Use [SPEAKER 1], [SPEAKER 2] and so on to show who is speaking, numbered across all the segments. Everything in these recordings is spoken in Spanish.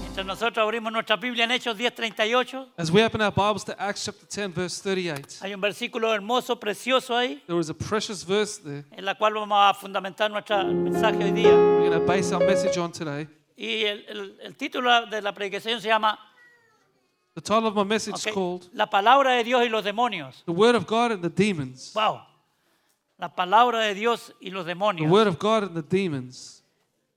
[SPEAKER 1] Mientras nosotros abrimos nuestra Biblia en Hechos 10:38,
[SPEAKER 2] As we open our Bibles to Acts chapter 10, verse 38,
[SPEAKER 1] hay un versículo hermoso, precioso ahí,
[SPEAKER 2] there is a precious verse there
[SPEAKER 1] en la cual vamos a fundamentar nuestro mensaje hoy día.
[SPEAKER 2] we're going to base our message on today.
[SPEAKER 1] Y el, el- el título de la predicación se llama
[SPEAKER 2] The title of my message
[SPEAKER 1] ok,
[SPEAKER 2] is called
[SPEAKER 1] La palabra de Dios y los demonios.
[SPEAKER 2] The Word of God and the Demons.
[SPEAKER 1] ¡Wow! La palabra de Dios y los
[SPEAKER 2] The
[SPEAKER 1] demonios.
[SPEAKER 2] Word of God and the Demons.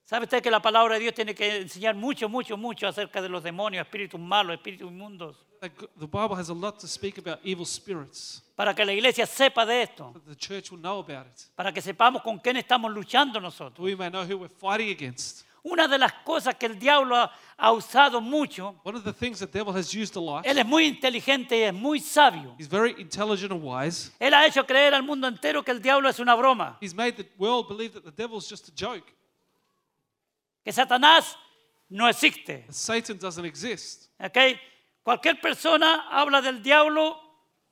[SPEAKER 1] ¿Sabe usted que la palabra de Dios tiene que enseñar mucho, mucho, mucho acerca de los demonios, espíritus malos, espíritus inmundos,
[SPEAKER 2] Like, The Bible has a lot to speak about evil spirits,
[SPEAKER 1] para que la iglesia sepa de esto,
[SPEAKER 2] that the church will know about it.
[SPEAKER 1] para que sepamos con quién estamos luchando nosotros?
[SPEAKER 2] We may know who we're fighting against.
[SPEAKER 1] Una de las cosas que el diablo ha, ha usado mucho,
[SPEAKER 2] One of the things the devil has used a lot,
[SPEAKER 1] él es muy inteligente y es muy sabio.
[SPEAKER 2] he's very intelligent and wise.
[SPEAKER 1] Él ha hecho creer al mundo entero que el diablo es una broma,
[SPEAKER 2] He's made the world believe that the devil's just a joke,
[SPEAKER 1] que Satanás no existe.
[SPEAKER 2] that Satan doesn't exist.
[SPEAKER 1] ¿ok? Cualquier persona habla del diablo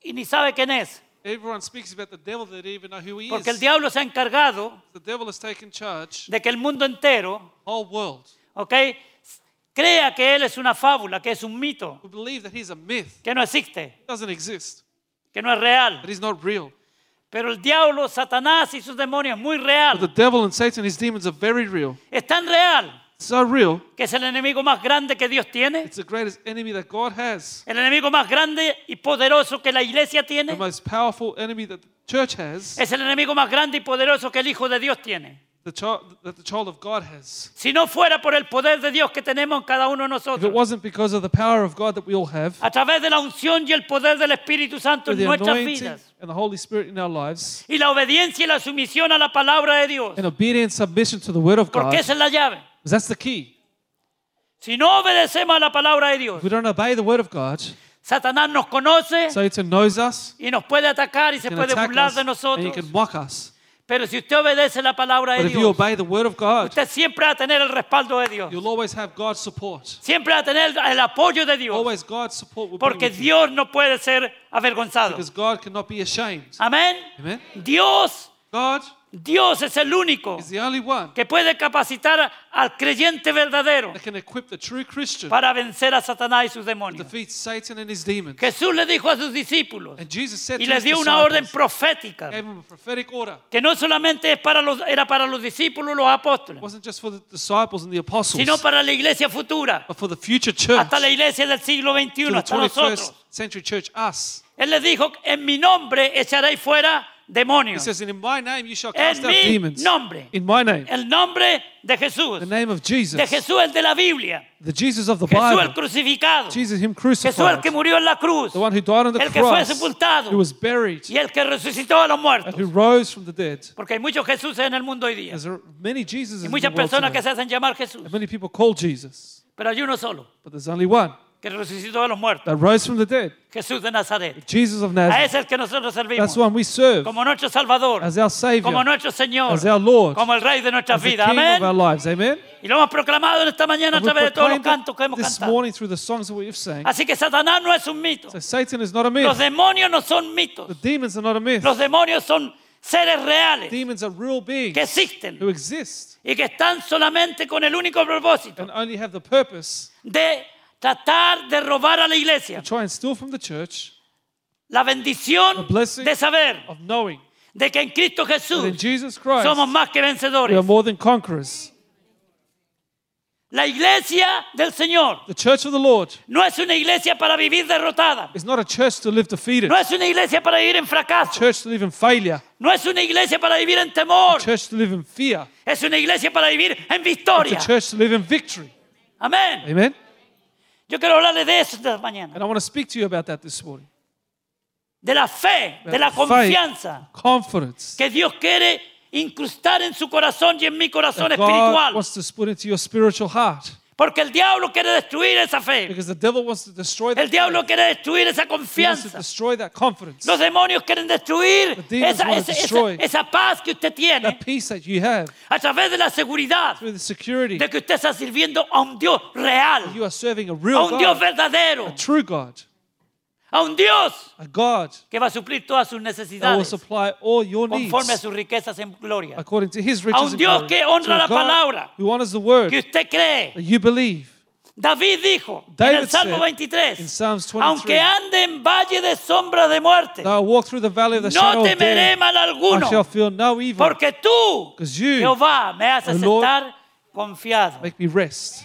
[SPEAKER 1] y ni sabe quién es,
[SPEAKER 2] Everyone speaks about the devil, they don't even know who he
[SPEAKER 1] porque el
[SPEAKER 2] is.
[SPEAKER 1] diablo se ha encargado
[SPEAKER 2] The devil has taken charge
[SPEAKER 1] de que el mundo entero
[SPEAKER 2] whole world.
[SPEAKER 1] ¿ok? Crea que él es una fábula, que es un mito,
[SPEAKER 2] We believe that he's a myth,
[SPEAKER 1] que no existe,
[SPEAKER 2] doesn't exist,
[SPEAKER 1] que no es real.
[SPEAKER 2] that he's not real.
[SPEAKER 1] Pero el diablo, Satanás y sus demonios es muy
[SPEAKER 2] But the
[SPEAKER 1] real.
[SPEAKER 2] devil and Satan, his demons, are very real.
[SPEAKER 1] Es tan real
[SPEAKER 2] So real,
[SPEAKER 1] que es el enemigo más grande que Dios tiene,
[SPEAKER 2] it's the greatest enemy that God has,
[SPEAKER 1] el enemigo más grande y poderoso que la iglesia
[SPEAKER 2] the
[SPEAKER 1] tiene,
[SPEAKER 2] most powerful enemy that the church has,
[SPEAKER 1] es el enemigo más grande y poderoso que el Hijo de Dios tiene.
[SPEAKER 2] the child, that the child of God has.
[SPEAKER 1] Si no fuera por el poder de Dios que tenemos en cada uno de
[SPEAKER 2] If it
[SPEAKER 1] nosotros,
[SPEAKER 2] wasn't because of the power of God that we all have,
[SPEAKER 1] a través de la unción y el poder del Espíritu Santo en
[SPEAKER 2] through the
[SPEAKER 1] nuestras
[SPEAKER 2] anointing
[SPEAKER 1] vidas,
[SPEAKER 2] and the Holy Spirit in our lives,
[SPEAKER 1] y la obediencia y la sumisión a la palabra de Dios,
[SPEAKER 2] and obedience, submission to the word of God,
[SPEAKER 1] porque esa es la llave.
[SPEAKER 2] that's the key.
[SPEAKER 1] Si no obedecemos a la palabra de Dios,
[SPEAKER 2] If we don't obey the word of God,
[SPEAKER 1] Satanás nos conoce
[SPEAKER 2] Satan knows us,
[SPEAKER 1] y nos puede atacar y se
[SPEAKER 2] can
[SPEAKER 1] puede
[SPEAKER 2] attack
[SPEAKER 1] burlar
[SPEAKER 2] us,
[SPEAKER 1] de
[SPEAKER 2] and he
[SPEAKER 1] nosotros.
[SPEAKER 2] can mock us.
[SPEAKER 1] Pero si usted obedece la palabra
[SPEAKER 2] But
[SPEAKER 1] de
[SPEAKER 2] if you
[SPEAKER 1] Dios,
[SPEAKER 2] obey the word of God,
[SPEAKER 1] usted siempre va a tener el respaldo de Dios.
[SPEAKER 2] you'll always have God's support.
[SPEAKER 1] Siempre va a tener el apoyo de Dios.
[SPEAKER 2] Always God's support will be
[SPEAKER 1] Porque
[SPEAKER 2] with you.
[SPEAKER 1] Dios no puede ser avergonzado.
[SPEAKER 2] Because God cannot be ashamed.
[SPEAKER 1] Amén.
[SPEAKER 2] Amen.
[SPEAKER 1] Dios,
[SPEAKER 2] God
[SPEAKER 1] Dios es el único
[SPEAKER 2] is the only one
[SPEAKER 1] que puede capacitar al creyente verdadero
[SPEAKER 2] that can equip the true Christian to
[SPEAKER 1] para vencer a Satanás y sus demonios.
[SPEAKER 2] defeat Satan and his demons.
[SPEAKER 1] Jesús le dijo a sus discípulos
[SPEAKER 2] And Jesus said
[SPEAKER 1] y
[SPEAKER 2] to
[SPEAKER 1] les
[SPEAKER 2] his
[SPEAKER 1] dio una orden
[SPEAKER 2] disciples,
[SPEAKER 1] profética.
[SPEAKER 2] gave him a prophetic order.
[SPEAKER 1] que no solamente es para los, era para los discípulos, los
[SPEAKER 2] It
[SPEAKER 1] apóstoles,
[SPEAKER 2] wasn't just for the disciples and the apostles,
[SPEAKER 1] sino para la iglesia futura,
[SPEAKER 2] but for the future church,
[SPEAKER 1] hasta la iglesia del siglo XXI,
[SPEAKER 2] to the
[SPEAKER 1] hasta
[SPEAKER 2] 21st
[SPEAKER 1] nosotros.
[SPEAKER 2] century church, us.
[SPEAKER 1] Él les dijo, en mi nombre echaréis fuera
[SPEAKER 2] He
[SPEAKER 1] demonios.
[SPEAKER 2] says, "And in my name you shall
[SPEAKER 1] En
[SPEAKER 2] cast out
[SPEAKER 1] mi
[SPEAKER 2] demons.
[SPEAKER 1] nombre,
[SPEAKER 2] In my name.
[SPEAKER 1] el nombre de Jesús,
[SPEAKER 2] The name of
[SPEAKER 1] de
[SPEAKER 2] Jesus.
[SPEAKER 1] Jesús el de la Biblia,
[SPEAKER 2] The Jesus of the
[SPEAKER 1] Jesús el
[SPEAKER 2] Bible.
[SPEAKER 1] crucificado,
[SPEAKER 2] Jesus him
[SPEAKER 1] Jesús el
[SPEAKER 2] crucified.
[SPEAKER 1] que murió en la cruz
[SPEAKER 2] The one who died on the
[SPEAKER 1] El que fue
[SPEAKER 2] cross,
[SPEAKER 1] sepultado.
[SPEAKER 2] who was buried,
[SPEAKER 1] y el que resucitó a los
[SPEAKER 2] and
[SPEAKER 1] muertos.
[SPEAKER 2] who rose from the dead.
[SPEAKER 1] Porque hay muchos Jesús en el mundo hoy día,
[SPEAKER 2] There's a- many Jesuses
[SPEAKER 1] y
[SPEAKER 2] in the
[SPEAKER 1] muchas
[SPEAKER 2] world
[SPEAKER 1] personas que
[SPEAKER 2] today.
[SPEAKER 1] se hacen llamar Jesús,
[SPEAKER 2] And many people call Jesus,
[SPEAKER 1] pero hay uno solo
[SPEAKER 2] but there's only one
[SPEAKER 1] que resucitó a los muertos,
[SPEAKER 2] that rose from the dead,
[SPEAKER 1] Jesús de Nazaret.
[SPEAKER 2] Jesus of
[SPEAKER 1] A
[SPEAKER 2] Nazareth.
[SPEAKER 1] ese es el que nosotros servimos.
[SPEAKER 2] That's the one we serve
[SPEAKER 1] Como nuestro Salvador.
[SPEAKER 2] as our Savior,
[SPEAKER 1] Como nuestro Señor.
[SPEAKER 2] as our Lord,
[SPEAKER 1] Como el Rey de nuestras
[SPEAKER 2] as the King
[SPEAKER 1] vidas.
[SPEAKER 2] of our
[SPEAKER 1] Amén.
[SPEAKER 2] lives. Amen.
[SPEAKER 1] Y lo hemos proclamado en esta mañana a
[SPEAKER 2] And we
[SPEAKER 1] través de todos los
[SPEAKER 2] proclaimed
[SPEAKER 1] cantos que
[SPEAKER 2] it
[SPEAKER 1] hemos
[SPEAKER 2] this
[SPEAKER 1] cantado.
[SPEAKER 2] morning through the songs that we've sang.
[SPEAKER 1] Así que Satanás no es un mito.
[SPEAKER 2] So Satan is not a
[SPEAKER 1] Los
[SPEAKER 2] myth.
[SPEAKER 1] demonios no son
[SPEAKER 2] The
[SPEAKER 1] mitos.
[SPEAKER 2] demons are not a myth.
[SPEAKER 1] Los demonios son seres reales
[SPEAKER 2] Demons are real beings
[SPEAKER 1] que existen
[SPEAKER 2] who exist
[SPEAKER 1] y que están solamente con el único propósito
[SPEAKER 2] and only have the purpose
[SPEAKER 1] de tratar de robar a la iglesia
[SPEAKER 2] to try and steal from the church
[SPEAKER 1] la bendición
[SPEAKER 2] The blessing
[SPEAKER 1] de saber
[SPEAKER 2] of knowing
[SPEAKER 1] de que en Cristo
[SPEAKER 2] that in
[SPEAKER 1] Jesús
[SPEAKER 2] Jesus Christ
[SPEAKER 1] somos más que
[SPEAKER 2] we
[SPEAKER 1] vencedores.
[SPEAKER 2] are more than conquerors.
[SPEAKER 1] La iglesia del Señor
[SPEAKER 2] The church of the Lord
[SPEAKER 1] No es una iglesia para vivir derrotada.
[SPEAKER 2] is not a church to live defeated,
[SPEAKER 1] No es una iglesia para vivir en fracaso.
[SPEAKER 2] church to live in failure,
[SPEAKER 1] No es una iglesia para vivir en temor.
[SPEAKER 2] church to live in fear.
[SPEAKER 1] Es una iglesia para vivir en
[SPEAKER 2] It's
[SPEAKER 1] victoria.
[SPEAKER 2] a church to live in victory.
[SPEAKER 1] Amén.
[SPEAKER 2] Amen.
[SPEAKER 1] Yo quiero hablarle de eso esta mañana.
[SPEAKER 2] And I want to speak to you about that this morning.
[SPEAKER 1] De la fe, de la
[SPEAKER 2] Faith,
[SPEAKER 1] confianza
[SPEAKER 2] confidence
[SPEAKER 1] que Dios quiere incrustar en su corazón y en mi corazón
[SPEAKER 2] that God
[SPEAKER 1] espiritual
[SPEAKER 2] wants to put into your spiritual heart
[SPEAKER 1] Porque el diablo quiere destruir esa fe.
[SPEAKER 2] Because the devil wants to destroy
[SPEAKER 1] El
[SPEAKER 2] that
[SPEAKER 1] diablo quiere destruir esa
[SPEAKER 2] he wants to
[SPEAKER 1] confianza.
[SPEAKER 2] destroy that confidence,
[SPEAKER 1] Los demonios quieren destruir
[SPEAKER 2] The demons
[SPEAKER 1] esa,
[SPEAKER 2] wanna
[SPEAKER 1] esa- esa-
[SPEAKER 2] destroy.
[SPEAKER 1] esa paz que usted tiene
[SPEAKER 2] that peace that you have
[SPEAKER 1] a través de la seguridad
[SPEAKER 2] through the security.
[SPEAKER 1] de que usted está sirviendo a un Dios real,
[SPEAKER 2] You are serving a
[SPEAKER 1] a
[SPEAKER 2] real
[SPEAKER 1] un Dios
[SPEAKER 2] God,
[SPEAKER 1] verdadero,
[SPEAKER 2] a true God,
[SPEAKER 1] a un Dios
[SPEAKER 2] a God
[SPEAKER 1] que va a suplir todas sus
[SPEAKER 2] that will
[SPEAKER 1] necesidades
[SPEAKER 2] supply all your needs
[SPEAKER 1] conforme a sus riquezas en gloria.
[SPEAKER 2] according to His riches
[SPEAKER 1] un
[SPEAKER 2] and
[SPEAKER 1] Dios
[SPEAKER 2] glory.
[SPEAKER 1] que honra
[SPEAKER 2] To a
[SPEAKER 1] la
[SPEAKER 2] God
[SPEAKER 1] palabra.
[SPEAKER 2] who honors the word
[SPEAKER 1] Que usted cree.
[SPEAKER 2] that you believe.
[SPEAKER 1] David dijo en el
[SPEAKER 2] David
[SPEAKER 1] Salmo
[SPEAKER 2] said
[SPEAKER 1] 23,
[SPEAKER 2] in Psalms 23,
[SPEAKER 1] aunque ande en valle de sombra de muerte,
[SPEAKER 2] Thou walk through the valley of the
[SPEAKER 1] no
[SPEAKER 2] shadow of
[SPEAKER 1] temeré
[SPEAKER 2] death.
[SPEAKER 1] mal
[SPEAKER 2] I shall
[SPEAKER 1] alguno,
[SPEAKER 2] feel no evil.
[SPEAKER 1] porque tú,
[SPEAKER 2] 'Cause you,
[SPEAKER 1] Jehová, me haces
[SPEAKER 2] O Lord,
[SPEAKER 1] estar confiado.
[SPEAKER 2] Make me rest.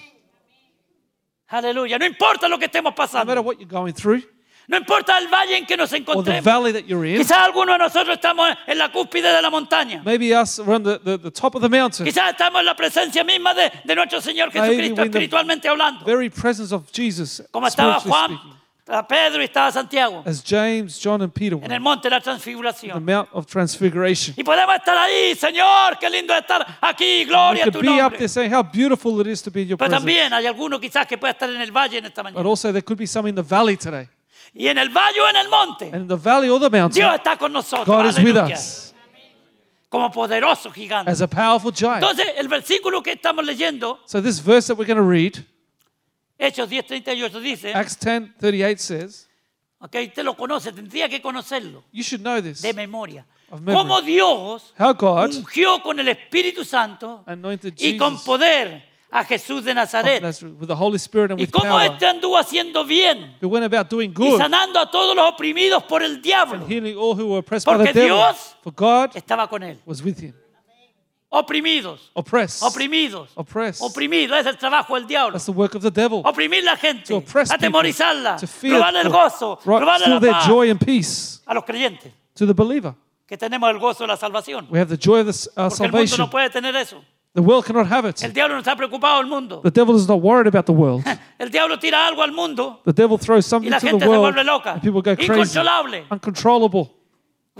[SPEAKER 1] Aleluya. No importa lo que estemos
[SPEAKER 2] No matter
[SPEAKER 1] pasando,
[SPEAKER 2] what you're going through
[SPEAKER 1] no importa el valle en que nos
[SPEAKER 2] or the
[SPEAKER 1] encontremos.
[SPEAKER 2] valley that you're in.
[SPEAKER 1] Quizás algunos de nosotros estamos en la cúspide de la montaña.
[SPEAKER 2] Maybe us we're on the, the, the top of the mountain.
[SPEAKER 1] Quizás estamos en la presencia misma de, de nuestro Señor
[SPEAKER 2] Maybe
[SPEAKER 1] Jesucristo,
[SPEAKER 2] we're in the-
[SPEAKER 1] espiritualmente hablando.
[SPEAKER 2] Very presence of Jesus.
[SPEAKER 1] Como estaba
[SPEAKER 2] spiritually
[SPEAKER 1] Juan,
[SPEAKER 2] speaking,
[SPEAKER 1] estaba Pedro y estaba Santiago
[SPEAKER 2] as James, John, and Peter were
[SPEAKER 1] en el
[SPEAKER 2] on
[SPEAKER 1] monte de la
[SPEAKER 2] the
[SPEAKER 1] transfiguración.
[SPEAKER 2] Mount of Transfiguration.
[SPEAKER 1] Y podemos estar ahí, Señor, qué lindo estar aquí, gloria a
[SPEAKER 2] You
[SPEAKER 1] tu
[SPEAKER 2] could be up
[SPEAKER 1] nombre.
[SPEAKER 2] there saying how beautiful it is to be in your
[SPEAKER 1] Pero
[SPEAKER 2] presence.
[SPEAKER 1] también hay alguno quizás que pueda estar en el valle en esta
[SPEAKER 2] But
[SPEAKER 1] mañana.
[SPEAKER 2] also there could be some in the valley today.
[SPEAKER 1] Y en el valle o en el monte,
[SPEAKER 2] And in the valley or the mountain,
[SPEAKER 1] Dios está con nosotros.
[SPEAKER 2] God is with
[SPEAKER 1] aleluya,
[SPEAKER 2] us
[SPEAKER 1] Como poderoso gigante.
[SPEAKER 2] as a powerful giant.
[SPEAKER 1] Entonces, el versículo que estamos leyendo,
[SPEAKER 2] So this verse that we're going to read,
[SPEAKER 1] Hechos 10:38 dice,
[SPEAKER 2] Acts 10, 38 says,
[SPEAKER 1] ok, usted lo conoce, tendría que conocerlo
[SPEAKER 2] you should know this.
[SPEAKER 1] de memoria.
[SPEAKER 2] Of memory.
[SPEAKER 1] Cómo Dios
[SPEAKER 2] How God
[SPEAKER 1] ungió con el Espíritu Santo
[SPEAKER 2] anointed
[SPEAKER 1] y con
[SPEAKER 2] Jesus
[SPEAKER 1] poder a Jesús de
[SPEAKER 2] of
[SPEAKER 1] Nazaret.
[SPEAKER 2] Nazareth with the Holy Spirit and
[SPEAKER 1] Y
[SPEAKER 2] with
[SPEAKER 1] cómo
[SPEAKER 2] power,
[SPEAKER 1] este anduvo haciendo bien
[SPEAKER 2] who went about doing
[SPEAKER 1] y
[SPEAKER 2] good,
[SPEAKER 1] sanando a todos los oprimidos por el diablo.
[SPEAKER 2] healing all who were oppressed by the
[SPEAKER 1] Porque
[SPEAKER 2] devil.
[SPEAKER 1] Dios-
[SPEAKER 2] For God
[SPEAKER 1] Estaba con él.
[SPEAKER 2] was with him.
[SPEAKER 1] Oprimidos,
[SPEAKER 2] Oppressed.
[SPEAKER 1] oprimidos,
[SPEAKER 2] Oppress.
[SPEAKER 1] oprimidos. Es el trabajo del diablo.
[SPEAKER 2] That's the work of the devil.
[SPEAKER 1] Oprimir la gente,
[SPEAKER 2] To oppress people.
[SPEAKER 1] atemorizarla,
[SPEAKER 2] To fear
[SPEAKER 1] robarle el
[SPEAKER 2] people,
[SPEAKER 1] gozo,
[SPEAKER 2] ro-
[SPEAKER 1] robarle
[SPEAKER 2] steal
[SPEAKER 1] la
[SPEAKER 2] their
[SPEAKER 1] paz
[SPEAKER 2] joy and peace
[SPEAKER 1] a los creyentes.
[SPEAKER 2] to the believer.
[SPEAKER 1] que tenemos el gozo de la salvación.
[SPEAKER 2] We have the joy of the, s- our
[SPEAKER 1] Porque el mundo
[SPEAKER 2] salvation.
[SPEAKER 1] no puede tener eso.
[SPEAKER 2] The world cannot have it.
[SPEAKER 1] El diablo no está preocupado el mundo.
[SPEAKER 2] The devil is not worried about the world.
[SPEAKER 1] El diablo tira algo al mundo.
[SPEAKER 2] The devil throws
[SPEAKER 1] Y
[SPEAKER 2] something
[SPEAKER 1] la
[SPEAKER 2] to
[SPEAKER 1] gente
[SPEAKER 2] the
[SPEAKER 1] se
[SPEAKER 2] world,
[SPEAKER 1] vuelve loca.
[SPEAKER 2] and people go crazy,
[SPEAKER 1] Incontrolable.
[SPEAKER 2] uncontrollable.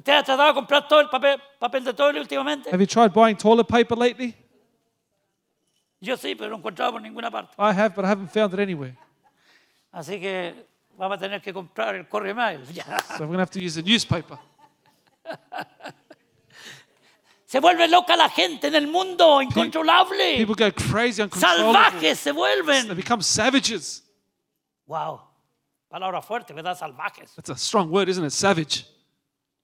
[SPEAKER 1] ¿Usted ha tratado de comprar todo el papel, papel de toile últimamente?
[SPEAKER 2] Have you tried buying toilet paper lately?
[SPEAKER 1] Yo sí, pero no he encontrado por ninguna parte.
[SPEAKER 2] I have, but I haven't found it anywhere.
[SPEAKER 1] Así que vamos a tener que comprar el correo mail.
[SPEAKER 2] So I'm going to have to use a newspaper.
[SPEAKER 1] Se vuelve loca la gente en el mundo, incontrolable.
[SPEAKER 2] People go crazy, uncontrollable.
[SPEAKER 1] Salvajes se
[SPEAKER 2] They
[SPEAKER 1] vuelven.
[SPEAKER 2] become savages.
[SPEAKER 1] Wow. Palabra fuerte, ¿verdad? Salvajes.
[SPEAKER 2] That's a strong word, isn't it? Savage.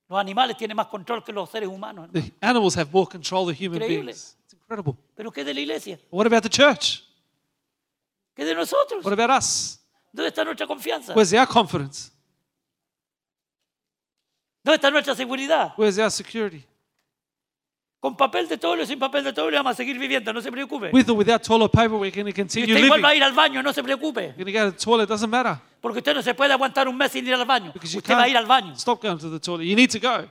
[SPEAKER 1] Los animales tienen más control que los seres humanos. hermano.
[SPEAKER 2] The animals have more control than human
[SPEAKER 1] Increíble.
[SPEAKER 2] beings. It's incredible.
[SPEAKER 1] ¿Pero qué de la iglesia?
[SPEAKER 2] But what about the church?
[SPEAKER 1] ¿Qué de nosotros?
[SPEAKER 2] What about us?
[SPEAKER 1] ¿Dónde está nuestra confianza?
[SPEAKER 2] Where's our confidence?
[SPEAKER 1] ¿Dónde está nuestra seguridad?
[SPEAKER 2] Where's our security?
[SPEAKER 1] Con papel de toile o sin papel de toile vamos a seguir viviendo, no se preocupe.
[SPEAKER 2] With or without toilet paper, we're going
[SPEAKER 1] Si
[SPEAKER 2] to
[SPEAKER 1] usted
[SPEAKER 2] continue living.
[SPEAKER 1] vuelve a
[SPEAKER 2] We're
[SPEAKER 1] ir al baño, no se preocupe.
[SPEAKER 2] going to go to the toilet. doesn't matter.
[SPEAKER 1] Porque usted no se puede aguantar un mes sin ir al baño.
[SPEAKER 2] Because you
[SPEAKER 1] Usted va a ir al baño.
[SPEAKER 2] can't stop going to the toilet. You need to go.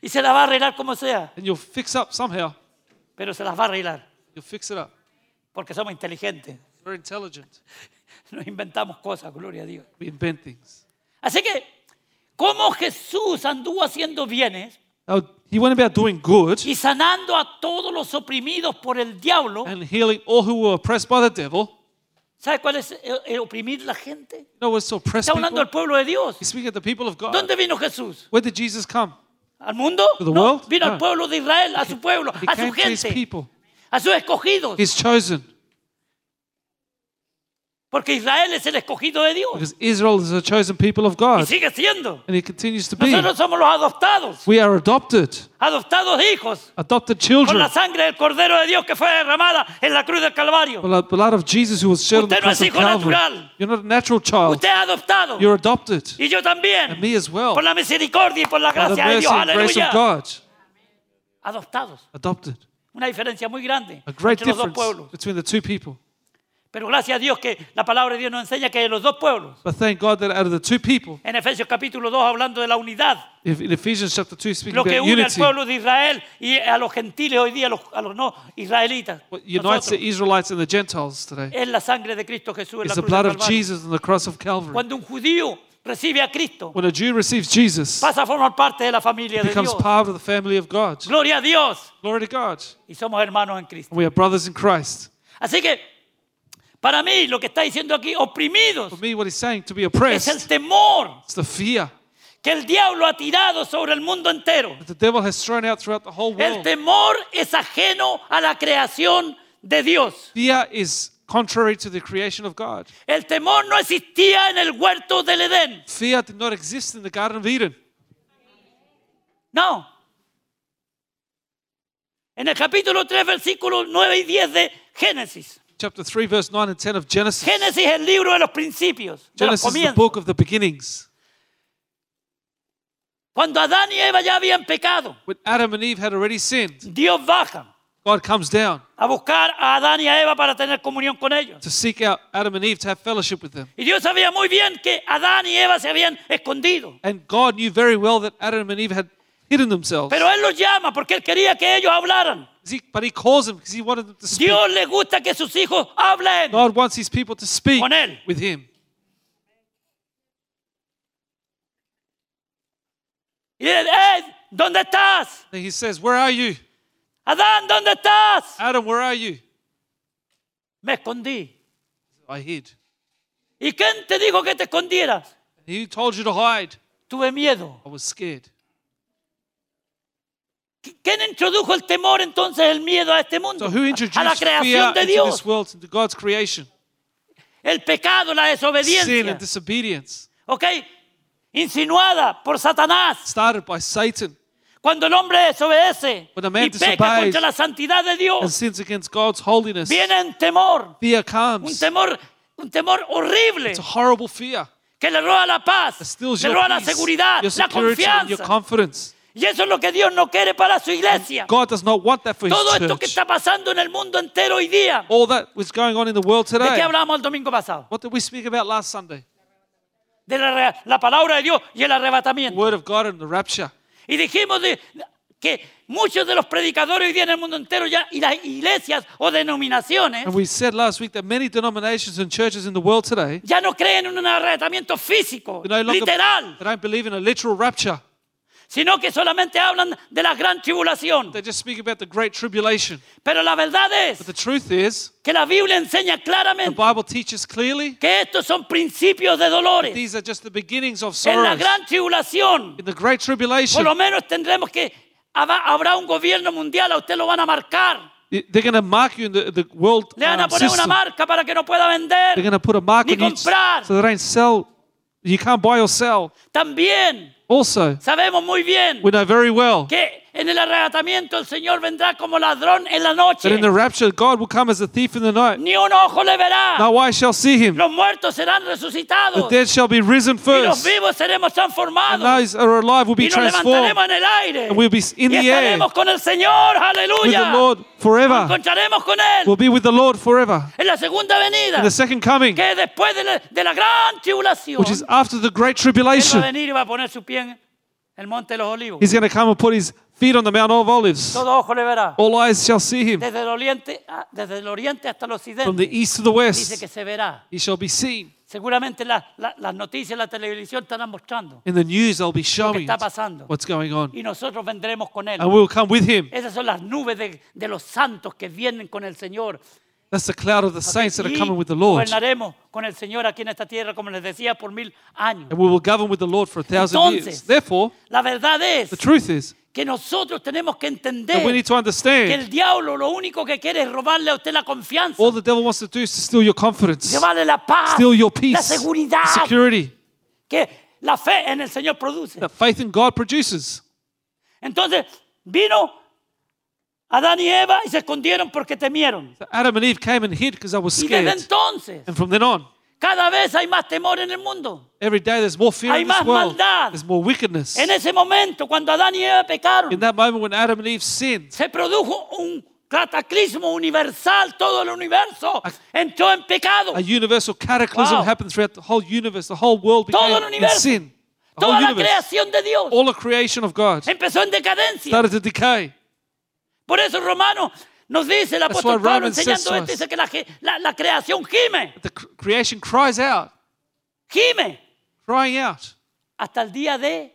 [SPEAKER 1] Y se la va a arreglar como sea.
[SPEAKER 2] And you'll fix up somehow.
[SPEAKER 1] Pero se las va a arreglar.
[SPEAKER 2] You'll fix it up.
[SPEAKER 1] Porque somos inteligentes.
[SPEAKER 2] We're intelligent.
[SPEAKER 1] Nos inventamos cosas, gloria a Dios.
[SPEAKER 2] We invent things.
[SPEAKER 1] Así que, como Jesús anduvo haciendo bienes
[SPEAKER 2] Now, he went about doing good
[SPEAKER 1] y sanando a todos los oprimidos por el diablo,
[SPEAKER 2] and healing all who were oppressed by the devil.
[SPEAKER 1] ¿sabe cuál es eh, eh, oprimir la gente?
[SPEAKER 2] You know what's to oppress
[SPEAKER 1] Está
[SPEAKER 2] people?
[SPEAKER 1] hablando del pueblo de Dios.
[SPEAKER 2] He's speaking to the people of God.
[SPEAKER 1] ¿Dónde vino Jesús?
[SPEAKER 2] Where did Jesus come?
[SPEAKER 1] ¿Al mundo?
[SPEAKER 2] To the
[SPEAKER 1] No,
[SPEAKER 2] world?
[SPEAKER 1] vino al
[SPEAKER 2] No.
[SPEAKER 1] pueblo de Israel, a su pueblo,
[SPEAKER 2] He
[SPEAKER 1] a su
[SPEAKER 2] came to his
[SPEAKER 1] gente,
[SPEAKER 2] people.
[SPEAKER 1] a sus escogidos.
[SPEAKER 2] He's chosen.
[SPEAKER 1] Porque Israel es el escogido de Dios.
[SPEAKER 2] Because Israel is a chosen people of
[SPEAKER 1] Y
[SPEAKER 2] God.
[SPEAKER 1] sigue siendo.
[SPEAKER 2] And he continues to be.
[SPEAKER 1] Nosotros somos los adoptados,
[SPEAKER 2] We are adopted.
[SPEAKER 1] adoptados hijos,
[SPEAKER 2] Adopted
[SPEAKER 1] con
[SPEAKER 2] children.
[SPEAKER 1] la sangre del Cordero de Dios que fue derramada en la cruz del Calvario.
[SPEAKER 2] By the blood of Jesus who was shed on the
[SPEAKER 1] Usted no es
[SPEAKER 2] cross of
[SPEAKER 1] hijo
[SPEAKER 2] Calvary.
[SPEAKER 1] natural.
[SPEAKER 2] You're not a natural child.
[SPEAKER 1] Usted es adoptado.
[SPEAKER 2] You're adopted.
[SPEAKER 1] Y yo
[SPEAKER 2] And
[SPEAKER 1] también.
[SPEAKER 2] me as well.
[SPEAKER 1] Por la misericordia y por la
[SPEAKER 2] By the
[SPEAKER 1] gracia de
[SPEAKER 2] mercy
[SPEAKER 1] Dios.
[SPEAKER 2] and grace of
[SPEAKER 1] Aleluya.
[SPEAKER 2] God.
[SPEAKER 1] Adoptados.
[SPEAKER 2] Adopted.
[SPEAKER 1] Una diferencia muy grande
[SPEAKER 2] A great
[SPEAKER 1] entre los dos
[SPEAKER 2] difference
[SPEAKER 1] pueblos.
[SPEAKER 2] between the two people.
[SPEAKER 1] Pero gracias a Dios que la palabra de Dios nos enseña que los dos pueblos,
[SPEAKER 2] But thank God that out of the two people,
[SPEAKER 1] en Efesios capítulo 2 hablando de la unidad,
[SPEAKER 2] if- in Ephesians chapter 2, speaking
[SPEAKER 1] lo que
[SPEAKER 2] about
[SPEAKER 1] une al
[SPEAKER 2] unity,
[SPEAKER 1] pueblo de Israel y a los gentiles hoy día, a los, a los no israelitas,
[SPEAKER 2] what unites
[SPEAKER 1] nosotros,
[SPEAKER 2] the Israelites and the Gentiles today
[SPEAKER 1] es la sangre de Cristo Jesús en la
[SPEAKER 2] is the
[SPEAKER 1] cruz
[SPEAKER 2] blood
[SPEAKER 1] del
[SPEAKER 2] of
[SPEAKER 1] Calvario.
[SPEAKER 2] Jesus on the cross of Calvary.
[SPEAKER 1] Cuando un judío recibe a Cristo,
[SPEAKER 2] When a Jew receives Jesus,
[SPEAKER 1] pasa a formar parte de la familia de
[SPEAKER 2] becomes
[SPEAKER 1] Dios.
[SPEAKER 2] part of the family of God.
[SPEAKER 1] Gloria a Dios.
[SPEAKER 2] Glory to God.
[SPEAKER 1] Y somos hermanos en Cristo.
[SPEAKER 2] And we are brothers in Christ.
[SPEAKER 1] Así que, para mí, lo que está diciendo aquí, oprimidos,
[SPEAKER 2] For me, what he's saying, to be
[SPEAKER 1] es el
[SPEAKER 2] oppressed,
[SPEAKER 1] temor
[SPEAKER 2] it's the fear
[SPEAKER 1] que el diablo ha tirado sobre el mundo entero.
[SPEAKER 2] that the devil has thrown out throughout the whole
[SPEAKER 1] El
[SPEAKER 2] world.
[SPEAKER 1] temor es ajeno a la creación de Dios.
[SPEAKER 2] Fear is contrary to the creation of God.
[SPEAKER 1] El temor no existía en el huerto del Edén.
[SPEAKER 2] Fear did not exist in the Garden of Eden.
[SPEAKER 1] No. En el capítulo 3, versículos 9 y 10 de Génesis.
[SPEAKER 2] Chapter 3, verse 9 and 10 of Genesis.
[SPEAKER 1] Génesis es el libro de los principios, de los
[SPEAKER 2] Genesis is the
[SPEAKER 1] comienzos.
[SPEAKER 2] book of the beginnings.
[SPEAKER 1] Cuando Adán y Eva ya habían pecado,
[SPEAKER 2] When Adam and Eve had already sinned,
[SPEAKER 1] Dios baja
[SPEAKER 2] God comes down
[SPEAKER 1] a buscar a Adán y a Eva para tener comunión con ellos.
[SPEAKER 2] to seek out Adam and Eve to have fellowship with them.
[SPEAKER 1] Y Dios sabía muy bien que Adán y Eva se habían escondido.
[SPEAKER 2] And God knew very well that Adam and Eve had hidden themselves.
[SPEAKER 1] Pero Él los llama porque Él quería que ellos hablaran.
[SPEAKER 2] He- But he calls them because he wanted them to speak.
[SPEAKER 1] Dios le gusta que sus hijos hablen.
[SPEAKER 2] God wants his people to speak
[SPEAKER 1] Con él.
[SPEAKER 2] with him.
[SPEAKER 1] Y él, "Ed, ¿dónde estás?
[SPEAKER 2] And he says, Where are you?
[SPEAKER 1] Adán, ¿dónde estás?
[SPEAKER 2] Adam, where are you?
[SPEAKER 1] Me escondí.
[SPEAKER 2] I hid.
[SPEAKER 1] ¿Y quién te dijo que te escondieras?
[SPEAKER 2] He told you to hide.
[SPEAKER 1] Tuve miedo.
[SPEAKER 2] I was scared.
[SPEAKER 1] ¿Qui- ¿Quién introdujo el temor entonces, el miedo a este mundo?
[SPEAKER 2] So who
[SPEAKER 1] a la
[SPEAKER 2] introduced fear
[SPEAKER 1] creación de
[SPEAKER 2] into
[SPEAKER 1] Dios.
[SPEAKER 2] this world, into God's creation?
[SPEAKER 1] El pecado, la
[SPEAKER 2] Sin
[SPEAKER 1] desobediencia.
[SPEAKER 2] and disobedience.
[SPEAKER 1] ¿Ok? Insinuada por Satanás.
[SPEAKER 2] Started by Satan
[SPEAKER 1] Cuando el hombre desobedece
[SPEAKER 2] When a man
[SPEAKER 1] y peca
[SPEAKER 2] disobeys
[SPEAKER 1] contra la santidad de
[SPEAKER 2] and
[SPEAKER 1] Dios,
[SPEAKER 2] sins against God's holiness.
[SPEAKER 1] viene un temor.
[SPEAKER 2] Fear
[SPEAKER 1] Un
[SPEAKER 2] comes.
[SPEAKER 1] temor, un temor horrible.
[SPEAKER 2] It's a horrible fear.
[SPEAKER 1] que le roba la
[SPEAKER 2] It
[SPEAKER 1] paz,
[SPEAKER 2] steals
[SPEAKER 1] le
[SPEAKER 2] your
[SPEAKER 1] roba la
[SPEAKER 2] peace,
[SPEAKER 1] seguridad,
[SPEAKER 2] your
[SPEAKER 1] la
[SPEAKER 2] security, and your
[SPEAKER 1] confianza.
[SPEAKER 2] confidence.
[SPEAKER 1] Y eso es lo que Dios no quiere para su iglesia.
[SPEAKER 2] God does not want that for
[SPEAKER 1] Todo
[SPEAKER 2] his
[SPEAKER 1] esto que
[SPEAKER 2] church.
[SPEAKER 1] está pasando en el mundo entero hoy día.
[SPEAKER 2] All that was going on in the world
[SPEAKER 1] ¿De qué
[SPEAKER 2] today.
[SPEAKER 1] hablábamos el domingo pasado?
[SPEAKER 2] What did we speak about last Sunday?
[SPEAKER 1] De la, re- la palabra de Dios y el
[SPEAKER 2] The
[SPEAKER 1] arrebatamiento.
[SPEAKER 2] Word of God and the rapture.
[SPEAKER 1] Y dijimos de- que muchos de los predicadores hoy día en el mundo entero ya, y las iglesias o denominaciones
[SPEAKER 2] And we said last week that many denominations and churches in the world today
[SPEAKER 1] ya no creen en un arrebatamiento físico,
[SPEAKER 2] they no longer
[SPEAKER 1] literal,
[SPEAKER 2] they don't believe in a literal rapture.
[SPEAKER 1] sino que solamente hablan de la gran tribulación.
[SPEAKER 2] They just speak about the great tribulation.
[SPEAKER 1] Pero la verdad
[SPEAKER 2] But the
[SPEAKER 1] es
[SPEAKER 2] truth is,
[SPEAKER 1] que la Biblia enseña
[SPEAKER 2] the
[SPEAKER 1] claramente
[SPEAKER 2] Bible teaches clearly
[SPEAKER 1] que estos son principios de dolores.
[SPEAKER 2] these are just the beginnings of
[SPEAKER 1] En la
[SPEAKER 2] sorrows.
[SPEAKER 1] gran tribulación,
[SPEAKER 2] In the great
[SPEAKER 1] por
[SPEAKER 2] tribulation,
[SPEAKER 1] lo menos tendremos que haba- habrá un gobierno mundial, a usted lo van a marcar.
[SPEAKER 2] they're going to mark you in the, the world
[SPEAKER 1] Le van a
[SPEAKER 2] um,
[SPEAKER 1] poner una
[SPEAKER 2] system.
[SPEAKER 1] marca para que no pueda
[SPEAKER 2] They're
[SPEAKER 1] vender.
[SPEAKER 2] going to put a mark
[SPEAKER 1] Ni
[SPEAKER 2] on you
[SPEAKER 1] comprar.
[SPEAKER 2] so they don't sell. You can't buy or sell.
[SPEAKER 1] También
[SPEAKER 2] Also,
[SPEAKER 1] sabemos muy bien
[SPEAKER 2] we know very well
[SPEAKER 1] que en el arrebatamiento el Señor vendrá como ladrón en la noche.
[SPEAKER 2] that in the rapture, God will come as a thief in the night.
[SPEAKER 1] Ni un ojo le verá.
[SPEAKER 2] No eye shall see him.
[SPEAKER 1] Los muertos serán
[SPEAKER 2] The
[SPEAKER 1] resucitados
[SPEAKER 2] dead shall be risen
[SPEAKER 1] y los
[SPEAKER 2] first.
[SPEAKER 1] vivos seremos
[SPEAKER 2] pues, And
[SPEAKER 1] transformados.
[SPEAKER 2] those that are alive will
[SPEAKER 1] Y
[SPEAKER 2] be
[SPEAKER 1] nos
[SPEAKER 2] transformed
[SPEAKER 1] levantaremos en el aire.
[SPEAKER 2] And we'll be in
[SPEAKER 1] Y
[SPEAKER 2] the air.
[SPEAKER 1] estaremos con el Señor.
[SPEAKER 2] with the
[SPEAKER 1] Aleluya.
[SPEAKER 2] Lord forever.
[SPEAKER 1] encontraremos con Él
[SPEAKER 2] We'll be with the Lord forever.
[SPEAKER 1] en la segunda venida,
[SPEAKER 2] In the second coming,
[SPEAKER 1] que después de la, de la gran tribulación,
[SPEAKER 2] which is
[SPEAKER 1] Él
[SPEAKER 2] after the great
[SPEAKER 1] va a
[SPEAKER 2] tribulation,
[SPEAKER 1] venir y va a poner su pie en el monte de los olivos.
[SPEAKER 2] he's going to come and put his feet on the Mount of Olives.
[SPEAKER 1] Todo ojo le verá.
[SPEAKER 2] All eyes shall see him
[SPEAKER 1] Desde el oriente, a- desde el oriente hasta el
[SPEAKER 2] from
[SPEAKER 1] occidente,
[SPEAKER 2] the east to the
[SPEAKER 1] dice que
[SPEAKER 2] west.
[SPEAKER 1] se verá.
[SPEAKER 2] He shall be seen.
[SPEAKER 1] Seguramente la- la- las noticias, la televisión estarán mostrando
[SPEAKER 2] In the news, they'll be
[SPEAKER 1] qué
[SPEAKER 2] showing
[SPEAKER 1] está pasando.
[SPEAKER 2] what's going on.
[SPEAKER 1] Y nosotros vendremos con Él.
[SPEAKER 2] And we'll come with him.
[SPEAKER 1] Esas son las nubes de, de los santos que vienen con el Señor.
[SPEAKER 2] That's the cloud of the saints that are
[SPEAKER 1] Y
[SPEAKER 2] coming with the Lord.
[SPEAKER 1] gobernaremos con el Señor aquí en esta tierra, como les decía, por mil años.
[SPEAKER 2] And we will govern with the Lord for a thousand years.
[SPEAKER 1] Entonces,
[SPEAKER 2] Therefore,
[SPEAKER 1] La verdad es
[SPEAKER 2] the truth is
[SPEAKER 1] que nosotros tenemos que
[SPEAKER 2] that we
[SPEAKER 1] entender
[SPEAKER 2] need
[SPEAKER 1] que
[SPEAKER 2] to understand
[SPEAKER 1] el diablo lo único que quiere es robarle a usted la confianza,
[SPEAKER 2] all the devil wants to do is to steal your confidence,
[SPEAKER 1] llevarle la paz,
[SPEAKER 2] steal your
[SPEAKER 1] la
[SPEAKER 2] peace,
[SPEAKER 1] seguridad
[SPEAKER 2] security
[SPEAKER 1] que la fe en el Señor produce.
[SPEAKER 2] that faith in God produces.
[SPEAKER 1] Entonces vino Adán y Eva y se escondieron porque temieron.
[SPEAKER 2] So Adam and Eve came and hid because they were
[SPEAKER 1] Y desde
[SPEAKER 2] scared.
[SPEAKER 1] entonces
[SPEAKER 2] And from then on,
[SPEAKER 1] cada vez hay más temor en el mundo.
[SPEAKER 2] every day there's more fear
[SPEAKER 1] Hay
[SPEAKER 2] in this
[SPEAKER 1] más
[SPEAKER 2] world.
[SPEAKER 1] maldad.
[SPEAKER 2] There's more wickedness.
[SPEAKER 1] En ese momento cuando Adán y Eva
[SPEAKER 2] In
[SPEAKER 1] pecaron
[SPEAKER 2] that moment when Adam and Eve sinned,
[SPEAKER 1] se produjo un cataclismo universal, todo el universo entró en pecado.
[SPEAKER 2] a universal cataclysm
[SPEAKER 1] Wow.
[SPEAKER 2] happened throughout the whole universe. The whole world
[SPEAKER 1] Todo
[SPEAKER 2] became
[SPEAKER 1] el
[SPEAKER 2] in
[SPEAKER 1] universo.
[SPEAKER 2] sin. The
[SPEAKER 1] Toda
[SPEAKER 2] whole
[SPEAKER 1] la
[SPEAKER 2] universe,
[SPEAKER 1] creación de Dios
[SPEAKER 2] all the creation of God
[SPEAKER 1] empezó en decadencia.
[SPEAKER 2] started to decay.
[SPEAKER 1] Por eso Romanos nos dice el apóstol
[SPEAKER 2] why
[SPEAKER 1] Pablo
[SPEAKER 2] Romans says
[SPEAKER 1] enseñando
[SPEAKER 2] to
[SPEAKER 1] esto,
[SPEAKER 2] us.
[SPEAKER 1] dice que la, ge- la- la creación gime,
[SPEAKER 2] The cr- creation cries out,
[SPEAKER 1] gime
[SPEAKER 2] crying out
[SPEAKER 1] hasta el día de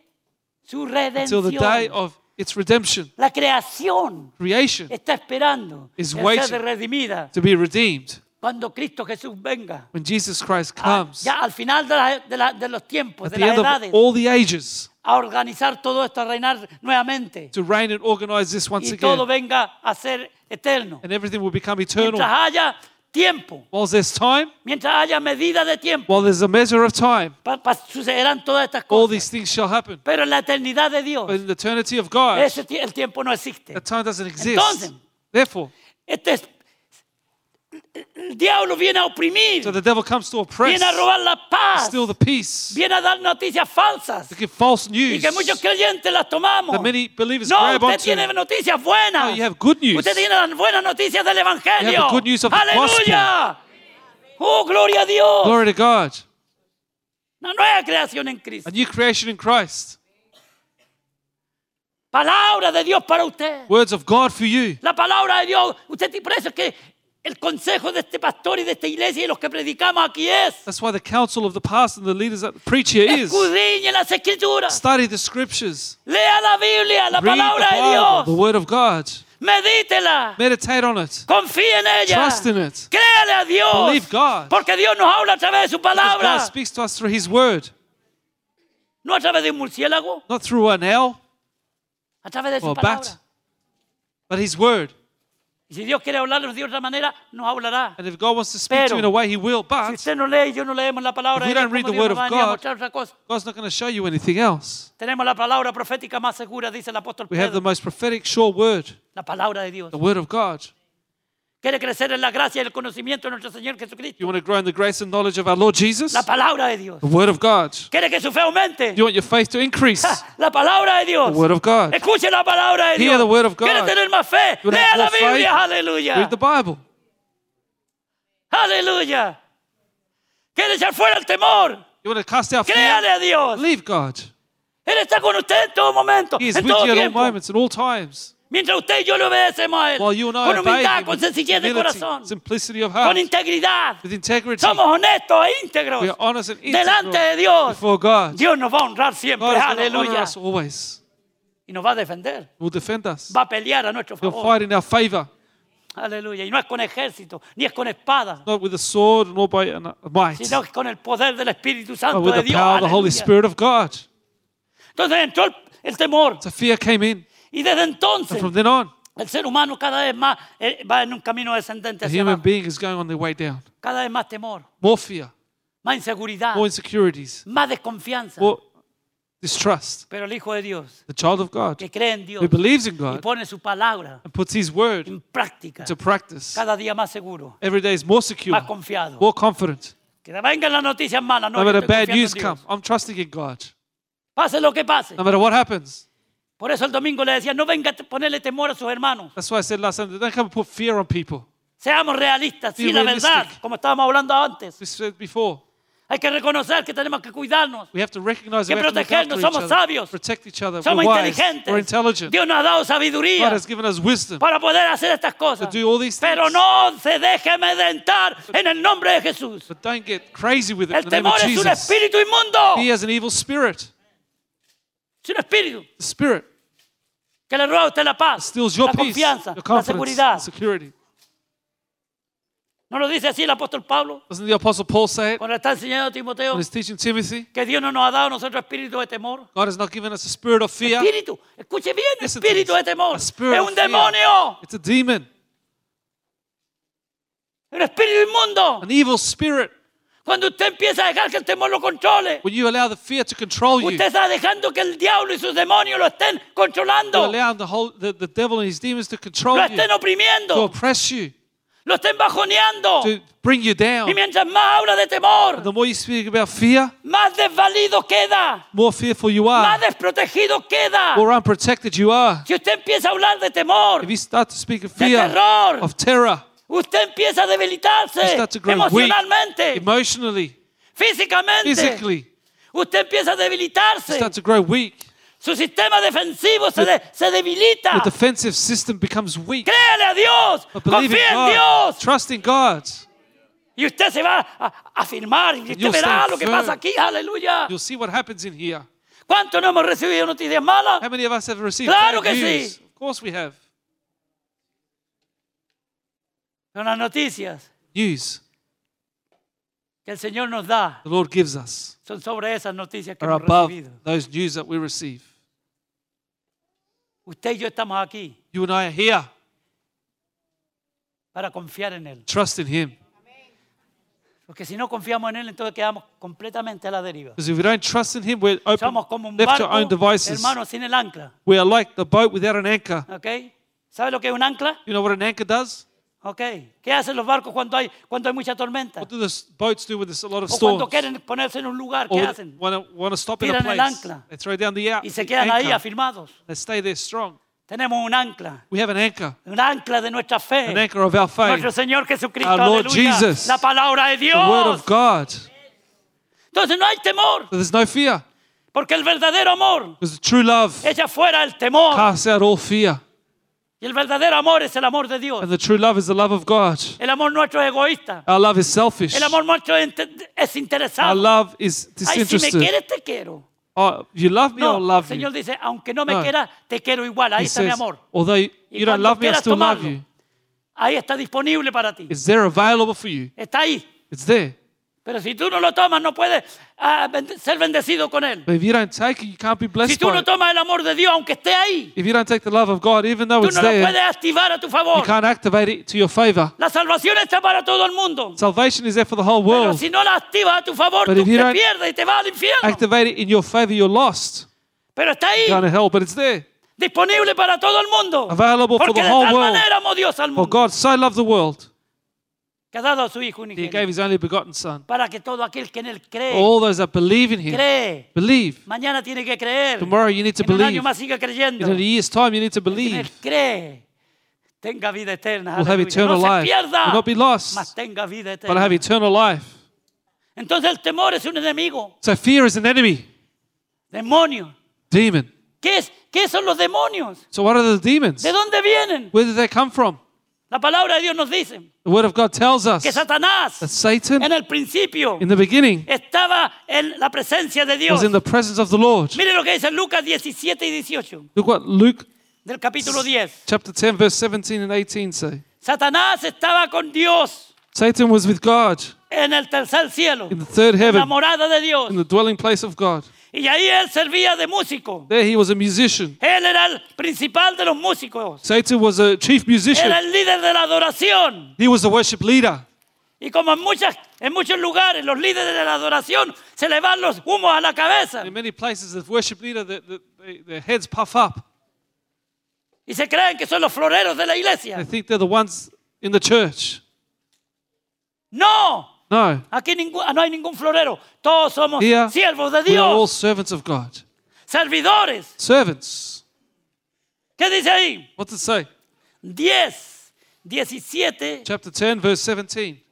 [SPEAKER 1] su
[SPEAKER 2] till the day
[SPEAKER 1] redención.
[SPEAKER 2] of It's redemption,
[SPEAKER 1] La creación
[SPEAKER 2] creation
[SPEAKER 1] está esperando
[SPEAKER 2] Is
[SPEAKER 1] ser
[SPEAKER 2] waiting.
[SPEAKER 1] redimida
[SPEAKER 2] to be redeemed.
[SPEAKER 1] cuando Cristo Jesús venga.
[SPEAKER 2] When Jesus Christ
[SPEAKER 1] a- Ah,
[SPEAKER 2] comes
[SPEAKER 1] ya al final de, la- de la- de los tiempos,
[SPEAKER 2] at
[SPEAKER 1] de
[SPEAKER 2] the
[SPEAKER 1] las
[SPEAKER 2] end
[SPEAKER 1] edades,
[SPEAKER 2] of all the ages
[SPEAKER 1] a organizar todo esto, a reinar nuevamente.
[SPEAKER 2] to reign and organize this once
[SPEAKER 1] Y todo
[SPEAKER 2] again,
[SPEAKER 1] venga a ser eterno.
[SPEAKER 2] and everything will become eternal.
[SPEAKER 1] Mientras haya tiempo,
[SPEAKER 2] Whilst there's time,
[SPEAKER 1] mientras haya medida de tiempo,
[SPEAKER 2] while there's a measure of time,
[SPEAKER 1] pa- pa- sucederán todas estas
[SPEAKER 2] all
[SPEAKER 1] cosas.
[SPEAKER 2] these things shall happen.
[SPEAKER 1] Pero en la eternidad de Dios,
[SPEAKER 2] But in the eternity of God,
[SPEAKER 1] ese ti- el tiempo no existe.
[SPEAKER 2] that time doesn't exist.
[SPEAKER 1] Entonces-
[SPEAKER 2] Therefore,
[SPEAKER 1] Este es- el diablo viene a oprimir,
[SPEAKER 2] so the devil comes to oppress,
[SPEAKER 1] viene a robar la paz,
[SPEAKER 2] steal the peace,
[SPEAKER 1] viene a dar noticias falsas
[SPEAKER 2] to give false
[SPEAKER 1] y
[SPEAKER 2] news.
[SPEAKER 1] que muchos creyentes las tomamos.
[SPEAKER 2] That many believers
[SPEAKER 1] No,
[SPEAKER 2] grab
[SPEAKER 1] usted
[SPEAKER 2] onto.
[SPEAKER 1] tiene noticias buenas.
[SPEAKER 2] No, Ah, you have good news.
[SPEAKER 1] Usted tiene las buenas noticias del Evangelio.
[SPEAKER 2] You have the good news of the
[SPEAKER 1] ¡Aleluya! ¡Oh, gloria a Dios!
[SPEAKER 2] Glory to God.
[SPEAKER 1] Una nueva creación en Cristo.
[SPEAKER 2] A new creation in Christ.
[SPEAKER 1] Palabra de Dios para usted.
[SPEAKER 2] Words of God for you.
[SPEAKER 1] La palabra de Dios. Usted tiene por eso es que el consejo de este pastor y de esta iglesia y los que predicamos aquí es
[SPEAKER 2] That's why the counsel of the past and the leaders that preach here is
[SPEAKER 1] escudriñe las escrituras.
[SPEAKER 2] study the scriptures.
[SPEAKER 1] Lea la Biblia, la
[SPEAKER 2] Read the
[SPEAKER 1] palabra de
[SPEAKER 2] Bible, the
[SPEAKER 1] Dios.
[SPEAKER 2] word of God.
[SPEAKER 1] Medítela.
[SPEAKER 2] Meditate on it.
[SPEAKER 1] Confíe en ella.
[SPEAKER 2] Trust in it.
[SPEAKER 1] Créale a Dios.
[SPEAKER 2] Believe God.
[SPEAKER 1] Porque Dios nos habla a través de su
[SPEAKER 2] Because God
[SPEAKER 1] palabra.
[SPEAKER 2] speaks to us through His Word,
[SPEAKER 1] No a través de un murciélago,
[SPEAKER 2] not through an owl
[SPEAKER 1] a través de su
[SPEAKER 2] or a bat,
[SPEAKER 1] palabra.
[SPEAKER 2] but His Word.
[SPEAKER 1] Y si Dios quiere hablarnos de otra manera, nos hablará.
[SPEAKER 2] And if God wants to speak to
[SPEAKER 1] Pero-
[SPEAKER 2] you in a way, He will.
[SPEAKER 1] Si
[SPEAKER 2] But
[SPEAKER 1] usted no lee y yo no leemos la palabra de
[SPEAKER 2] If we
[SPEAKER 1] Dios,
[SPEAKER 2] don't read
[SPEAKER 1] ¿cómo
[SPEAKER 2] the
[SPEAKER 1] Dios nos
[SPEAKER 2] word
[SPEAKER 1] va a
[SPEAKER 2] of
[SPEAKER 1] venir a
[SPEAKER 2] God,
[SPEAKER 1] mostrar otra cosa?
[SPEAKER 2] God's not going to show you anything else.
[SPEAKER 1] Tenemos la palabra profética más segura, dice el apóstol
[SPEAKER 2] We have
[SPEAKER 1] Pedro.
[SPEAKER 2] the most prophetic, sure word,
[SPEAKER 1] La palabra de Dios.
[SPEAKER 2] the Word of God.
[SPEAKER 1] Quiere crecer en la gracia y el conocimiento de nuestro Señor Jesucristo.
[SPEAKER 2] You want to grow in the grace and knowledge of our Lord Jesus?
[SPEAKER 1] La
[SPEAKER 2] The
[SPEAKER 1] palabra de Dios.
[SPEAKER 2] Word of God.
[SPEAKER 1] Quiere que su fe aumente.
[SPEAKER 2] You want your faith to increase?
[SPEAKER 1] Ja, La palabra de Dios.
[SPEAKER 2] The Word of God.
[SPEAKER 1] Escuche la palabra de
[SPEAKER 2] Hear
[SPEAKER 1] Dios.
[SPEAKER 2] the word of God.
[SPEAKER 1] Quiere tener más fe.
[SPEAKER 2] You wanna
[SPEAKER 1] Lea
[SPEAKER 2] have
[SPEAKER 1] la
[SPEAKER 2] more faith?
[SPEAKER 1] Biblia. Aleluya.
[SPEAKER 2] Read the Bible.
[SPEAKER 1] Aleluya. Quiere echar fuera el temor.
[SPEAKER 2] You want to cast out
[SPEAKER 1] Créale
[SPEAKER 2] fear?
[SPEAKER 1] a Dios.
[SPEAKER 2] Believe God.
[SPEAKER 1] Él está con usted en todo momento,
[SPEAKER 2] He is
[SPEAKER 1] en
[SPEAKER 2] with
[SPEAKER 1] todo
[SPEAKER 2] you at all
[SPEAKER 1] tiempo.
[SPEAKER 2] moments, at all times.
[SPEAKER 1] Mientras usted y yo le obedecemos a Él,
[SPEAKER 2] While you and I
[SPEAKER 1] con
[SPEAKER 2] obey
[SPEAKER 1] humildad,
[SPEAKER 2] Him
[SPEAKER 1] con
[SPEAKER 2] with
[SPEAKER 1] sencillez de
[SPEAKER 2] humility,
[SPEAKER 1] corazón,
[SPEAKER 2] simplicity of
[SPEAKER 1] con
[SPEAKER 2] heart,
[SPEAKER 1] integridad.
[SPEAKER 2] with integrity.
[SPEAKER 1] Somos honestos e íntegros
[SPEAKER 2] We are honest and
[SPEAKER 1] delante de
[SPEAKER 2] integral
[SPEAKER 1] Dios.
[SPEAKER 2] before God.
[SPEAKER 1] Dios nos va a honrar siempre,
[SPEAKER 2] God is going to honor
[SPEAKER 1] aleluya.
[SPEAKER 2] us always.
[SPEAKER 1] Y nos va a defender,
[SPEAKER 2] He will defend us.
[SPEAKER 1] va a pelear a nuestro
[SPEAKER 2] He'll
[SPEAKER 1] favor,
[SPEAKER 2] fight in our favor,
[SPEAKER 1] aleluya. Y no es con ejército, ni es con espada,
[SPEAKER 2] not with a sword nor by an- might,
[SPEAKER 1] sino es con el poder del Espíritu
[SPEAKER 2] but
[SPEAKER 1] Santo
[SPEAKER 2] with
[SPEAKER 1] de
[SPEAKER 2] the
[SPEAKER 1] Dios.
[SPEAKER 2] power of the Holy
[SPEAKER 1] aleluya.
[SPEAKER 2] Spirit of God.
[SPEAKER 1] Entonces entró el, el temor.
[SPEAKER 2] So fear came in.
[SPEAKER 1] Y desde entonces,
[SPEAKER 2] And from then on,
[SPEAKER 1] el ser humano cada vez más eh, va en un camino descendente
[SPEAKER 2] the
[SPEAKER 1] hacia
[SPEAKER 2] human
[SPEAKER 1] abajo.
[SPEAKER 2] being is going on their way down.
[SPEAKER 1] Cada vez más temor,
[SPEAKER 2] More fear,
[SPEAKER 1] más inseguridad,
[SPEAKER 2] more insecurities,
[SPEAKER 1] más desconfianza.
[SPEAKER 2] more distrust.
[SPEAKER 1] Pero el Hijo de Dios,
[SPEAKER 2] The child of God
[SPEAKER 1] que cree en Dios
[SPEAKER 2] who believes in
[SPEAKER 1] y
[SPEAKER 2] God
[SPEAKER 1] pone su palabra
[SPEAKER 2] and puts his word
[SPEAKER 1] en práctica,
[SPEAKER 2] into practice
[SPEAKER 1] cada día más seguro,
[SPEAKER 2] every day is more secure,
[SPEAKER 1] más confiado.
[SPEAKER 2] more confident.
[SPEAKER 1] Que vengan las noticias malas, no yo
[SPEAKER 2] No matter
[SPEAKER 1] estoy
[SPEAKER 2] bad
[SPEAKER 1] confiando en
[SPEAKER 2] news
[SPEAKER 1] Dios.
[SPEAKER 2] come, I'm trusting in God.
[SPEAKER 1] Pase lo que pase.
[SPEAKER 2] No matter what happens.
[SPEAKER 1] Por eso el domingo le decía, no venga a ponerle temor a sus hermanos.
[SPEAKER 2] That's why I said last time, don't come and put fear on people.
[SPEAKER 1] Seamos realistas,
[SPEAKER 2] Be
[SPEAKER 1] sí, la verdad,
[SPEAKER 2] realistic.
[SPEAKER 1] como estábamos hablando antes.
[SPEAKER 2] We said before,
[SPEAKER 1] Hay que reconocer que tenemos que cuidarnos.
[SPEAKER 2] we have to recognize
[SPEAKER 1] Que
[SPEAKER 2] that we have to look after
[SPEAKER 1] protegernos,
[SPEAKER 2] each
[SPEAKER 1] somos
[SPEAKER 2] other,
[SPEAKER 1] sabios.
[SPEAKER 2] protect each other.
[SPEAKER 1] Somos
[SPEAKER 2] we're wise,
[SPEAKER 1] inteligentes.
[SPEAKER 2] we're intelligent.
[SPEAKER 1] Dios nos ha dado
[SPEAKER 2] God
[SPEAKER 1] sabiduría
[SPEAKER 2] has given us wisdom.
[SPEAKER 1] para poder hacer estas cosas.
[SPEAKER 2] do all these
[SPEAKER 1] Pero
[SPEAKER 2] things.
[SPEAKER 1] no se deje amedrentar en el nombre de Jesús.
[SPEAKER 2] But don't get crazy with it
[SPEAKER 1] El
[SPEAKER 2] in the name of
[SPEAKER 1] temor es un
[SPEAKER 2] Jesus.
[SPEAKER 1] espíritu inmundo.
[SPEAKER 2] He has an evil spirit.
[SPEAKER 1] Es un espíritu
[SPEAKER 2] The spirit
[SPEAKER 1] que le roba a usted la paz,
[SPEAKER 2] steals your
[SPEAKER 1] la
[SPEAKER 2] peace,
[SPEAKER 1] confianza,
[SPEAKER 2] your
[SPEAKER 1] la
[SPEAKER 2] confidence,
[SPEAKER 1] seguridad.
[SPEAKER 2] and security.
[SPEAKER 1] ¿No lo dice así el apóstol Pablo
[SPEAKER 2] Doesn't the Apostle Paul say it
[SPEAKER 1] cuando le está enseñando a Timoteo
[SPEAKER 2] when he's teaching Timothy?
[SPEAKER 1] que Dios no nos ha dado a nosotros espíritu de temor?
[SPEAKER 2] God has not given us a spirit of fear.
[SPEAKER 1] Espíritu, escuche bien,
[SPEAKER 2] Listen to
[SPEAKER 1] espíritu de
[SPEAKER 2] this.
[SPEAKER 1] temor.
[SPEAKER 2] A
[SPEAKER 1] Es
[SPEAKER 2] spirit of
[SPEAKER 1] un
[SPEAKER 2] fear.
[SPEAKER 1] demonio,
[SPEAKER 2] It's a demon,
[SPEAKER 1] un espíritu inmundo.
[SPEAKER 2] an evil spirit.
[SPEAKER 1] Cuando usted empieza a dejar que el temor lo controle,
[SPEAKER 2] When you allow the fear to control you,
[SPEAKER 1] usted
[SPEAKER 2] you
[SPEAKER 1] está dejando que el diablo y sus demonios lo estén controlando,
[SPEAKER 2] allow the, whole, the, the devil and his demons to control
[SPEAKER 1] lo
[SPEAKER 2] you,
[SPEAKER 1] estén
[SPEAKER 2] to
[SPEAKER 1] oprimiendo,
[SPEAKER 2] oppress you,
[SPEAKER 1] lo estén bajoneando.
[SPEAKER 2] to bring you down.
[SPEAKER 1] Y mientras más habla de temor,
[SPEAKER 2] The more you speak about fear,
[SPEAKER 1] más desvalido queda,
[SPEAKER 2] more fearful you are,
[SPEAKER 1] más desprotegido queda.
[SPEAKER 2] more unprotected you are.
[SPEAKER 1] Si usted empieza a hablar de temor,
[SPEAKER 2] If you start to speak of fear,
[SPEAKER 1] terror.
[SPEAKER 2] of terror,
[SPEAKER 1] usted empieza a
[SPEAKER 2] you
[SPEAKER 1] debilitarse
[SPEAKER 2] start to grow weak,
[SPEAKER 1] emocionalmente,
[SPEAKER 2] emotionally,
[SPEAKER 1] físicamente.
[SPEAKER 2] physically,
[SPEAKER 1] Usted empieza a
[SPEAKER 2] you
[SPEAKER 1] debilitarse.
[SPEAKER 2] start to grow weak.
[SPEAKER 1] Su sistema defensivo se, de- se debilita.
[SPEAKER 2] Your defensive system becomes weak.
[SPEAKER 1] Créale a Dios.
[SPEAKER 2] But believe in
[SPEAKER 1] Confía en
[SPEAKER 2] God.
[SPEAKER 1] Dios.
[SPEAKER 2] Trust in God.
[SPEAKER 1] Y usted se va a a afirmar. Y usted
[SPEAKER 2] you'll
[SPEAKER 1] verá
[SPEAKER 2] stand
[SPEAKER 1] lo que
[SPEAKER 2] firm.
[SPEAKER 1] pasa aquí. Aleluya.
[SPEAKER 2] You'll see what happens in here.
[SPEAKER 1] ¿Cuánto no hemos recibido noticias malas?
[SPEAKER 2] How many of us have received
[SPEAKER 1] Claro
[SPEAKER 2] bad
[SPEAKER 1] que
[SPEAKER 2] news?
[SPEAKER 1] sí.
[SPEAKER 2] Of course we have.
[SPEAKER 1] Son las noticias
[SPEAKER 2] News
[SPEAKER 1] que el Señor nos da.
[SPEAKER 2] the Lord gives us
[SPEAKER 1] Son sobre esas noticias que
[SPEAKER 2] are
[SPEAKER 1] hemos
[SPEAKER 2] above
[SPEAKER 1] recibido.
[SPEAKER 2] those news that we receive.
[SPEAKER 1] Usted y yo estamos aquí
[SPEAKER 2] You and I are here.
[SPEAKER 1] para confiar en Él.
[SPEAKER 2] Trust in Him.
[SPEAKER 1] Porque si no confiamos en Él, entonces quedamos completamente a la deriva.
[SPEAKER 2] Because if we don't trust in Him, we're open,
[SPEAKER 1] Somos como un
[SPEAKER 2] left to our own
[SPEAKER 1] barco,
[SPEAKER 2] devices.
[SPEAKER 1] hermano, sin el ancla.
[SPEAKER 2] We are like the boat without an anchor.
[SPEAKER 1] ¿Ok? ¿Sabe lo que es un ancla?
[SPEAKER 2] You know what an anchor does?
[SPEAKER 1] ¿Ok? ¿Qué hacen los barcos cuando hay, cuando hay mucha tormenta?
[SPEAKER 2] What do the s- boats do with this, a lot of
[SPEAKER 1] O cuando
[SPEAKER 2] storms?
[SPEAKER 1] quieren ponerse en un lugar, ¿qué
[SPEAKER 2] Or
[SPEAKER 1] hacen?
[SPEAKER 2] want to, want to stop in a
[SPEAKER 1] Tiran el
[SPEAKER 2] place.
[SPEAKER 1] ancla.
[SPEAKER 2] They throw down the, out,
[SPEAKER 1] Y se
[SPEAKER 2] the
[SPEAKER 1] quedan ahí
[SPEAKER 2] anchor.
[SPEAKER 1] afirmados.
[SPEAKER 2] They stay there strong.
[SPEAKER 1] Tenemos un ancla.
[SPEAKER 2] We have an anchor,
[SPEAKER 1] Un ancla de nuestra
[SPEAKER 2] an
[SPEAKER 1] fe.
[SPEAKER 2] anchor of our faith,
[SPEAKER 1] Nuestro
[SPEAKER 2] the
[SPEAKER 1] Señor Jesucristo.
[SPEAKER 2] Our Lord
[SPEAKER 1] aleluya.
[SPEAKER 2] Jesus.
[SPEAKER 1] La palabra de
[SPEAKER 2] Word
[SPEAKER 1] Dios.
[SPEAKER 2] of God. So
[SPEAKER 1] Entonces no hay temor.
[SPEAKER 2] there's no fear.
[SPEAKER 1] Porque el verdadero amor
[SPEAKER 2] Because the true love
[SPEAKER 1] echa fuera el temor.
[SPEAKER 2] casts out all fear.
[SPEAKER 1] Y el verdadero amor es el amor de Dios.
[SPEAKER 2] And the true love is the love of God.
[SPEAKER 1] El amor nuestro es egoísta.
[SPEAKER 2] Our love is selfish.
[SPEAKER 1] El amor nuestro es inte- es
[SPEAKER 2] Our
[SPEAKER 1] interesado.
[SPEAKER 2] love is
[SPEAKER 1] Ay, si me
[SPEAKER 2] disinterested.
[SPEAKER 1] quieres, te quiero.
[SPEAKER 2] Oh, you love me,
[SPEAKER 1] No,
[SPEAKER 2] I'll
[SPEAKER 1] el
[SPEAKER 2] love you.
[SPEAKER 1] Señor dice, aunque no me
[SPEAKER 2] No.
[SPEAKER 1] quieras, te quiero igual. Ahí
[SPEAKER 2] He
[SPEAKER 1] está mi
[SPEAKER 2] says,
[SPEAKER 1] amor.
[SPEAKER 2] although you, you don't
[SPEAKER 1] cuando
[SPEAKER 2] love me, I
[SPEAKER 1] quieras
[SPEAKER 2] still love
[SPEAKER 1] tomarlo.
[SPEAKER 2] you.
[SPEAKER 1] Ahí está disponible para ti.
[SPEAKER 2] It's there available for you.
[SPEAKER 1] Está ahí.
[SPEAKER 2] It's there.
[SPEAKER 1] Pero si tú no lo tomas, no puedes ah, bend- ser bendecido con él.
[SPEAKER 2] But if you don't take it, you can't be
[SPEAKER 1] Si
[SPEAKER 2] blessed
[SPEAKER 1] tú
[SPEAKER 2] by
[SPEAKER 1] no
[SPEAKER 2] it.
[SPEAKER 1] tomas el amor de Dios, aunque esté ahí,
[SPEAKER 2] If you don't take the love of God, even though
[SPEAKER 1] tú
[SPEAKER 2] it's
[SPEAKER 1] no lo puedes
[SPEAKER 2] there,
[SPEAKER 1] activar a tu
[SPEAKER 2] you
[SPEAKER 1] favor.
[SPEAKER 2] can't activate it to your favor.
[SPEAKER 1] La salvación está para todo el mundo.
[SPEAKER 2] Salvation is there for the whole
[SPEAKER 1] Pero
[SPEAKER 2] world.
[SPEAKER 1] si no la activas a tu favor,
[SPEAKER 2] But
[SPEAKER 1] tú
[SPEAKER 2] if you
[SPEAKER 1] te
[SPEAKER 2] don't
[SPEAKER 1] pierdes y te vas al infierno.
[SPEAKER 2] Activate it in your favor, you're lost.
[SPEAKER 1] Pero está ahí,
[SPEAKER 2] Going to hell, but it's there.
[SPEAKER 1] disponible para todo el mundo.
[SPEAKER 2] Available for
[SPEAKER 1] Porque
[SPEAKER 2] the
[SPEAKER 1] de
[SPEAKER 2] whole
[SPEAKER 1] tal
[SPEAKER 2] world.
[SPEAKER 1] manera amó Dios al
[SPEAKER 2] For
[SPEAKER 1] mundo
[SPEAKER 2] God so loved the world,
[SPEAKER 1] que ha dado a su Hijo
[SPEAKER 2] He gave
[SPEAKER 1] unigénito
[SPEAKER 2] His only begotten Son.
[SPEAKER 1] para que todo aquel que en él cree,
[SPEAKER 2] All those that believe in Him,
[SPEAKER 1] cree.
[SPEAKER 2] believe.
[SPEAKER 1] Mañana tiene que creer.
[SPEAKER 2] Tomorrow you need to
[SPEAKER 1] En un año
[SPEAKER 2] believe.
[SPEAKER 1] más siga creyendo.
[SPEAKER 2] In a year's time, you need to
[SPEAKER 1] Quien él
[SPEAKER 2] believe.
[SPEAKER 1] cree tenga vida eterna.
[SPEAKER 2] Will have
[SPEAKER 1] aleluya.
[SPEAKER 2] eternal
[SPEAKER 1] no se
[SPEAKER 2] life.
[SPEAKER 1] pierda,
[SPEAKER 2] Will not be lost.
[SPEAKER 1] mas tenga vida eterna.
[SPEAKER 2] But I have eternal life.
[SPEAKER 1] Entonces el temor es un enemigo,
[SPEAKER 2] So fear is an enemy,
[SPEAKER 1] demonio.
[SPEAKER 2] demon.
[SPEAKER 1] ¿Qué, es, ¿Qué son los demonios?
[SPEAKER 2] So what are the demons?
[SPEAKER 1] ¿De dónde vienen?
[SPEAKER 2] Where did they come from?
[SPEAKER 1] La palabra de Dios nos dice
[SPEAKER 2] The Word of God tells us
[SPEAKER 1] que
[SPEAKER 2] that
[SPEAKER 1] Satanás
[SPEAKER 2] Satan,
[SPEAKER 1] en el principio
[SPEAKER 2] in the beginning,
[SPEAKER 1] estaba en la presencia de Dios.
[SPEAKER 2] was in the presence of the Lord.
[SPEAKER 1] Mire lo que dice Lucas 17 y 18
[SPEAKER 2] Look what Luke
[SPEAKER 1] del capítulo 10.
[SPEAKER 2] chapter 10, verse 17 and 18 say.
[SPEAKER 1] Satanás estaba con Dios
[SPEAKER 2] Satan was with God
[SPEAKER 1] en el tercer cielo,
[SPEAKER 2] in the third
[SPEAKER 1] en la
[SPEAKER 2] heaven,
[SPEAKER 1] morada de Dios.
[SPEAKER 2] in the dwelling place of God.
[SPEAKER 1] Y ahí él servía de músico.
[SPEAKER 2] There he was a musician.
[SPEAKER 1] Él era el principal de los músicos.
[SPEAKER 2] Satan was a chief musician.
[SPEAKER 1] Era el líder de la adoración.
[SPEAKER 2] He was the worship leader.
[SPEAKER 1] Y como en, muchas, en muchos lugares los líderes de la adoración se le van los humos a la cabeza
[SPEAKER 2] In many places, the worship leader, the, the, they- their heads puff up.
[SPEAKER 1] y se creen que son los floreros de la
[SPEAKER 2] They
[SPEAKER 1] iglesia.
[SPEAKER 2] think they're the ones in the church.
[SPEAKER 1] No,
[SPEAKER 2] No,
[SPEAKER 1] aquí ningú- ah, no hay ningún florero. Todos somos
[SPEAKER 2] Here,
[SPEAKER 1] siervos de
[SPEAKER 2] we are all
[SPEAKER 1] Dios,
[SPEAKER 2] servants of God.
[SPEAKER 1] servidores.
[SPEAKER 2] Servants.
[SPEAKER 1] ¿Qué dice ahí?
[SPEAKER 2] What's it say?
[SPEAKER 1] 10, 17
[SPEAKER 2] Chapter 10, verse 17.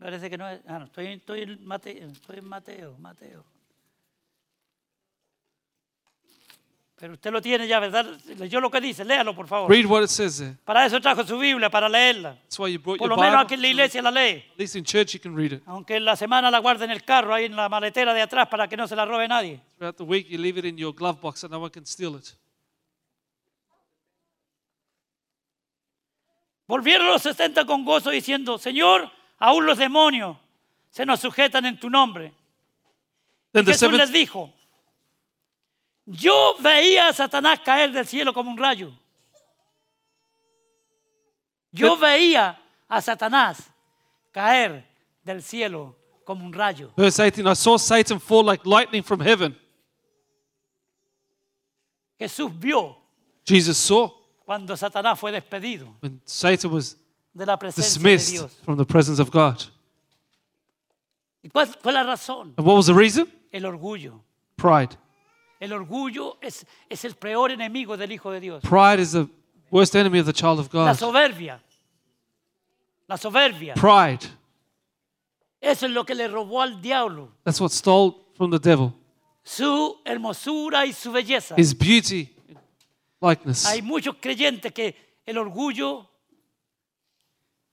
[SPEAKER 1] Parece que no es. Ah, no, estoy, estoy en Mateo, estoy en Mateo, Mateo. Pero usted lo tiene ya, ¿verdad? Leyó lo que dice, léalo, por favor.
[SPEAKER 2] Read what it says there.
[SPEAKER 1] Para eso trajo su Biblia, para leerla.
[SPEAKER 2] That's why you brought
[SPEAKER 1] Por
[SPEAKER 2] your
[SPEAKER 1] lo menos
[SPEAKER 2] Bible.
[SPEAKER 1] aquí en la iglesia la lee.
[SPEAKER 2] At least in church, you can read it.
[SPEAKER 1] Aunque en la semana la guarde en el carro, ahí en la maletera de atrás, para que no se la robe nadie.
[SPEAKER 2] Throughout the week, you leave it in your glove box and no one can steal it.
[SPEAKER 1] Volvieron los 60 con gozo diciendo, Señor, aún los demonios se nos sujetan en tu nombre.
[SPEAKER 2] Then
[SPEAKER 1] Y
[SPEAKER 2] the
[SPEAKER 1] Jesús les
[SPEAKER 2] seventh,
[SPEAKER 1] dijo, yo veía a Satanás caer del cielo como un rayo. Yo veía a Satanás caer del cielo como un rayo.
[SPEAKER 2] verse 18, I saw Satan fall like lightning from heaven.
[SPEAKER 1] Jesús vio
[SPEAKER 2] Jesus saw
[SPEAKER 1] cuando Satanás fue despedido
[SPEAKER 2] when Satan was
[SPEAKER 1] de la presencia de
[SPEAKER 2] dismissed
[SPEAKER 1] Dios.
[SPEAKER 2] from the presence of God.
[SPEAKER 1] ¿Y cuál fue la razón?
[SPEAKER 2] And what was the reason?
[SPEAKER 1] El orgullo.
[SPEAKER 2] Pride.
[SPEAKER 1] El orgullo es, es el peor enemigo del Hijo de Dios.
[SPEAKER 2] Pride is the worst enemy of the child of
[SPEAKER 1] La
[SPEAKER 2] God.
[SPEAKER 1] soberbia. La soberbia.
[SPEAKER 2] Pride.
[SPEAKER 1] Eso es lo que le robó al diablo.
[SPEAKER 2] That's what stole from the devil.
[SPEAKER 1] su hermosura y su belleza.
[SPEAKER 2] His beauty, and likeness.
[SPEAKER 1] Hay muchos creyentes que el orgullo,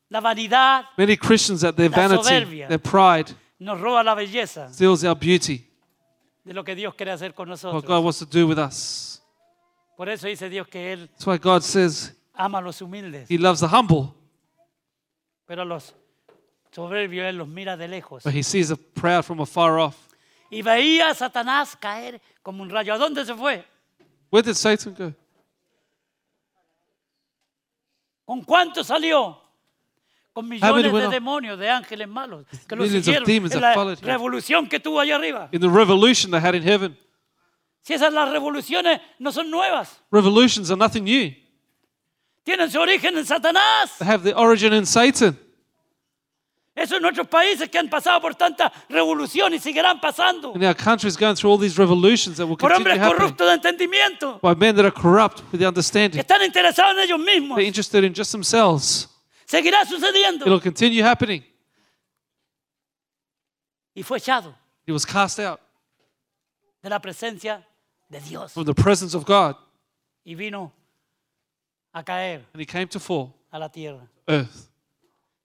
[SPEAKER 1] la vanidad,
[SPEAKER 2] Many Christians at their
[SPEAKER 1] La
[SPEAKER 2] vanity,
[SPEAKER 1] soberbia.
[SPEAKER 2] their pride,
[SPEAKER 1] nos roba la belleza
[SPEAKER 2] steals our beauty,
[SPEAKER 1] de lo que Dios quiere hacer con
[SPEAKER 2] what God
[SPEAKER 1] nosotros.
[SPEAKER 2] wants to do with us.
[SPEAKER 1] Por eso dice Dios que Él
[SPEAKER 2] That's why God says
[SPEAKER 1] ama a los humildes,
[SPEAKER 2] He loves the humble,
[SPEAKER 1] pero a los soberbios Él los mira de lejos.
[SPEAKER 2] but He sees the proud from afar off.
[SPEAKER 1] Y veía a Satanás caer como un rayo. ¿A dónde se fue?
[SPEAKER 2] Where did Satan go?
[SPEAKER 1] ¿Con cuánto salió?
[SPEAKER 2] Ah,
[SPEAKER 1] Con millones
[SPEAKER 2] went
[SPEAKER 1] de
[SPEAKER 2] off?
[SPEAKER 1] demonios, de ángeles malos, que lo
[SPEAKER 2] Millions of
[SPEAKER 1] siguieron
[SPEAKER 2] demons
[SPEAKER 1] en
[SPEAKER 2] that
[SPEAKER 1] la
[SPEAKER 2] followed him.
[SPEAKER 1] revolución que tuvo allá arriba.
[SPEAKER 2] In the revolution they had in heaven.
[SPEAKER 1] Si esas las revoluciones no son nuevas,
[SPEAKER 2] Revolutions are nothing new.
[SPEAKER 1] tienen su origen en Satanás.
[SPEAKER 2] They have their origin in Satan.
[SPEAKER 1] Eso en nuestros países que han pasado por tanta revolución y seguirán pasando.
[SPEAKER 2] And our country is going through all these revolutions that will
[SPEAKER 1] Por
[SPEAKER 2] continue
[SPEAKER 1] hombres
[SPEAKER 2] happening
[SPEAKER 1] corruptos de entendimiento,
[SPEAKER 2] by men that are corrupt with the
[SPEAKER 1] que
[SPEAKER 2] understanding.
[SPEAKER 1] están interesados en ellos mismos.
[SPEAKER 2] They're interested in just themselves.
[SPEAKER 1] Seguirá sucediendo.
[SPEAKER 2] It'll continue happening.
[SPEAKER 1] Y fue echado
[SPEAKER 2] He was cast out
[SPEAKER 1] de la presencia de Dios.
[SPEAKER 2] from the presence of God
[SPEAKER 1] Y vino a caer
[SPEAKER 2] and he came to fall
[SPEAKER 1] a la tierra.
[SPEAKER 2] earth.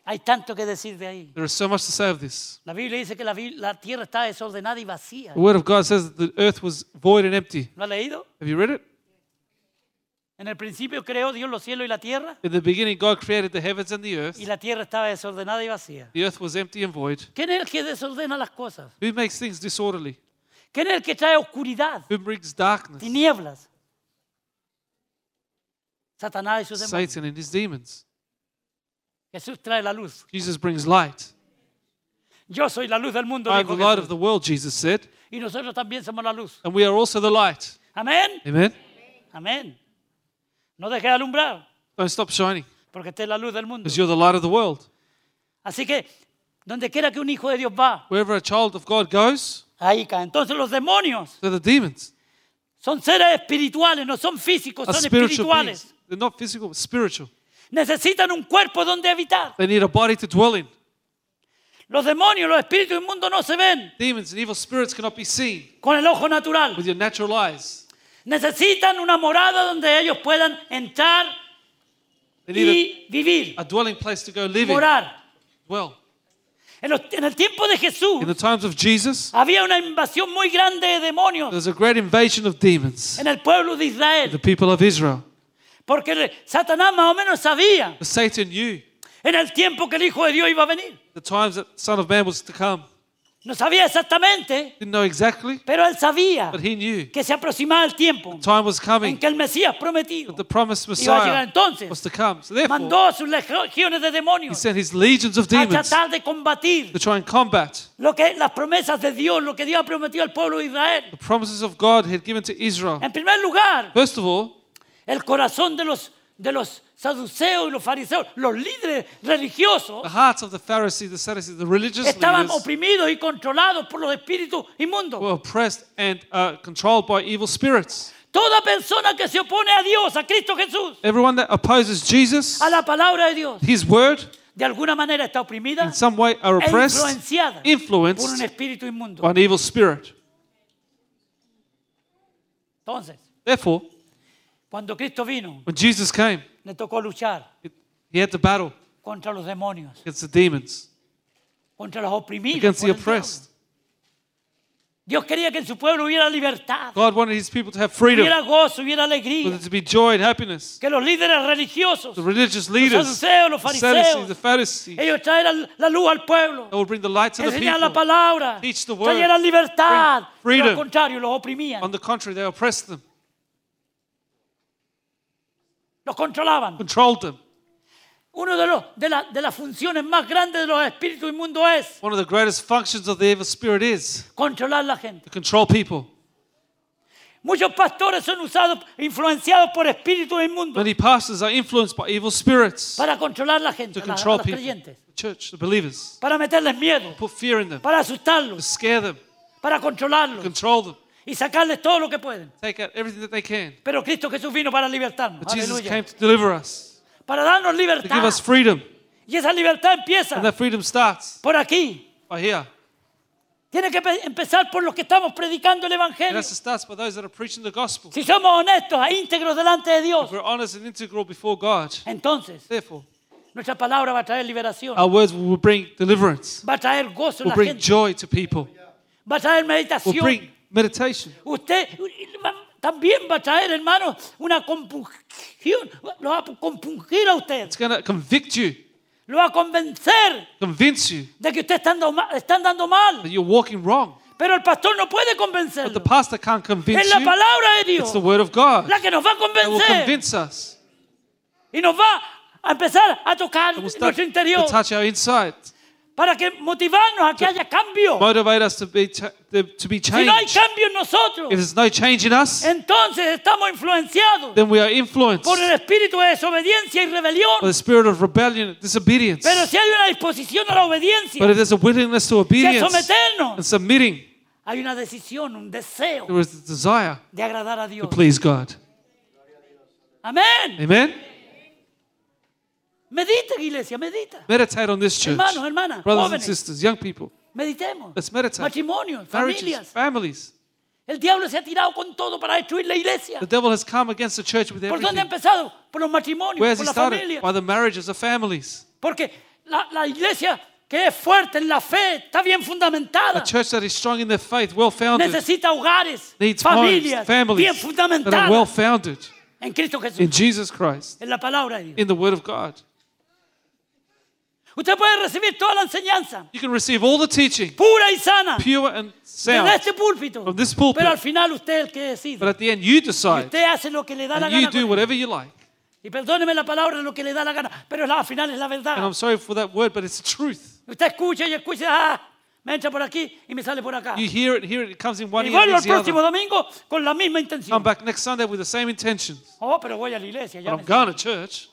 [SPEAKER 1] Hay tanto que decir de ahí.
[SPEAKER 2] There is so much to say of this.
[SPEAKER 1] La Biblia dice que la, bi- la tierra está desordenada y vacía.
[SPEAKER 2] The word of God says that the earth was void and empty.
[SPEAKER 1] ¿Lo ha leído?
[SPEAKER 2] Have you read it?
[SPEAKER 1] En el principio creó Dios los cielos y la tierra
[SPEAKER 2] In the beginning, God created the heavens and the earth.
[SPEAKER 1] y la tierra estaba desordenada y vacía.
[SPEAKER 2] The earth was empty and void.
[SPEAKER 1] ¿Quién es el que desordena las cosas?
[SPEAKER 2] Who makes things disorderly?
[SPEAKER 1] ¿Quién es el que trae oscuridad,
[SPEAKER 2] Who brings darkness?
[SPEAKER 1] tinieblas? Satanás y sus demonios.
[SPEAKER 2] Satan and his demons.
[SPEAKER 1] Jesús trae la luz.
[SPEAKER 2] Jesus brings light.
[SPEAKER 1] Yo soy la luz del mundo.
[SPEAKER 2] I am
[SPEAKER 1] dijo
[SPEAKER 2] the
[SPEAKER 1] Jesús.
[SPEAKER 2] light of the world, Jesus said,
[SPEAKER 1] Y nosotros también somos la luz.
[SPEAKER 2] and we are also the light.
[SPEAKER 1] Amén.
[SPEAKER 2] Amen.
[SPEAKER 1] Amén. No dejes de alumbrar,
[SPEAKER 2] Don't stop shining
[SPEAKER 1] porque esta es la luz del mundo.
[SPEAKER 2] because you're the light of the world.
[SPEAKER 1] Así que, donde quiera que un hijo de Dios va,
[SPEAKER 2] Wherever a child of God goes,
[SPEAKER 1] ahí cae. Entonces los demonios
[SPEAKER 2] so the demons
[SPEAKER 1] son seres espirituales, no son físicos,
[SPEAKER 2] are
[SPEAKER 1] son
[SPEAKER 2] spiritual beings.
[SPEAKER 1] espirituales.
[SPEAKER 2] They're not physical, but spiritual.
[SPEAKER 1] Necesitan un cuerpo donde habitar.
[SPEAKER 2] They need a body to dwell in.
[SPEAKER 1] Los demonios, los espíritus inmundos no se ven
[SPEAKER 2] Demons and evil spirits cannot be seen
[SPEAKER 1] con el ojo natural.
[SPEAKER 2] with your natural eyes.
[SPEAKER 1] Necesitan una morada donde ellos puedan entrar
[SPEAKER 2] They need
[SPEAKER 1] y vivir,
[SPEAKER 2] a, a dwelling place to go live in.
[SPEAKER 1] morar.
[SPEAKER 2] Well,
[SPEAKER 1] En, los- en el tiempo de Jesús
[SPEAKER 2] in the times of Jesus,
[SPEAKER 1] había una invasión muy grande de
[SPEAKER 2] there
[SPEAKER 1] demonios
[SPEAKER 2] was a great invasion of demons,
[SPEAKER 1] en el pueblo de
[SPEAKER 2] the
[SPEAKER 1] Israel,
[SPEAKER 2] people of Israel.
[SPEAKER 1] porque le- Satanás más o menos sabía
[SPEAKER 2] But Satan knew
[SPEAKER 1] en el tiempo que el Hijo de Dios iba a venir.
[SPEAKER 2] the times that the Son of Man was to come.
[SPEAKER 1] No sabía exactamente,
[SPEAKER 2] Didn't know exactly,
[SPEAKER 1] pero él sabía
[SPEAKER 2] but he knew
[SPEAKER 1] que se aproximaba el tiempo
[SPEAKER 2] time was
[SPEAKER 1] en
[SPEAKER 2] coming.
[SPEAKER 1] que el Mesías prometido
[SPEAKER 2] The promised
[SPEAKER 1] iba a llegar.
[SPEAKER 2] Messiah was
[SPEAKER 1] Entonces
[SPEAKER 2] to come. So therefore,
[SPEAKER 1] mandó a sus legiones de
[SPEAKER 2] He
[SPEAKER 1] demonios
[SPEAKER 2] sent his legions of
[SPEAKER 1] a
[SPEAKER 2] demons
[SPEAKER 1] tratar de combatir
[SPEAKER 2] to try and combat
[SPEAKER 1] lo que las promesas de Dios, lo que Dios ha prometido al pueblo de Israel.
[SPEAKER 2] the promises of God he had given to Israel.
[SPEAKER 1] En primer lugar,
[SPEAKER 2] First of all,
[SPEAKER 1] el corazón de los de los saduceos y los fariseos, los líderes religiosos,
[SPEAKER 2] the hearts of the Pharisees, the Sadducees, the religious
[SPEAKER 1] estaban
[SPEAKER 2] leaders
[SPEAKER 1] oprimidos y controlados por los espíritus
[SPEAKER 2] were
[SPEAKER 1] inmundos.
[SPEAKER 2] oppressed and uh, controlled by evil spirits.
[SPEAKER 1] Toda persona que se opone a Dios, a Cristo Jesús,
[SPEAKER 2] Everyone that opposes Jesus,
[SPEAKER 1] a la palabra de Dios,
[SPEAKER 2] his word,
[SPEAKER 1] de alguna manera está oprimida
[SPEAKER 2] in some way are
[SPEAKER 1] e
[SPEAKER 2] oppressed,
[SPEAKER 1] influenciada por un
[SPEAKER 2] influenced
[SPEAKER 1] espíritu inmundo.
[SPEAKER 2] by an evil spirit.
[SPEAKER 1] Entonces,
[SPEAKER 2] Therefore,
[SPEAKER 1] cuando Cristo vino,
[SPEAKER 2] when Jesus came,
[SPEAKER 1] le tocó luchar
[SPEAKER 2] it- he had to battle
[SPEAKER 1] contra los demonios,
[SPEAKER 2] against the demons,
[SPEAKER 1] contra los oprimidos.
[SPEAKER 2] against
[SPEAKER 1] por
[SPEAKER 2] the
[SPEAKER 1] el diablo.
[SPEAKER 2] oppressed.
[SPEAKER 1] Dios quería que en su pueblo hubiera libertad,
[SPEAKER 2] God wanted his people to have freedom,
[SPEAKER 1] hubiera gozo, hubiera
[SPEAKER 2] for
[SPEAKER 1] alegría,
[SPEAKER 2] there to be joy and happiness.
[SPEAKER 1] que los líderes religiosos,
[SPEAKER 2] The religious leaders,
[SPEAKER 1] saduceos, los
[SPEAKER 2] the Sadducees,
[SPEAKER 1] fariseos,
[SPEAKER 2] the Pharisees,
[SPEAKER 1] ellos traeran la luz al pueblo,
[SPEAKER 2] that will bring the light to the
[SPEAKER 1] enseñaran la
[SPEAKER 2] people.
[SPEAKER 1] palabra,
[SPEAKER 2] Teach the word.
[SPEAKER 1] trajeran libertad,
[SPEAKER 2] Bring
[SPEAKER 1] y al
[SPEAKER 2] freedom.
[SPEAKER 1] contrario, los oprimían,
[SPEAKER 2] On the contrary, they oppressed them,
[SPEAKER 1] los controlaban.
[SPEAKER 2] controlled them.
[SPEAKER 1] Una de, los- de la- de las funciones más grandes de los espíritus inmundos es
[SPEAKER 2] One of the greatest functions of the evil spirit is
[SPEAKER 1] controlar la gente.
[SPEAKER 2] to control people.
[SPEAKER 1] Muchos pastores son usados, influenciados por espíritus inmundos
[SPEAKER 2] Many pastors are influenced by evil spirits
[SPEAKER 1] para controlar la gente,
[SPEAKER 2] to
[SPEAKER 1] a la- a
[SPEAKER 2] control
[SPEAKER 1] los
[SPEAKER 2] people,
[SPEAKER 1] creyentes,
[SPEAKER 2] the church, the believers,
[SPEAKER 1] para meterles miedo,
[SPEAKER 2] put fear in them,
[SPEAKER 1] para asustarlos,
[SPEAKER 2] scare them,
[SPEAKER 1] para controlarlos
[SPEAKER 2] control them,
[SPEAKER 1] y sacarles todo lo que pueden.
[SPEAKER 2] take out everything that they can.
[SPEAKER 1] Pero Cristo Jesús vino para libertarnos,
[SPEAKER 2] But Jesus
[SPEAKER 1] aleluya,
[SPEAKER 2] came to deliver us,
[SPEAKER 1] para darnos
[SPEAKER 2] to give
[SPEAKER 1] libertad.
[SPEAKER 2] us freedom.
[SPEAKER 1] Y esa libertad empieza
[SPEAKER 2] And that freedom starts
[SPEAKER 1] por aquí.
[SPEAKER 2] by here.
[SPEAKER 1] Tiene que pe- empezar por los que estamos predicando el
[SPEAKER 2] And
[SPEAKER 1] Evangelio.
[SPEAKER 2] that starts by those that are preaching the gospel.
[SPEAKER 1] Si somos honestos e íntegros delante de Dios,
[SPEAKER 2] If we're honest and integral before God,
[SPEAKER 1] entonces
[SPEAKER 2] therefore,
[SPEAKER 1] Nuestra palabra va a traer liberación,
[SPEAKER 2] Our words will bring deliverance,
[SPEAKER 1] va a traer gozo en
[SPEAKER 2] will
[SPEAKER 1] la
[SPEAKER 2] bring
[SPEAKER 1] gente,
[SPEAKER 2] joy to people,
[SPEAKER 1] va a traer
[SPEAKER 2] will bring
[SPEAKER 1] meditación.
[SPEAKER 2] meditation.
[SPEAKER 1] Usted va- también va a traer, hermano, una compungión. Lo va a compungir a usted,
[SPEAKER 2] It's going to convict you,
[SPEAKER 1] lo va a convencer
[SPEAKER 2] convince you
[SPEAKER 1] de que usted está andando ma- está andando mal.
[SPEAKER 2] that you're walking wrong.
[SPEAKER 1] Pero el pastor no puede
[SPEAKER 2] The
[SPEAKER 1] convencerlo.
[SPEAKER 2] pastor can't convince
[SPEAKER 1] Es la
[SPEAKER 2] you.
[SPEAKER 1] palabra de
[SPEAKER 2] It's
[SPEAKER 1] Dios
[SPEAKER 2] the word of God
[SPEAKER 1] la que nos va a
[SPEAKER 2] that will
[SPEAKER 1] convencer
[SPEAKER 2] convince us.
[SPEAKER 1] y nos va a empezar a tocar
[SPEAKER 2] It will start
[SPEAKER 1] nuestro
[SPEAKER 2] to
[SPEAKER 1] interior
[SPEAKER 2] touch our inside,
[SPEAKER 1] para que motivarnos a que haya cambio.
[SPEAKER 2] motivate us to be cha- to be
[SPEAKER 1] Si no hay
[SPEAKER 2] changed.
[SPEAKER 1] cambio en nosotros,
[SPEAKER 2] If there's no change in us,
[SPEAKER 1] entonces estamos influenciados
[SPEAKER 2] then we are influenced
[SPEAKER 1] por el
[SPEAKER 2] by
[SPEAKER 1] espíritu de desobediencia y
[SPEAKER 2] the
[SPEAKER 1] rebelión.
[SPEAKER 2] spirit of rebellion, disobedience.
[SPEAKER 1] Pero
[SPEAKER 2] But
[SPEAKER 1] si hay una disposición a la obediencia,
[SPEAKER 2] if there's a willingness to
[SPEAKER 1] si a
[SPEAKER 2] obedience and
[SPEAKER 1] someternos,
[SPEAKER 2] submitting,
[SPEAKER 1] hay una decisión, un deseo
[SPEAKER 2] there is a desire
[SPEAKER 1] de agradar a
[SPEAKER 2] to
[SPEAKER 1] Dios.
[SPEAKER 2] please God.
[SPEAKER 1] Amén.
[SPEAKER 2] Amen.
[SPEAKER 1] Medita, iglesia, medita.
[SPEAKER 2] Meditate on this church,
[SPEAKER 1] Hermanos, hermanas,
[SPEAKER 2] brothers and
[SPEAKER 1] jóvenes.
[SPEAKER 2] sisters, young people,
[SPEAKER 1] Meditemos.
[SPEAKER 2] Let's meditate.
[SPEAKER 1] Matrimonios,
[SPEAKER 2] marriages,
[SPEAKER 1] familias.
[SPEAKER 2] families.
[SPEAKER 1] El diablo se ha tirado con todo para destruir la iglesia.
[SPEAKER 2] The devil has come against the church with
[SPEAKER 1] ¿Por dónde ha
[SPEAKER 2] everything.
[SPEAKER 1] empezado? Por los matrimonios,
[SPEAKER 2] Where has
[SPEAKER 1] por
[SPEAKER 2] he
[SPEAKER 1] la
[SPEAKER 2] started?
[SPEAKER 1] familia.
[SPEAKER 2] By the marriages of families.
[SPEAKER 1] Porque la, la iglesia que es fuerte en la fe, está bien fundamentada,
[SPEAKER 2] A church that is strong in their faith, well founded,
[SPEAKER 1] necesita hogares,
[SPEAKER 2] needs homes,
[SPEAKER 1] familias, bien
[SPEAKER 2] families that
[SPEAKER 1] fundamentadas
[SPEAKER 2] are well founded
[SPEAKER 1] en Cristo Jesús,
[SPEAKER 2] in Jesus Christ,
[SPEAKER 1] en la palabra de Dios.
[SPEAKER 2] in the Word of God.
[SPEAKER 1] Usted puede recibir toda la enseñanza,
[SPEAKER 2] You can receive all the teaching,
[SPEAKER 1] pura y sana,
[SPEAKER 2] pure and
[SPEAKER 1] desde
[SPEAKER 2] sound,
[SPEAKER 1] este púlpito.
[SPEAKER 2] from this pulpit.
[SPEAKER 1] Pero al final usted es el que decide.
[SPEAKER 2] but at the end you decide
[SPEAKER 1] usted hace lo que le da la
[SPEAKER 2] and
[SPEAKER 1] gana.
[SPEAKER 2] you do
[SPEAKER 1] con Ah. él.
[SPEAKER 2] whatever you like.
[SPEAKER 1] Y perdóneme la palabra, lo que le da la gana. Pero la- al final es la
[SPEAKER 2] And
[SPEAKER 1] verdad.
[SPEAKER 2] I'm sorry for that word, but it's the truth.
[SPEAKER 1] Usted escucha y escucha, ah, me entra por aquí y me sale por acá.
[SPEAKER 2] You hear it, hear it, it comes in one
[SPEAKER 1] Y
[SPEAKER 2] ear and
[SPEAKER 1] vuelvo el
[SPEAKER 2] leaves the
[SPEAKER 1] próximo
[SPEAKER 2] other.
[SPEAKER 1] domingo con la misma
[SPEAKER 2] Come
[SPEAKER 1] intención.
[SPEAKER 2] back next Sunday with the same intentions.
[SPEAKER 1] Oh, pero voy a la iglesia. ya
[SPEAKER 2] But I'm
[SPEAKER 1] me-
[SPEAKER 2] going to church.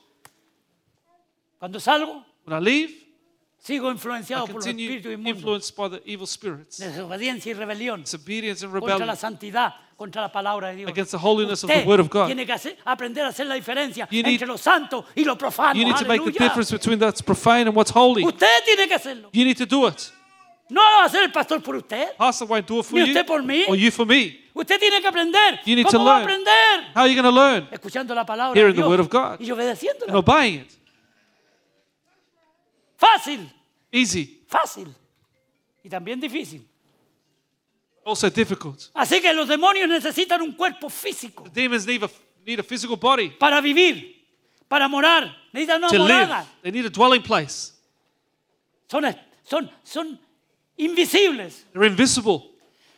[SPEAKER 1] Cuando salgo,
[SPEAKER 2] When I leave,
[SPEAKER 1] sigo
[SPEAKER 2] I
[SPEAKER 1] influenciado por los
[SPEAKER 2] continue
[SPEAKER 1] espíritus inmundos.
[SPEAKER 2] influenced by the evil spirits.
[SPEAKER 1] Desobediencia y rebelión
[SPEAKER 2] Disobedience and
[SPEAKER 1] contra la
[SPEAKER 2] rebellion.
[SPEAKER 1] santidad, contra la palabra de Dios.
[SPEAKER 2] Against the holiness of the
[SPEAKER 1] Usted
[SPEAKER 2] word of God.
[SPEAKER 1] Tiene que hacer- aprender a hacer la diferencia
[SPEAKER 2] You need-
[SPEAKER 1] entre lo santo y lo profano.
[SPEAKER 2] You need to make the
[SPEAKER 1] Aleluya.
[SPEAKER 2] difference between that's profane and what's holy.
[SPEAKER 1] Usted tiene que hacerlo.
[SPEAKER 2] You need to do it.
[SPEAKER 1] No lo va a hacer el pastor por usted.
[SPEAKER 2] Pastor won't do it for
[SPEAKER 1] Ni
[SPEAKER 2] you
[SPEAKER 1] usted por mí.
[SPEAKER 2] or you for me.
[SPEAKER 1] Usted tiene que aprender.
[SPEAKER 2] You need
[SPEAKER 1] ¿Cómo
[SPEAKER 2] to
[SPEAKER 1] va a
[SPEAKER 2] learn.
[SPEAKER 1] aprender?
[SPEAKER 2] How are you going to learn?
[SPEAKER 1] Escuchando la palabra de
[SPEAKER 2] Hearing the
[SPEAKER 1] Dios
[SPEAKER 2] word of God.
[SPEAKER 1] y obedeciéndola.
[SPEAKER 2] And obeying it.
[SPEAKER 1] Fácil,
[SPEAKER 2] Easy.
[SPEAKER 1] fácil. Y también difícil.
[SPEAKER 2] Also difficult.
[SPEAKER 1] Así que los demonios necesitan un cuerpo físico.
[SPEAKER 2] Demons need a, need a physical body
[SPEAKER 1] para vivir, para morar. Necesitan una
[SPEAKER 2] to live.
[SPEAKER 1] morada.
[SPEAKER 2] They need a dwelling place.
[SPEAKER 1] Son, son, son invisibles,
[SPEAKER 2] They're invisible.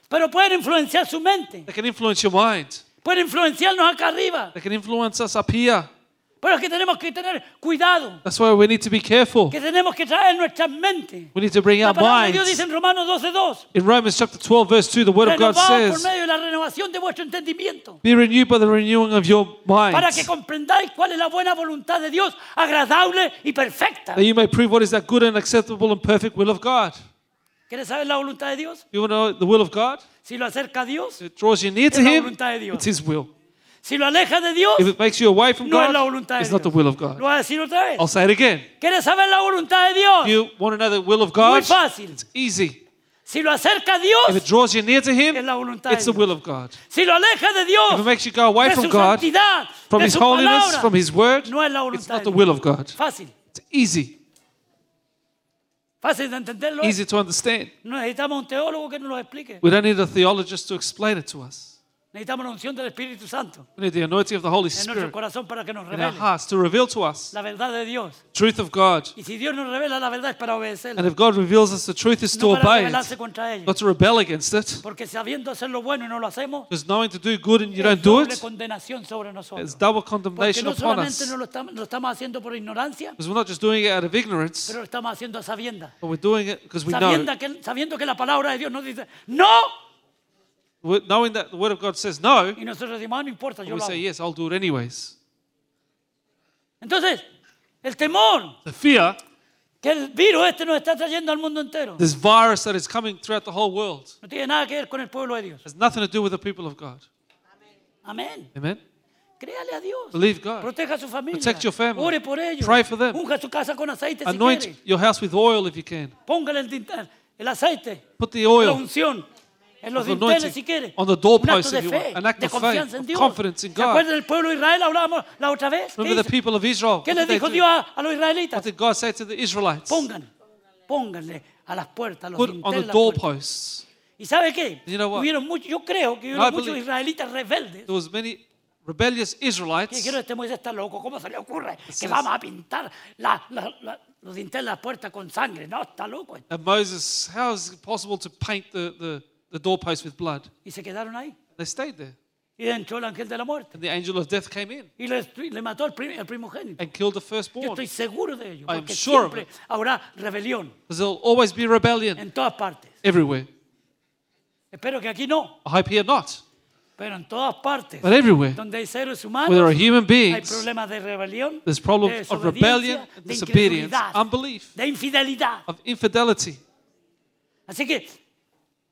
[SPEAKER 1] pero pueden influenciar su mente.
[SPEAKER 2] They can influence your mind.
[SPEAKER 1] Pueden influenciarnos acá arriba.
[SPEAKER 2] They can influence us up here.
[SPEAKER 1] Pero es que tenemos que tener cuidado,
[SPEAKER 2] That's why we need to be careful.
[SPEAKER 1] que tenemos que traer nuestras mentes.
[SPEAKER 2] We need to bring
[SPEAKER 1] La
[SPEAKER 2] our
[SPEAKER 1] palabra de Dios dice
[SPEAKER 2] minds.
[SPEAKER 1] en Romanos 12:2.
[SPEAKER 2] In Romans chapter 12, verse 2, the word of God
[SPEAKER 1] Renovados por
[SPEAKER 2] says,
[SPEAKER 1] medio de la renovación de vuestro entendimiento.
[SPEAKER 2] Be renewed by the renewing of your
[SPEAKER 1] Para
[SPEAKER 2] mind,
[SPEAKER 1] que comprendáis cuál es la buena voluntad de Dios, agradable y perfecta.
[SPEAKER 2] that you may prove what is that good and acceptable and perfect will of God.
[SPEAKER 1] ¿Quieres saber la voluntad de Dios?
[SPEAKER 2] You want to know the will of God?
[SPEAKER 1] Si lo acerca a Dios,
[SPEAKER 2] If it draws you near to
[SPEAKER 1] Es la
[SPEAKER 2] Him,
[SPEAKER 1] voluntad de Dios.
[SPEAKER 2] it's His will.
[SPEAKER 1] si lo aleja de Dios,
[SPEAKER 2] If it makes you away from
[SPEAKER 1] no es la
[SPEAKER 2] God,
[SPEAKER 1] voluntad de
[SPEAKER 2] it's
[SPEAKER 1] Dios.
[SPEAKER 2] not the will of
[SPEAKER 1] Lo
[SPEAKER 2] God.
[SPEAKER 1] voy a decir otra vez.
[SPEAKER 2] I'll say it again.
[SPEAKER 1] ¿Quieres saber la voluntad de Dios?
[SPEAKER 2] You want to know the will of
[SPEAKER 1] Muy
[SPEAKER 2] God?
[SPEAKER 1] fácil.
[SPEAKER 2] Easy.
[SPEAKER 1] Si lo acerca a
[SPEAKER 2] If it
[SPEAKER 1] Dios,
[SPEAKER 2] draws you near to
[SPEAKER 1] es
[SPEAKER 2] Him,
[SPEAKER 1] la voluntad de
[SPEAKER 2] it's the
[SPEAKER 1] Dios.
[SPEAKER 2] will of God.
[SPEAKER 1] Si lo aleja de
[SPEAKER 2] If it
[SPEAKER 1] Dios,
[SPEAKER 2] makes you go away
[SPEAKER 1] de
[SPEAKER 2] from
[SPEAKER 1] su
[SPEAKER 2] God,
[SPEAKER 1] santidad,
[SPEAKER 2] from
[SPEAKER 1] de
[SPEAKER 2] His
[SPEAKER 1] su
[SPEAKER 2] holiness,
[SPEAKER 1] palabra,
[SPEAKER 2] from His word,
[SPEAKER 1] no es la
[SPEAKER 2] it's
[SPEAKER 1] voluntad de
[SPEAKER 2] not the
[SPEAKER 1] Dios.
[SPEAKER 2] will of God.
[SPEAKER 1] Fácil,
[SPEAKER 2] It's easy.
[SPEAKER 1] fácil de entenderlo.
[SPEAKER 2] Easy to understand.
[SPEAKER 1] No necesitamos un teólogo que nos lo explique.
[SPEAKER 2] We don't need a theologist to explain it to us.
[SPEAKER 1] Necesitamos la unción del Espíritu Santo
[SPEAKER 2] We need the anointing of the Holy
[SPEAKER 1] en nuestro
[SPEAKER 2] Spirit
[SPEAKER 1] corazón para que nos
[SPEAKER 2] in our
[SPEAKER 1] revele
[SPEAKER 2] hearts to reveal to us
[SPEAKER 1] la verdad de Dios.
[SPEAKER 2] the truth of God.
[SPEAKER 1] Y si Dios nos revela la verdad es para
[SPEAKER 2] And
[SPEAKER 1] obedecerla,
[SPEAKER 2] if God reveals us the truth is to
[SPEAKER 1] no para
[SPEAKER 2] obey it,
[SPEAKER 1] rebelarse contra ella.
[SPEAKER 2] not to rebel against it.
[SPEAKER 1] Porque sabiendo hacer lo bueno y no lo hacemos,
[SPEAKER 2] Because knowing to do good and you don't
[SPEAKER 1] es
[SPEAKER 2] do
[SPEAKER 1] doble
[SPEAKER 2] it,
[SPEAKER 1] condenación sobre nosotros.
[SPEAKER 2] it's double
[SPEAKER 1] Porque
[SPEAKER 2] condemnation
[SPEAKER 1] no
[SPEAKER 2] upon
[SPEAKER 1] solamente
[SPEAKER 2] us.
[SPEAKER 1] no lo estamos, lo estamos haciendo por ignorancia,
[SPEAKER 2] Because we're not just doing it out of ignorance,
[SPEAKER 1] pero lo estamos haciendo a sabiendas.
[SPEAKER 2] but we're doing it because we know
[SPEAKER 1] Sabiendo que, sabiendo que la palabra de Dios nos dice no,
[SPEAKER 2] We're- knowing that the word of God says no,
[SPEAKER 1] y nosotros decimos, "Ah, no importa, yo
[SPEAKER 2] we
[SPEAKER 1] lo hago.
[SPEAKER 2] say yes, I'll do it anyways.
[SPEAKER 1] Entonces, el temor
[SPEAKER 2] The fear,
[SPEAKER 1] que el virus este nos está trayendo al mundo entero
[SPEAKER 2] this virus that is coming throughout the whole world,
[SPEAKER 1] no tiene nada que ver con el pueblo de Dios.
[SPEAKER 2] has nothing to do with the people of God.
[SPEAKER 1] Amén.
[SPEAKER 2] Amen.
[SPEAKER 1] Créale a Dios.
[SPEAKER 2] Believe God.
[SPEAKER 1] Proteja a su familia.
[SPEAKER 2] Protect your family.
[SPEAKER 1] Ore por ellos.
[SPEAKER 2] Pray for them.
[SPEAKER 1] Unja su casa con aceite si
[SPEAKER 2] Anoint
[SPEAKER 1] quiere.
[SPEAKER 2] your house with oil if you can.
[SPEAKER 1] Póngale el, din- el aceite,
[SPEAKER 2] Put the
[SPEAKER 1] la
[SPEAKER 2] oil,
[SPEAKER 1] unción en en los
[SPEAKER 2] of
[SPEAKER 1] dinteles si quiere.
[SPEAKER 2] anointing, on
[SPEAKER 1] un
[SPEAKER 2] the
[SPEAKER 1] acto
[SPEAKER 2] doorpost
[SPEAKER 1] de
[SPEAKER 2] if you
[SPEAKER 1] fe,
[SPEAKER 2] want, an act
[SPEAKER 1] de
[SPEAKER 2] of faith,
[SPEAKER 1] confianza en
[SPEAKER 2] of
[SPEAKER 1] Dios.
[SPEAKER 2] confidence in
[SPEAKER 1] ¿Se
[SPEAKER 2] God.
[SPEAKER 1] acuerdan del pueblo de Israel? Hablábamos la otra vez. ¿Qué,
[SPEAKER 2] Remember the
[SPEAKER 1] hizo?
[SPEAKER 2] people of Israel.
[SPEAKER 1] ¿Qué
[SPEAKER 2] What
[SPEAKER 1] le
[SPEAKER 2] did they
[SPEAKER 1] dijo
[SPEAKER 2] do?
[SPEAKER 1] Dios a, a los israelitas?
[SPEAKER 2] What did God say to the Israelites?
[SPEAKER 1] Pongan, pónganle a las puertas, a los
[SPEAKER 2] Put on
[SPEAKER 1] dinteles.
[SPEAKER 2] the
[SPEAKER 1] las puertas.
[SPEAKER 2] doorposts.
[SPEAKER 1] ¿Y sabe qué?
[SPEAKER 2] You know what?
[SPEAKER 1] Hubieron muchos, yo creo que
[SPEAKER 2] I
[SPEAKER 1] hubieron muchos
[SPEAKER 2] believe-
[SPEAKER 1] israelitas rebeldes.
[SPEAKER 2] There was many rebellious
[SPEAKER 1] Que
[SPEAKER 2] Israelites
[SPEAKER 1] dijeron, este Moisés está loco, ¿cómo se le ocurre que
[SPEAKER 2] says-
[SPEAKER 1] vamos a pintar la- la- la- los dinteles de las puertas con sangre? No, está loco.
[SPEAKER 2] and Moses. How is it possible to paint the, the, the doorpost with blood?
[SPEAKER 1] Y se quedaron ahí.
[SPEAKER 2] They stayed there.
[SPEAKER 1] Y entró el ángel de la muerte.
[SPEAKER 2] And the angel of death came in
[SPEAKER 1] Y le, destru- le mató al, prim- al primogénito.
[SPEAKER 2] and killed the
[SPEAKER 1] Yo
[SPEAKER 2] firstborn.
[SPEAKER 1] estoy seguro de ello.
[SPEAKER 2] I am
[SPEAKER 1] Porque
[SPEAKER 2] sure of
[SPEAKER 1] siempre habrá rebelión
[SPEAKER 2] Because there'll always be rebellion
[SPEAKER 1] en todas partes.
[SPEAKER 2] everywhere.
[SPEAKER 1] Espero que aquí no,
[SPEAKER 2] I hope here not,
[SPEAKER 1] pero en todas partes.
[SPEAKER 2] but everywhere.
[SPEAKER 1] Donde hay seres humanos,
[SPEAKER 2] Where there are human
[SPEAKER 1] hay
[SPEAKER 2] beings,
[SPEAKER 1] problemas de rebelión,
[SPEAKER 2] there's
[SPEAKER 1] de
[SPEAKER 2] problems of
[SPEAKER 1] desobediencia,
[SPEAKER 2] rebellion,
[SPEAKER 1] de
[SPEAKER 2] disobedience,
[SPEAKER 1] incredulidad,
[SPEAKER 2] unbelief,
[SPEAKER 1] de infidelidad.
[SPEAKER 2] of infidelity.
[SPEAKER 1] Así que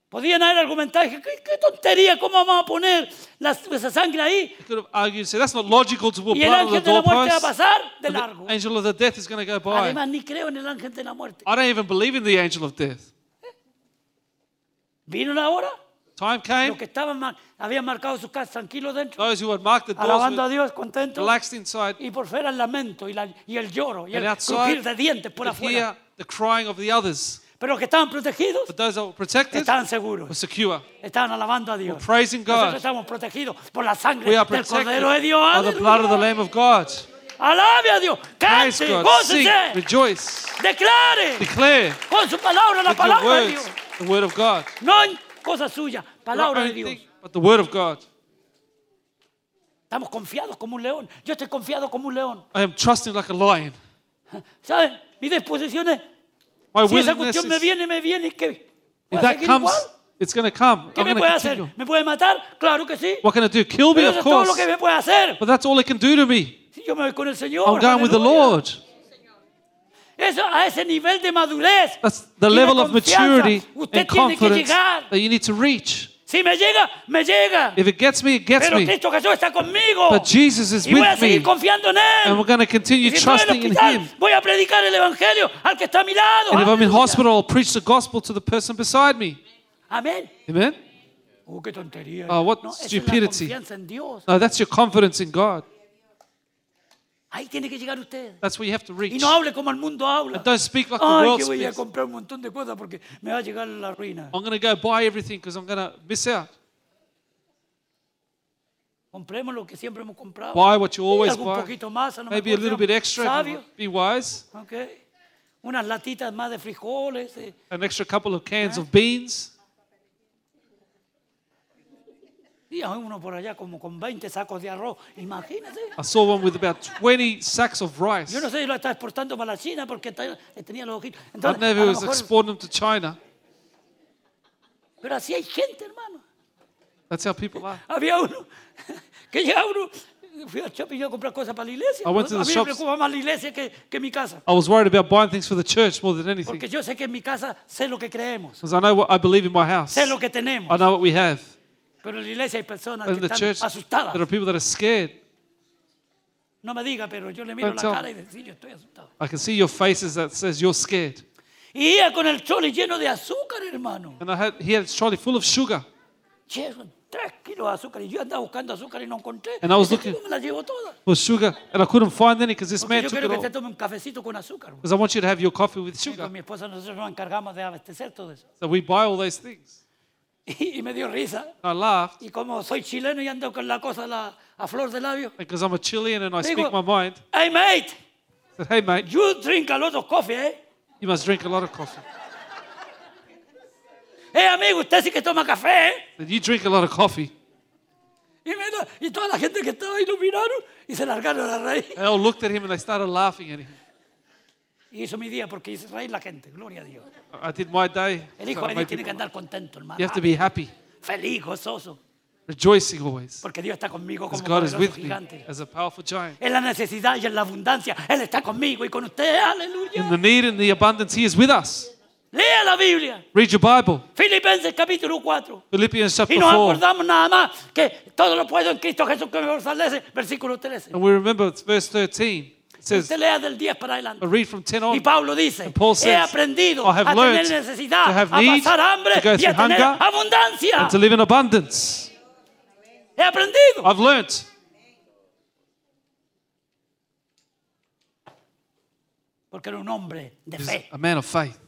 [SPEAKER 1] podían haber argumentado, dije, ¿qué, qué tontería, ¿cómo vamos a poner las- esa sangre ahí?
[SPEAKER 2] You could have argued, say that's not logical to put
[SPEAKER 1] Y el
[SPEAKER 2] blood on the
[SPEAKER 1] ángel de la muerte va a
[SPEAKER 2] doorpost.
[SPEAKER 1] pasar de
[SPEAKER 2] and
[SPEAKER 1] largo.
[SPEAKER 2] The angel of the death is going to go by.
[SPEAKER 1] Además, ni creo en el ángel de la muerte.
[SPEAKER 2] I don't even believe in the angel of death.
[SPEAKER 1] Vino la hora,
[SPEAKER 2] Time
[SPEAKER 1] los
[SPEAKER 2] came.
[SPEAKER 1] que estaban mar- habían marcado sus casas tranquilos dentro,
[SPEAKER 2] Those who had marked the doors
[SPEAKER 1] alabando a
[SPEAKER 2] were
[SPEAKER 1] Dios, contentos,
[SPEAKER 2] relaxed inside,
[SPEAKER 1] y por fuera el lamento y, la- y el lloro y el
[SPEAKER 2] and
[SPEAKER 1] crujir
[SPEAKER 2] outside
[SPEAKER 1] de dientes por
[SPEAKER 2] could
[SPEAKER 1] afuera.
[SPEAKER 2] hear the crying of the others.
[SPEAKER 1] Pero los que estaban protegidos
[SPEAKER 2] But those that were protected
[SPEAKER 1] estaban
[SPEAKER 2] were
[SPEAKER 1] seguros,
[SPEAKER 2] secure.
[SPEAKER 1] estaban alabando a Dios.
[SPEAKER 2] We're praising God.
[SPEAKER 1] Nosotros estamos protegidos por la sangre
[SPEAKER 2] We are
[SPEAKER 1] del
[SPEAKER 2] protected
[SPEAKER 1] Cordero de Dios.
[SPEAKER 2] by the blood of the
[SPEAKER 1] ¡Aleluya!
[SPEAKER 2] Lamb of God.
[SPEAKER 1] Alabe a Dios,
[SPEAKER 2] Praise
[SPEAKER 1] cante,
[SPEAKER 2] God. Sing,
[SPEAKER 1] gócese,
[SPEAKER 2] rejoice,
[SPEAKER 1] declare
[SPEAKER 2] declare
[SPEAKER 1] con su palabra la
[SPEAKER 2] with your
[SPEAKER 1] palabra de Dios.
[SPEAKER 2] words the word of God.
[SPEAKER 1] No en cosas suyas,
[SPEAKER 2] Not
[SPEAKER 1] palabra de Dios.
[SPEAKER 2] anything but the word of God.
[SPEAKER 1] Estamos confiados como un león. Yo estoy confiado como un león.
[SPEAKER 2] I am trusting like a lion.
[SPEAKER 1] ¿Saben? Mi disposición es,
[SPEAKER 2] My
[SPEAKER 1] si esa
[SPEAKER 2] willingness
[SPEAKER 1] cuestión me
[SPEAKER 2] is,
[SPEAKER 1] viene, me viene, ¿y qué? ¿Voy
[SPEAKER 2] if
[SPEAKER 1] a
[SPEAKER 2] that
[SPEAKER 1] seguir
[SPEAKER 2] comes,
[SPEAKER 1] igual?
[SPEAKER 2] it's going to come.
[SPEAKER 1] ¿Qué
[SPEAKER 2] I'm
[SPEAKER 1] me
[SPEAKER 2] going
[SPEAKER 1] puede
[SPEAKER 2] to
[SPEAKER 1] hacer?
[SPEAKER 2] continue.
[SPEAKER 1] ¿Me puede matar? Claro que sí.
[SPEAKER 2] What can it do? Kill me,
[SPEAKER 1] Pero eso
[SPEAKER 2] of
[SPEAKER 1] es todo lo
[SPEAKER 2] course.
[SPEAKER 1] que me puede hacer.
[SPEAKER 2] But that's all it can do to me.
[SPEAKER 1] Si yo me voy con el Señor.
[SPEAKER 2] I'm going with the
[SPEAKER 1] aleluya.
[SPEAKER 2] Lord.
[SPEAKER 1] Eso, a ese nivel de madurez.
[SPEAKER 2] That's the
[SPEAKER 1] y de
[SPEAKER 2] level of
[SPEAKER 1] confianza,
[SPEAKER 2] maturity
[SPEAKER 1] Usted
[SPEAKER 2] and
[SPEAKER 1] tiene que
[SPEAKER 2] confidence
[SPEAKER 1] llegar.
[SPEAKER 2] that you need to reach.
[SPEAKER 1] Si me llega, me llega.
[SPEAKER 2] If it gets me, it gets
[SPEAKER 1] Pero
[SPEAKER 2] me.
[SPEAKER 1] Cristo Jesús está conmigo.
[SPEAKER 2] But Jesus is
[SPEAKER 1] y voy a
[SPEAKER 2] with
[SPEAKER 1] seguir
[SPEAKER 2] me.
[SPEAKER 1] confiando en Él.
[SPEAKER 2] And we're going to continue
[SPEAKER 1] Y si estoy en
[SPEAKER 2] trusting
[SPEAKER 1] el
[SPEAKER 2] in
[SPEAKER 1] hospital,
[SPEAKER 2] Him.
[SPEAKER 1] voy a predicar el Evangelio al que está a mi lado.
[SPEAKER 2] And if I'm in
[SPEAKER 1] Aleluya.
[SPEAKER 2] hospital, I'll preach the gospel to the person beside me.
[SPEAKER 1] Amén.
[SPEAKER 2] Amen?
[SPEAKER 1] Oh, qué tontería.
[SPEAKER 2] Oh, what
[SPEAKER 1] no, esa
[SPEAKER 2] stupidity.
[SPEAKER 1] Es la confianza en Dios.
[SPEAKER 2] No, that's your confidence in God.
[SPEAKER 1] Ahí tiene que llegar usted.
[SPEAKER 2] That's where you have to
[SPEAKER 1] Y
[SPEAKER 2] reach.
[SPEAKER 1] no hable como el mundo habla.
[SPEAKER 2] And don't speak like the
[SPEAKER 1] Ay,
[SPEAKER 2] world
[SPEAKER 1] que voy a
[SPEAKER 2] speaks. I'm
[SPEAKER 1] comprar un montón de cosas porque me va a llegar la ruina.
[SPEAKER 2] going to go buy everything because I'm going to miss out.
[SPEAKER 1] Compremos lo que siempre hemos comprado.
[SPEAKER 2] Buy what you always
[SPEAKER 1] algún
[SPEAKER 2] buy.
[SPEAKER 1] poquito más, a lo
[SPEAKER 2] Maybe a
[SPEAKER 1] mejor
[SPEAKER 2] little
[SPEAKER 1] seamos
[SPEAKER 2] bit extra. if you
[SPEAKER 1] Sabio.
[SPEAKER 2] want. Be wise.
[SPEAKER 1] Ok. Unas latitas más de frijoles. eh.
[SPEAKER 2] An extra couple of cans of beans.
[SPEAKER 1] Y hay uno por allá como con 20 sacos de arroz. Imagínese.
[SPEAKER 2] I saw one with about 20 sacks of rice.
[SPEAKER 1] Yo no sé si lo está exportando para la China porque está- tenía los ojitos.
[SPEAKER 2] I
[SPEAKER 1] Entonces,
[SPEAKER 2] don't know if
[SPEAKER 1] a
[SPEAKER 2] he
[SPEAKER 1] lo
[SPEAKER 2] was
[SPEAKER 1] mejor-
[SPEAKER 2] exporting them to China.
[SPEAKER 1] pero así hay gente, hermano.
[SPEAKER 2] That's how people are.
[SPEAKER 1] Había uno que ya uno fui al shopping yo a comprar cosas para la iglesia.
[SPEAKER 2] I went to
[SPEAKER 1] a mí
[SPEAKER 2] the
[SPEAKER 1] me
[SPEAKER 2] shops.
[SPEAKER 1] preocupa más la iglesia que, que mi casa.
[SPEAKER 2] I was worried about buying things for the church more than anything
[SPEAKER 1] Porque yo sé que en mi casa sé lo que creemos,
[SPEAKER 2] because I know what I believe in my house.
[SPEAKER 1] sé lo
[SPEAKER 2] I
[SPEAKER 1] que tenemos.
[SPEAKER 2] know what we have.
[SPEAKER 1] Pero en la iglesia hay personas
[SPEAKER 2] But in
[SPEAKER 1] que
[SPEAKER 2] the
[SPEAKER 1] están
[SPEAKER 2] church,
[SPEAKER 1] asustadas.
[SPEAKER 2] there are people that are scared.
[SPEAKER 1] No me diga, pero yo le miro
[SPEAKER 2] Don't
[SPEAKER 1] la
[SPEAKER 2] tell.
[SPEAKER 1] cara y decir, yo estoy asustado.
[SPEAKER 2] I can see your faces that says you're scared.
[SPEAKER 1] Y iba con el chole lleno de azúcar, hermano.
[SPEAKER 2] And I had, he had his trolley full of sugar.
[SPEAKER 1] Che, son tres kilos de azúcar. Y yo andaba buscando azúcar y no encontré.
[SPEAKER 2] And I was
[SPEAKER 1] Ese tipo
[SPEAKER 2] looking-
[SPEAKER 1] me la llevo toda.
[SPEAKER 2] Full of sugar. And I couldn't find any because this
[SPEAKER 1] Porque
[SPEAKER 2] man
[SPEAKER 1] yo
[SPEAKER 2] took
[SPEAKER 1] quiero
[SPEAKER 2] it
[SPEAKER 1] que
[SPEAKER 2] all.
[SPEAKER 1] usted tome un cafecito con azúcar.
[SPEAKER 2] Because I want you to have your coffee with
[SPEAKER 1] Y con
[SPEAKER 2] sugar.
[SPEAKER 1] mi esposa nosotros nos encargamos de abastecer todo eso.
[SPEAKER 2] So we buy all those things.
[SPEAKER 1] Y, y me dio risa.
[SPEAKER 2] I laughed
[SPEAKER 1] Y como soy chileno y ando con la cosa la- a flor de labio.
[SPEAKER 2] because I'm a Chilean and I
[SPEAKER 1] Digo,
[SPEAKER 2] speak my mind.
[SPEAKER 1] Hey, mate,
[SPEAKER 2] I said, hey, mate,
[SPEAKER 1] you drink a lot of coffee, eh?
[SPEAKER 2] you must drink a lot of coffee.
[SPEAKER 1] Eh, amigo, usted sí que toma café, eh.
[SPEAKER 2] Then you drink a lot of coffee.
[SPEAKER 1] Y, mira, y toda la gente que estaba ahí lo miraron y se largaron a raíz.
[SPEAKER 2] They all looked at him and they started laughing at him.
[SPEAKER 1] Y hizo mi día porque hice reír la gente, gloria a Dios.
[SPEAKER 2] I I did my day.
[SPEAKER 1] El
[SPEAKER 2] so
[SPEAKER 1] hijo
[SPEAKER 2] I
[SPEAKER 1] de Dios
[SPEAKER 2] made
[SPEAKER 1] tiene que
[SPEAKER 2] people-
[SPEAKER 1] andar contento, hermano.
[SPEAKER 2] You have to be happy,
[SPEAKER 1] Feliz, gozoso,
[SPEAKER 2] rejoicing always.
[SPEAKER 1] porque Dios está conmigo como
[SPEAKER 2] Because God is
[SPEAKER 1] poderoso
[SPEAKER 2] with me
[SPEAKER 1] gigante.
[SPEAKER 2] as a powerful giant.
[SPEAKER 1] En la necesidad y en la abundancia, Él está conmigo y con usted,
[SPEAKER 2] In
[SPEAKER 1] aleluya.
[SPEAKER 2] the need and the abundance, He is with us.
[SPEAKER 1] Lea la Biblia,
[SPEAKER 2] Read your Bible,
[SPEAKER 1] Filipenses capítulo 4.
[SPEAKER 2] Philippians chapter
[SPEAKER 1] Y nos
[SPEAKER 2] 4.
[SPEAKER 1] acordamos nada más que todo lo puedo en Cristo Jesús que me fortalece, versículo 13.
[SPEAKER 2] And we remember it's verse 13. It says-
[SPEAKER 1] Usted lea del 10 para adelante.
[SPEAKER 2] But read from 10
[SPEAKER 1] Y
[SPEAKER 2] on.
[SPEAKER 1] Pablo dice,
[SPEAKER 2] Paul
[SPEAKER 1] he
[SPEAKER 2] says,
[SPEAKER 1] aprendido
[SPEAKER 2] "I have
[SPEAKER 1] a tener
[SPEAKER 2] learned
[SPEAKER 1] necesidad,
[SPEAKER 2] to have
[SPEAKER 1] a
[SPEAKER 2] need,
[SPEAKER 1] pasar hambre
[SPEAKER 2] to go
[SPEAKER 1] y a
[SPEAKER 2] through
[SPEAKER 1] tener
[SPEAKER 2] hunger,
[SPEAKER 1] abundancia.
[SPEAKER 2] and to live in abundance.
[SPEAKER 1] He aprendido.
[SPEAKER 2] I've learnt.
[SPEAKER 1] Porque era un hombre de
[SPEAKER 2] He's
[SPEAKER 1] fe.
[SPEAKER 2] a man of faith.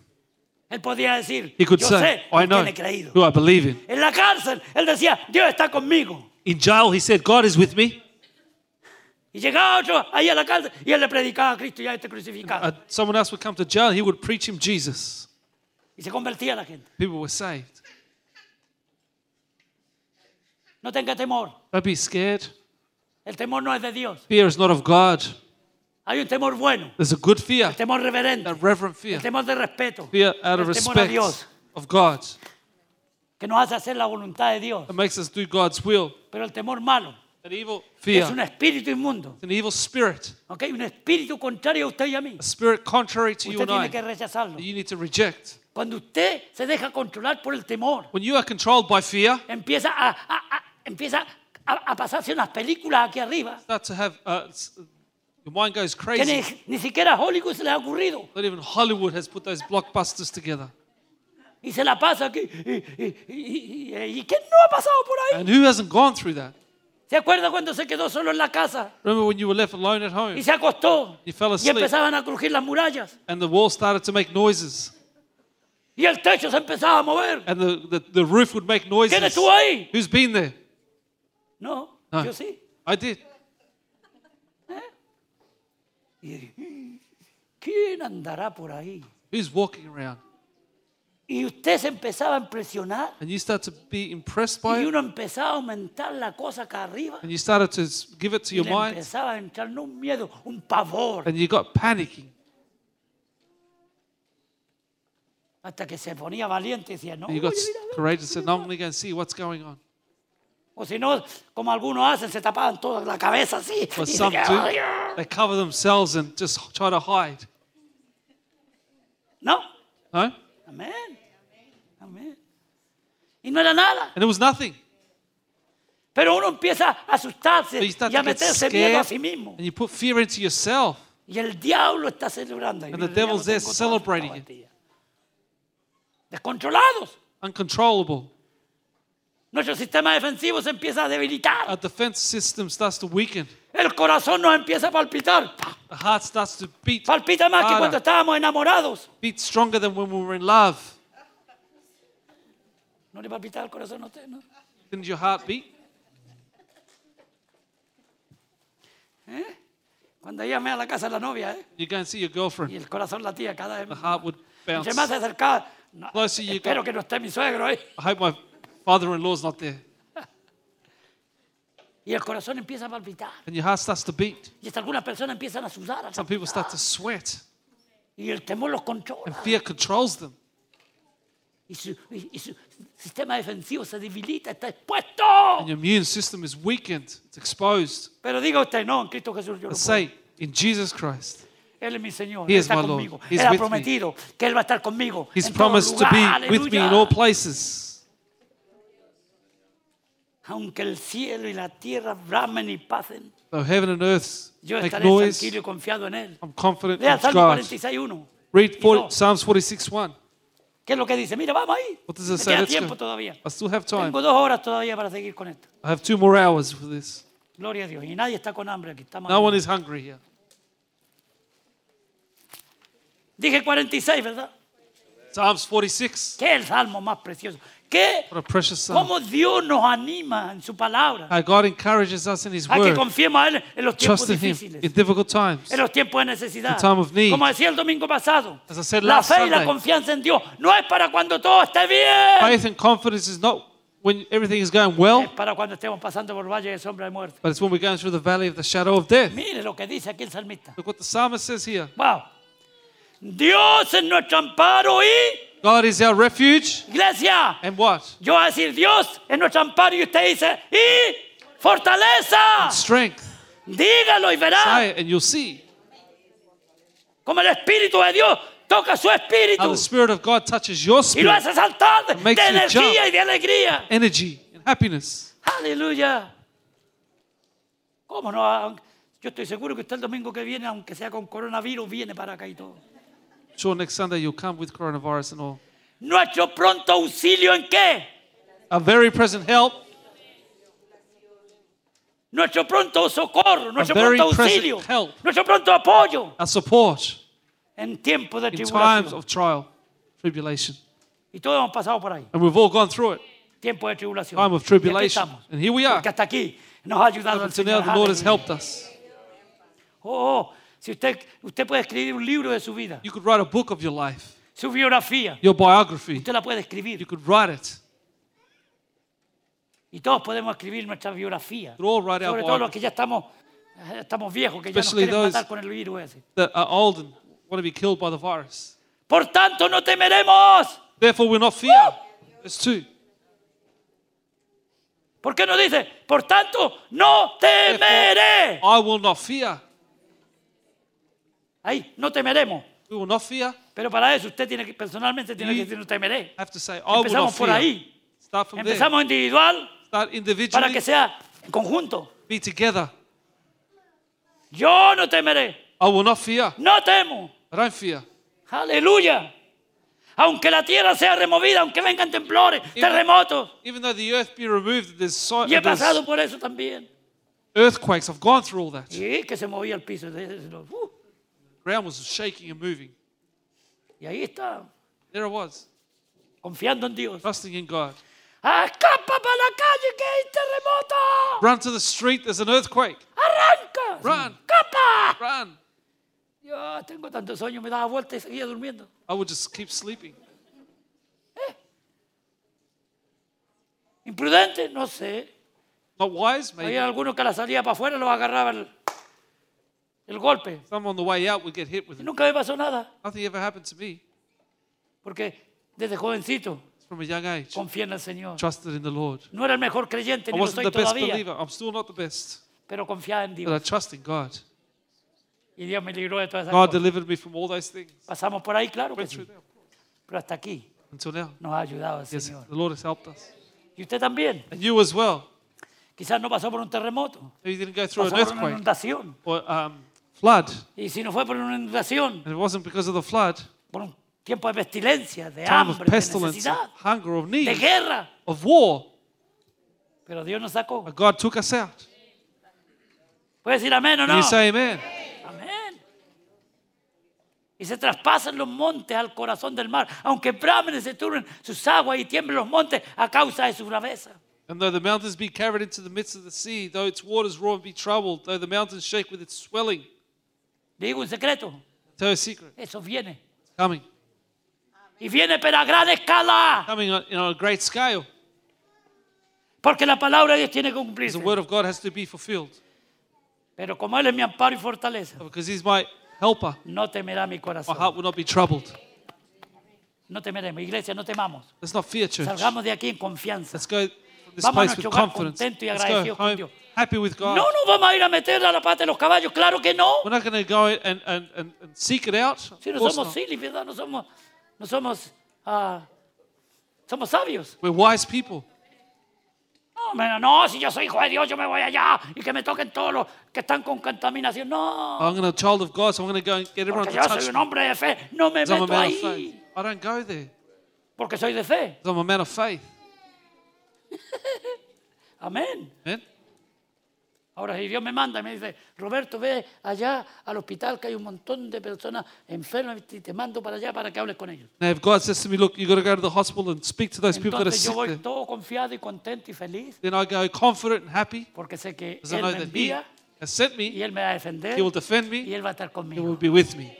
[SPEAKER 1] Él podía decir,
[SPEAKER 2] He could
[SPEAKER 1] yo
[SPEAKER 2] say,
[SPEAKER 1] sé
[SPEAKER 2] I
[SPEAKER 1] en quién
[SPEAKER 2] know
[SPEAKER 1] he creído.
[SPEAKER 2] who I believe in.
[SPEAKER 1] En la cárcel, él decía, Dios está conmigo.
[SPEAKER 2] In jail, he said, God is with me.
[SPEAKER 1] Y llegaba otro ahí a la cárcel y él le predicaba a Cristo y a este crucificado.
[SPEAKER 2] Uh, someone else would come to jail, he would preach him Jesus.
[SPEAKER 1] Y se convertía la gente.
[SPEAKER 2] People were saved.
[SPEAKER 1] No tenga temor.
[SPEAKER 2] Don't be scared.
[SPEAKER 1] El temor no es de Dios.
[SPEAKER 2] Fear is not of God.
[SPEAKER 1] Hay un temor bueno,
[SPEAKER 2] There's a good fear,
[SPEAKER 1] el temor reverente,
[SPEAKER 2] a
[SPEAKER 1] el
[SPEAKER 2] reverent fear,
[SPEAKER 1] temor de respeto,
[SPEAKER 2] fear out of
[SPEAKER 1] el temor a
[SPEAKER 2] respect
[SPEAKER 1] Dios.
[SPEAKER 2] of God
[SPEAKER 1] que nos hace hacer la voluntad de Dios.
[SPEAKER 2] that makes us do God's will.
[SPEAKER 1] Pero el temor malo
[SPEAKER 2] An evil
[SPEAKER 1] es un
[SPEAKER 2] fear,
[SPEAKER 1] espíritu inmundo,
[SPEAKER 2] an evil spirit,
[SPEAKER 1] ¿ok? Un espíritu contrario a usted y a mí.
[SPEAKER 2] a spirit contrary to you
[SPEAKER 1] Usted
[SPEAKER 2] and
[SPEAKER 1] tiene
[SPEAKER 2] I
[SPEAKER 1] que
[SPEAKER 2] that
[SPEAKER 1] rechazarlo.
[SPEAKER 2] you need to reject.
[SPEAKER 1] Cuando usted se deja controlar por el temor,
[SPEAKER 2] When you are controlled by fear,
[SPEAKER 1] empieza a, a- a- empieza a, a pasarse unas películas aquí arriba
[SPEAKER 2] start to have uh, s- your mind goes
[SPEAKER 1] que ni,
[SPEAKER 2] crazy.
[SPEAKER 1] ni siquiera a Hollywood se le ha ocurrido.
[SPEAKER 2] Not even Hollywood has put those blockbusters together.
[SPEAKER 1] Y se la pasa aquí. ¿Y, y, y- y- y quién no ha pasado por ahí?
[SPEAKER 2] And who hasn't gone through that?
[SPEAKER 1] ¿Se acuerda cuando se quedó solo en la casa?
[SPEAKER 2] Remember when you were left alone at home
[SPEAKER 1] y se acostó
[SPEAKER 2] He fell
[SPEAKER 1] y
[SPEAKER 2] asleep.
[SPEAKER 1] empezaban a crujir las murallas
[SPEAKER 2] and the wall started to make noises
[SPEAKER 1] y el techo se empezaba a mover.
[SPEAKER 2] and the, the, the roof would make noises?
[SPEAKER 1] ¿Quién estuvo ahí?
[SPEAKER 2] Who's been there?
[SPEAKER 1] No,
[SPEAKER 2] No.
[SPEAKER 1] yo sí.
[SPEAKER 2] I did.
[SPEAKER 1] ¿Quién andará por ahí?
[SPEAKER 2] Who's walking around?
[SPEAKER 1] Y usted se empezaba a impresionar
[SPEAKER 2] And you start to be impressed by
[SPEAKER 1] y
[SPEAKER 2] it
[SPEAKER 1] uno empezaba a aumentar la cosa acá arriba
[SPEAKER 2] and you started to s- give it to
[SPEAKER 1] y
[SPEAKER 2] your
[SPEAKER 1] le
[SPEAKER 2] mind
[SPEAKER 1] empezaba a entrar no un miedo, un pavor,
[SPEAKER 2] and you got panicking
[SPEAKER 1] hasta que se ponía valiente y decía, no,
[SPEAKER 2] and you got
[SPEAKER 1] voy a
[SPEAKER 2] s-
[SPEAKER 1] ir a ver".
[SPEAKER 2] courageous and said, "No, I'm going to go and see what's going on.
[SPEAKER 1] o si no, como algunos hacen, se tapaban toda la cabeza así.
[SPEAKER 2] But
[SPEAKER 1] y ah". se
[SPEAKER 2] Pues some
[SPEAKER 1] quedaban-
[SPEAKER 2] do, they cover themselves and just try to hide.
[SPEAKER 1] No,
[SPEAKER 2] No?
[SPEAKER 1] amén, amén. Y no era nada.
[SPEAKER 2] And it was nothing.
[SPEAKER 1] Pero uno empieza a asustarse
[SPEAKER 2] But you start
[SPEAKER 1] y a
[SPEAKER 2] to get
[SPEAKER 1] meterse miedo a
[SPEAKER 2] scared
[SPEAKER 1] sí mismo.
[SPEAKER 2] and you put fear into yourself.
[SPEAKER 1] Y el diablo está celebrando. ahí.
[SPEAKER 2] And
[SPEAKER 1] Mira,
[SPEAKER 2] the
[SPEAKER 1] ya lo
[SPEAKER 2] devil's there
[SPEAKER 1] tengo todo
[SPEAKER 2] celebrating
[SPEAKER 1] asustado a ti. Descontrolados.
[SPEAKER 2] Uncontrollable.
[SPEAKER 1] Nuestro sistema defensivo se empieza a
[SPEAKER 2] Our
[SPEAKER 1] debilitar.
[SPEAKER 2] defense system starts to weaken.
[SPEAKER 1] El corazón nos empieza a palpitar.
[SPEAKER 2] The heart starts to beat,
[SPEAKER 1] Palpita más que
[SPEAKER 2] harder,
[SPEAKER 1] cuando estábamos enamorados.
[SPEAKER 2] beat stronger than when we were in love.
[SPEAKER 1] ¿No le palpita el corazón a usted? No?
[SPEAKER 2] Didn't your heart beat?
[SPEAKER 1] Cuando llamé a la casa de la novia ¿eh?
[SPEAKER 2] You go and see your
[SPEAKER 1] y
[SPEAKER 2] girlfriend.
[SPEAKER 1] el corazón latía cada vez
[SPEAKER 2] The
[SPEAKER 1] más.
[SPEAKER 2] heart would bounce.
[SPEAKER 1] Entre más se acercaba, no,
[SPEAKER 2] Closer you
[SPEAKER 1] espero
[SPEAKER 2] got-
[SPEAKER 1] que no esté mi suegro ahí.
[SPEAKER 2] I hope my father-in-law's not there.
[SPEAKER 1] Y el corazón empieza a palpitar.
[SPEAKER 2] And your heart starts to beat.
[SPEAKER 1] Y hasta algunas personas empiezan a sudar. a
[SPEAKER 2] Some people
[SPEAKER 1] palpitar.
[SPEAKER 2] start to sweat.
[SPEAKER 1] Y el temor los
[SPEAKER 2] And
[SPEAKER 1] controla.
[SPEAKER 2] fear controls them.
[SPEAKER 1] Y su, y- y su sistema defensivo se debilita, está expuesto.
[SPEAKER 2] And your immune system is weakened. It's exposed.
[SPEAKER 1] Pero diga usted, no, en Cristo Jesús yo lo
[SPEAKER 2] But
[SPEAKER 1] puedo.
[SPEAKER 2] say, in Jesus Christ,
[SPEAKER 1] Él es mi Señor,
[SPEAKER 2] He
[SPEAKER 1] Él
[SPEAKER 2] is
[SPEAKER 1] está
[SPEAKER 2] my Lord.
[SPEAKER 1] conmigo.
[SPEAKER 2] He is
[SPEAKER 1] Él ha
[SPEAKER 2] with me.
[SPEAKER 1] prometido que Él va a estar conmigo
[SPEAKER 2] He's
[SPEAKER 1] en todo
[SPEAKER 2] promised to
[SPEAKER 1] lugar.
[SPEAKER 2] be with me in all
[SPEAKER 1] Aleluya.
[SPEAKER 2] places.
[SPEAKER 1] Aunque el cielo y la tierra bramen y pasen,
[SPEAKER 2] Though heaven and earth
[SPEAKER 1] yo
[SPEAKER 2] make
[SPEAKER 1] estaré
[SPEAKER 2] noise,
[SPEAKER 1] tranquilo y confiado en Él.
[SPEAKER 2] I'm confident
[SPEAKER 1] Lea
[SPEAKER 2] in
[SPEAKER 1] el Salmo
[SPEAKER 2] God.
[SPEAKER 1] 46.1.
[SPEAKER 2] Read 40,
[SPEAKER 1] dos.
[SPEAKER 2] Psalms 46.1.
[SPEAKER 1] ¿Qué es lo que dice? Mira, vamos ahí.
[SPEAKER 2] What does it
[SPEAKER 1] Me
[SPEAKER 2] say?
[SPEAKER 1] queda
[SPEAKER 2] Let's
[SPEAKER 1] tiempo
[SPEAKER 2] go.
[SPEAKER 1] todavía.
[SPEAKER 2] I still have time.
[SPEAKER 1] Tengo dos horas todavía para seguir con esto.
[SPEAKER 2] I have two more hours for this.
[SPEAKER 1] Gloria a Dios. Y nadie está con hambre aquí. Estamos
[SPEAKER 2] No one is hungry here.
[SPEAKER 1] Dije 46, ¿verdad?
[SPEAKER 2] Psalms 46.
[SPEAKER 1] Qué el salmo más precioso. Qué
[SPEAKER 2] What a precious psalm.
[SPEAKER 1] cómo Dios nos anima en su palabra
[SPEAKER 2] How God encourages us in His
[SPEAKER 1] a que
[SPEAKER 2] word.
[SPEAKER 1] confiemos a él en los tiempos
[SPEAKER 2] Trust in Him
[SPEAKER 1] difíciles,
[SPEAKER 2] in difficult times.
[SPEAKER 1] en los tiempos de necesidad.
[SPEAKER 2] in time of need.
[SPEAKER 1] Como decía el domingo pasado,
[SPEAKER 2] As I said
[SPEAKER 1] la
[SPEAKER 2] last
[SPEAKER 1] fe y la
[SPEAKER 2] Sunday.
[SPEAKER 1] confianza en Dios no es para cuando todo esté bien,
[SPEAKER 2] Faith and confidence is not when everything is going
[SPEAKER 1] es
[SPEAKER 2] well,
[SPEAKER 1] para cuando estemos pasando por valle de sombra de muerte.
[SPEAKER 2] but it's when we're going through the valley of the shadow of death.
[SPEAKER 1] Mire lo que dice aquí el salmista.
[SPEAKER 2] Look what the psalmist says here.
[SPEAKER 1] Wow. Dios es nuestro amparo y
[SPEAKER 2] God is our refuge.
[SPEAKER 1] iglesia.
[SPEAKER 2] And what?
[SPEAKER 1] Yo voy a decir Dios es nuestro amparo y usted dice y fortaleza.
[SPEAKER 2] Strength.
[SPEAKER 1] Dígalo y verá.
[SPEAKER 2] Say it and you'll see
[SPEAKER 1] Como el Espíritu de Dios toca su
[SPEAKER 2] how
[SPEAKER 1] espíritu
[SPEAKER 2] the Spirit of God touches
[SPEAKER 1] y
[SPEAKER 2] your
[SPEAKER 1] lo
[SPEAKER 2] spirit,
[SPEAKER 1] hace saltar de,
[SPEAKER 2] makes
[SPEAKER 1] de
[SPEAKER 2] you
[SPEAKER 1] energía
[SPEAKER 2] jump.
[SPEAKER 1] y de alegría.
[SPEAKER 2] energy, and happiness.
[SPEAKER 1] Aleluya. ¿Cómo no? Yo estoy seguro que usted el domingo que viene, aunque sea con coronavirus, viene para acá y todo.
[SPEAKER 2] Sure, next Sunday you'll come with coronavirus and all.
[SPEAKER 1] Nuestro pronto auxilio en qué?
[SPEAKER 2] A very present help,
[SPEAKER 1] Nuestro pronto socorro, nuestro
[SPEAKER 2] very
[SPEAKER 1] pronto auxilio,
[SPEAKER 2] present help.
[SPEAKER 1] nuestro pronto apoyo
[SPEAKER 2] a support
[SPEAKER 1] en tiempos de
[SPEAKER 2] in times
[SPEAKER 1] tribulación.
[SPEAKER 2] of trial, tribulation.
[SPEAKER 1] Y todos hemos pasado por ahí,
[SPEAKER 2] And we've all gone through it.
[SPEAKER 1] tiempos de tribulación.
[SPEAKER 2] Time of
[SPEAKER 1] Y aquí
[SPEAKER 2] tribulation.
[SPEAKER 1] estamos.
[SPEAKER 2] And here we are.
[SPEAKER 1] Porque hasta aquí nos ha ayudado el
[SPEAKER 2] Until
[SPEAKER 1] Señor.
[SPEAKER 2] now, the Lord has
[SPEAKER 1] Aleluya.
[SPEAKER 2] helped us.
[SPEAKER 1] Oh, oh, si usted, usted puede escribir un libro de su vida,
[SPEAKER 2] You could write a book of your life,
[SPEAKER 1] su biografía,
[SPEAKER 2] your biography.
[SPEAKER 1] usted la puede
[SPEAKER 2] You
[SPEAKER 1] escribir.
[SPEAKER 2] could write it.
[SPEAKER 1] Y todos podemos escribir nuestra biografía.
[SPEAKER 2] We could all write our
[SPEAKER 1] Sobre todo los
[SPEAKER 2] biography.
[SPEAKER 1] que ya estamos, eh, estamos viejos, que ya nos
[SPEAKER 2] Especially
[SPEAKER 1] quieren
[SPEAKER 2] those-
[SPEAKER 1] matar con el virus ese.
[SPEAKER 2] That are old and want to be killed by the virus.
[SPEAKER 1] Por tanto, no temeremos.
[SPEAKER 2] Therefore, we're not fear. Verse 2.
[SPEAKER 1] ¿Por qué no dice? Por tanto, no temeré.
[SPEAKER 2] I will not fear.
[SPEAKER 1] Ahí, no temeremos.
[SPEAKER 2] We will not fear.
[SPEAKER 1] Pero para eso usted tiene que, personalmente tiene que
[SPEAKER 2] You-
[SPEAKER 1] decir, no temeré.
[SPEAKER 2] I have to say, I will not
[SPEAKER 1] Empezamos por
[SPEAKER 2] fear.
[SPEAKER 1] ahí.
[SPEAKER 2] Start from there.
[SPEAKER 1] Empezamos individual
[SPEAKER 2] Start
[SPEAKER 1] para que
[SPEAKER 2] individually.
[SPEAKER 1] sea en conjunto.
[SPEAKER 2] Be together.
[SPEAKER 1] Yo no temeré.
[SPEAKER 2] I will not fear.
[SPEAKER 1] No temo.
[SPEAKER 2] I don't fear.
[SPEAKER 1] Aleluya. Aunque la tierra sea removida, aunque vengan temblores,
[SPEAKER 2] Y-
[SPEAKER 1] terremotos.
[SPEAKER 2] Even though the earth be removed, there's, so,
[SPEAKER 1] Y he
[SPEAKER 2] there's
[SPEAKER 1] pasado por eso también.
[SPEAKER 2] earthquakes. I've gone through all that. The
[SPEAKER 1] Y que se movía el piso. Uh,
[SPEAKER 2] ground was shaking and moving.
[SPEAKER 1] y ahí está,
[SPEAKER 2] There I was,
[SPEAKER 1] confiando en Dios. Ah,
[SPEAKER 2] trusting in God.
[SPEAKER 1] Escapa para la calle que hay terremoto.
[SPEAKER 2] Run to the street, there's an earthquake.
[SPEAKER 1] Arranca.
[SPEAKER 2] Run.
[SPEAKER 1] Escapa.
[SPEAKER 2] Run.
[SPEAKER 1] Yo tengo tanto sueño, me daba vuelta y seguía durmiendo.
[SPEAKER 2] I would just keep sleeping.
[SPEAKER 1] Imprudente, no sé.
[SPEAKER 2] Not wise, maybe.
[SPEAKER 1] Había algunos que la salía para afuera, los agarraba el, el golpe.
[SPEAKER 2] Some on the way out would get hit with
[SPEAKER 1] Y
[SPEAKER 2] it.
[SPEAKER 1] nunca me pasó nada,
[SPEAKER 2] Nothing ever happened to me.
[SPEAKER 1] porque desde jovencito
[SPEAKER 2] It's from a young age.
[SPEAKER 1] confié en el Señor.
[SPEAKER 2] Trusted in the Lord.
[SPEAKER 1] No era el mejor creyente,
[SPEAKER 2] I
[SPEAKER 1] ni lo
[SPEAKER 2] wasn't
[SPEAKER 1] soy
[SPEAKER 2] the best
[SPEAKER 1] todavía,
[SPEAKER 2] believer. I'm still not the best.
[SPEAKER 1] pero confiaba en
[SPEAKER 2] But
[SPEAKER 1] Dios.
[SPEAKER 2] I trust in God.
[SPEAKER 1] Y Dios me libró de todas esas
[SPEAKER 2] God
[SPEAKER 1] cosas.
[SPEAKER 2] delivered me from all those things.
[SPEAKER 1] Pasamos por ahí, claro que
[SPEAKER 2] Went through
[SPEAKER 1] sí,
[SPEAKER 2] them.
[SPEAKER 1] pero hasta aquí
[SPEAKER 2] Until now.
[SPEAKER 1] nos ha ayudado el
[SPEAKER 2] Yes,
[SPEAKER 1] Señor.
[SPEAKER 2] the Lord has helped us.
[SPEAKER 1] Y usted también,
[SPEAKER 2] And you as well.
[SPEAKER 1] quizás no pasó por un terremoto,
[SPEAKER 2] Maybe you didn't go through
[SPEAKER 1] pasó
[SPEAKER 2] an
[SPEAKER 1] por una
[SPEAKER 2] earthquake
[SPEAKER 1] inundación.
[SPEAKER 2] or um, flood.
[SPEAKER 1] Y si no fue por una inundación,
[SPEAKER 2] And it wasn't because of the flood.
[SPEAKER 1] por un tiempo de pestilencia, de
[SPEAKER 2] Time of
[SPEAKER 1] hambre, de
[SPEAKER 2] pestilence, of
[SPEAKER 1] necesidad,
[SPEAKER 2] hunger, of
[SPEAKER 1] de
[SPEAKER 2] need,
[SPEAKER 1] guerra.
[SPEAKER 2] of war.
[SPEAKER 1] Pero Dios nos sacó.
[SPEAKER 2] But God took us out.
[SPEAKER 1] ¿Puede decir amén o
[SPEAKER 2] And
[SPEAKER 1] no?
[SPEAKER 2] you say amen.
[SPEAKER 1] Amén. Y se traspasan los montes al corazón del mar, aunque bramen y se turben sus aguas y tiemblen los montes a causa de su braveza.
[SPEAKER 2] And though the mountains be carried into the midst of the sea, though its waters roar and be troubled, though the mountains shake with its swelling,
[SPEAKER 1] Le digo un secreto,
[SPEAKER 2] tell you a secret.
[SPEAKER 1] eso viene.
[SPEAKER 2] It's coming.
[SPEAKER 1] Y viene pero a gran escala,
[SPEAKER 2] Coming on, in on a great scale.
[SPEAKER 1] porque la palabra de Dios tiene que
[SPEAKER 2] The
[SPEAKER 1] cumplirse.
[SPEAKER 2] word of God has to be fulfilled.
[SPEAKER 1] Pero como Él es mi amparo y fortaleza,
[SPEAKER 2] Because he's my helper.
[SPEAKER 1] no temerá mi
[SPEAKER 2] My
[SPEAKER 1] corazón.
[SPEAKER 2] heart will not be troubled.
[SPEAKER 1] No temeremos, iglesia, no temamos.
[SPEAKER 2] Let's not fear, church.
[SPEAKER 1] Salgamos de aquí en confianza.
[SPEAKER 2] Let's go from this
[SPEAKER 1] Vamos a
[SPEAKER 2] place
[SPEAKER 1] nuestro
[SPEAKER 2] with
[SPEAKER 1] hogar
[SPEAKER 2] confidence.
[SPEAKER 1] contento y
[SPEAKER 2] Let's
[SPEAKER 1] agradecido
[SPEAKER 2] go
[SPEAKER 1] con
[SPEAKER 2] home
[SPEAKER 1] Dios.
[SPEAKER 2] happy with
[SPEAKER 1] No
[SPEAKER 2] God.
[SPEAKER 1] nos vamos a ir a meter a la pata de los caballos, claro que no.
[SPEAKER 2] We're not going to go and, and, and, and seek it out.
[SPEAKER 1] Si
[SPEAKER 2] Of
[SPEAKER 1] no
[SPEAKER 2] course
[SPEAKER 1] somos
[SPEAKER 2] not.
[SPEAKER 1] silly, ¿verdad? No somos, no somos, ah, somos sabios.
[SPEAKER 2] We're wise people.
[SPEAKER 1] No, me- no, si yo soy hijo de Dios, yo me voy allá y que me toquen todos los que están con contaminación. No,
[SPEAKER 2] I'm a child of God, so I'm going to go and get everyone
[SPEAKER 1] porque
[SPEAKER 2] to
[SPEAKER 1] yo soy
[SPEAKER 2] touch
[SPEAKER 1] un
[SPEAKER 2] me.
[SPEAKER 1] hombre de fe. No me
[SPEAKER 2] 'Cause I'm a
[SPEAKER 1] meto
[SPEAKER 2] man of faith.
[SPEAKER 1] ahí,
[SPEAKER 2] I don't go there.
[SPEAKER 1] porque soy de fe.
[SPEAKER 2] 'Cause I'm a man of faith.
[SPEAKER 1] Amén.
[SPEAKER 2] Amen?
[SPEAKER 1] Ahora, si Dios me manda y me dice, Roberto, ve allá al hospital que hay un montón de personas enfermas y te mando para allá para que hables con ellos.
[SPEAKER 2] Now, if God says to me, look, you've got to go to the hospital and speak to those people that are
[SPEAKER 1] Entonces yo
[SPEAKER 2] sick
[SPEAKER 1] voy
[SPEAKER 2] there,
[SPEAKER 1] todo confiado y contento y feliz
[SPEAKER 2] then I go confident and happy
[SPEAKER 1] porque sé que
[SPEAKER 2] because I
[SPEAKER 1] Él
[SPEAKER 2] know
[SPEAKER 1] me
[SPEAKER 2] that He
[SPEAKER 1] envía
[SPEAKER 2] has sent
[SPEAKER 1] y
[SPEAKER 2] me,
[SPEAKER 1] Él me va a defender
[SPEAKER 2] He will defend
[SPEAKER 1] y
[SPEAKER 2] me,
[SPEAKER 1] Él va a estar
[SPEAKER 2] He
[SPEAKER 1] conmigo.
[SPEAKER 2] will be with me.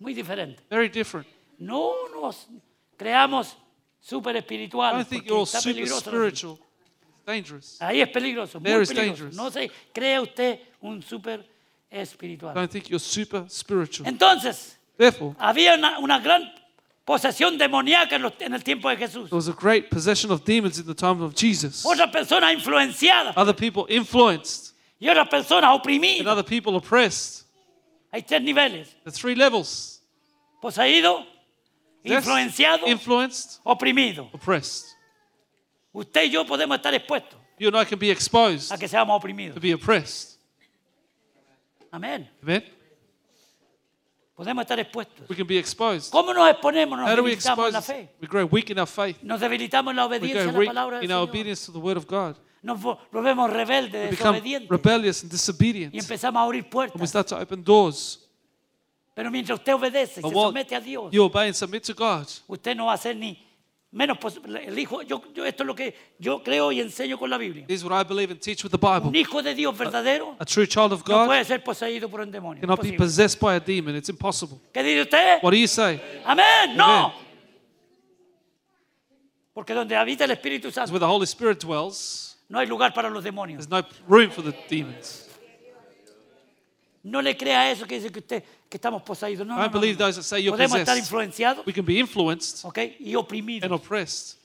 [SPEAKER 1] Muy diferente.
[SPEAKER 2] Very different.
[SPEAKER 1] No nos creamos súper
[SPEAKER 2] I
[SPEAKER 1] espirituales.
[SPEAKER 2] don't think
[SPEAKER 1] porque
[SPEAKER 2] you're all
[SPEAKER 1] está
[SPEAKER 2] super
[SPEAKER 1] peligroso. Ah.
[SPEAKER 2] spiritual. It's dangerous.
[SPEAKER 1] Ahí es peligroso, muy
[SPEAKER 2] There is
[SPEAKER 1] peligroso.
[SPEAKER 2] dangerous.
[SPEAKER 1] No se crea usted un súper
[SPEAKER 2] I
[SPEAKER 1] espiritual.
[SPEAKER 2] don't think you're super spiritual.
[SPEAKER 1] Entonces,
[SPEAKER 2] Therefore,
[SPEAKER 1] había una, una gran posesión demoníaca en, los- en el tiempo de Jesús.
[SPEAKER 2] there was a great possession of demons in the time of Jesus.
[SPEAKER 1] Otras personas influenciadas
[SPEAKER 2] Other people influenced
[SPEAKER 1] y otras personas
[SPEAKER 2] and
[SPEAKER 1] oprimidas.
[SPEAKER 2] other people oppressed.
[SPEAKER 1] Hay tres niveles.
[SPEAKER 2] The three levels.
[SPEAKER 1] Poseído,
[SPEAKER 2] Possessed,
[SPEAKER 1] influenciado,
[SPEAKER 2] influenced,
[SPEAKER 1] oprimido.
[SPEAKER 2] oppressed.
[SPEAKER 1] Usted y yo podemos estar expuestos
[SPEAKER 2] You and I can be exposed
[SPEAKER 1] a que seamos
[SPEAKER 2] to
[SPEAKER 1] oprimidos.
[SPEAKER 2] be oppressed.
[SPEAKER 1] Amén.
[SPEAKER 2] Amen?
[SPEAKER 1] Podemos estar expuestos.
[SPEAKER 2] We can be exposed.
[SPEAKER 1] ¿Cómo nos exponemos? Nos
[SPEAKER 2] How do we
[SPEAKER 1] debilitamos en
[SPEAKER 2] expose?
[SPEAKER 1] la
[SPEAKER 2] us?
[SPEAKER 1] fe.
[SPEAKER 2] We grow weak in our faith.
[SPEAKER 1] Nos debilitamos en la
[SPEAKER 2] We
[SPEAKER 1] obediencia
[SPEAKER 2] go
[SPEAKER 1] a la
[SPEAKER 2] weak
[SPEAKER 1] palabra del
[SPEAKER 2] in our
[SPEAKER 1] Señor.
[SPEAKER 2] obedience to the word of God.
[SPEAKER 1] Nos vo- volvemos rebeldes,
[SPEAKER 2] We become
[SPEAKER 1] desobedientes.
[SPEAKER 2] rebellious and
[SPEAKER 1] Y
[SPEAKER 2] disobedient.
[SPEAKER 1] empezamos a abrir
[SPEAKER 2] And we
[SPEAKER 1] puertas.
[SPEAKER 2] start to open doors.
[SPEAKER 1] Pero mientras usted obedece, y se
[SPEAKER 2] But while
[SPEAKER 1] somete a Dios,
[SPEAKER 2] you obey and submit to God,
[SPEAKER 1] usted no va a ser ni menos pos- el hijo. Yo, yo- esto es lo que yo creo y enseño con la Biblia.
[SPEAKER 2] here's what I believe and teach with the Bible.
[SPEAKER 1] Un hijo de Dios verdadero
[SPEAKER 2] A true child of
[SPEAKER 1] no
[SPEAKER 2] God
[SPEAKER 1] puede ser poseído por un demonio.
[SPEAKER 2] cannot be
[SPEAKER 1] Imposible.
[SPEAKER 2] possessed by a demon. It's impossible.
[SPEAKER 1] ¿Qué dice usted?
[SPEAKER 2] What do you say?
[SPEAKER 1] Amén. No. Porque donde habita el Espíritu
[SPEAKER 2] Because
[SPEAKER 1] Santo
[SPEAKER 2] where the Holy Spirit dwells,
[SPEAKER 1] no hay lugar para los demonios.
[SPEAKER 2] there's no room for the demons.
[SPEAKER 1] No le crea eso que dice que usted que estamos poseídos. No,
[SPEAKER 2] I
[SPEAKER 1] no,
[SPEAKER 2] don't
[SPEAKER 1] no,
[SPEAKER 2] believe
[SPEAKER 1] no.
[SPEAKER 2] those that say you're
[SPEAKER 1] Podemos estar
[SPEAKER 2] possessed.
[SPEAKER 1] influenciados,
[SPEAKER 2] We can be influenced
[SPEAKER 1] ¿ok? Y
[SPEAKER 2] and
[SPEAKER 1] oprimidos.
[SPEAKER 2] oppressed.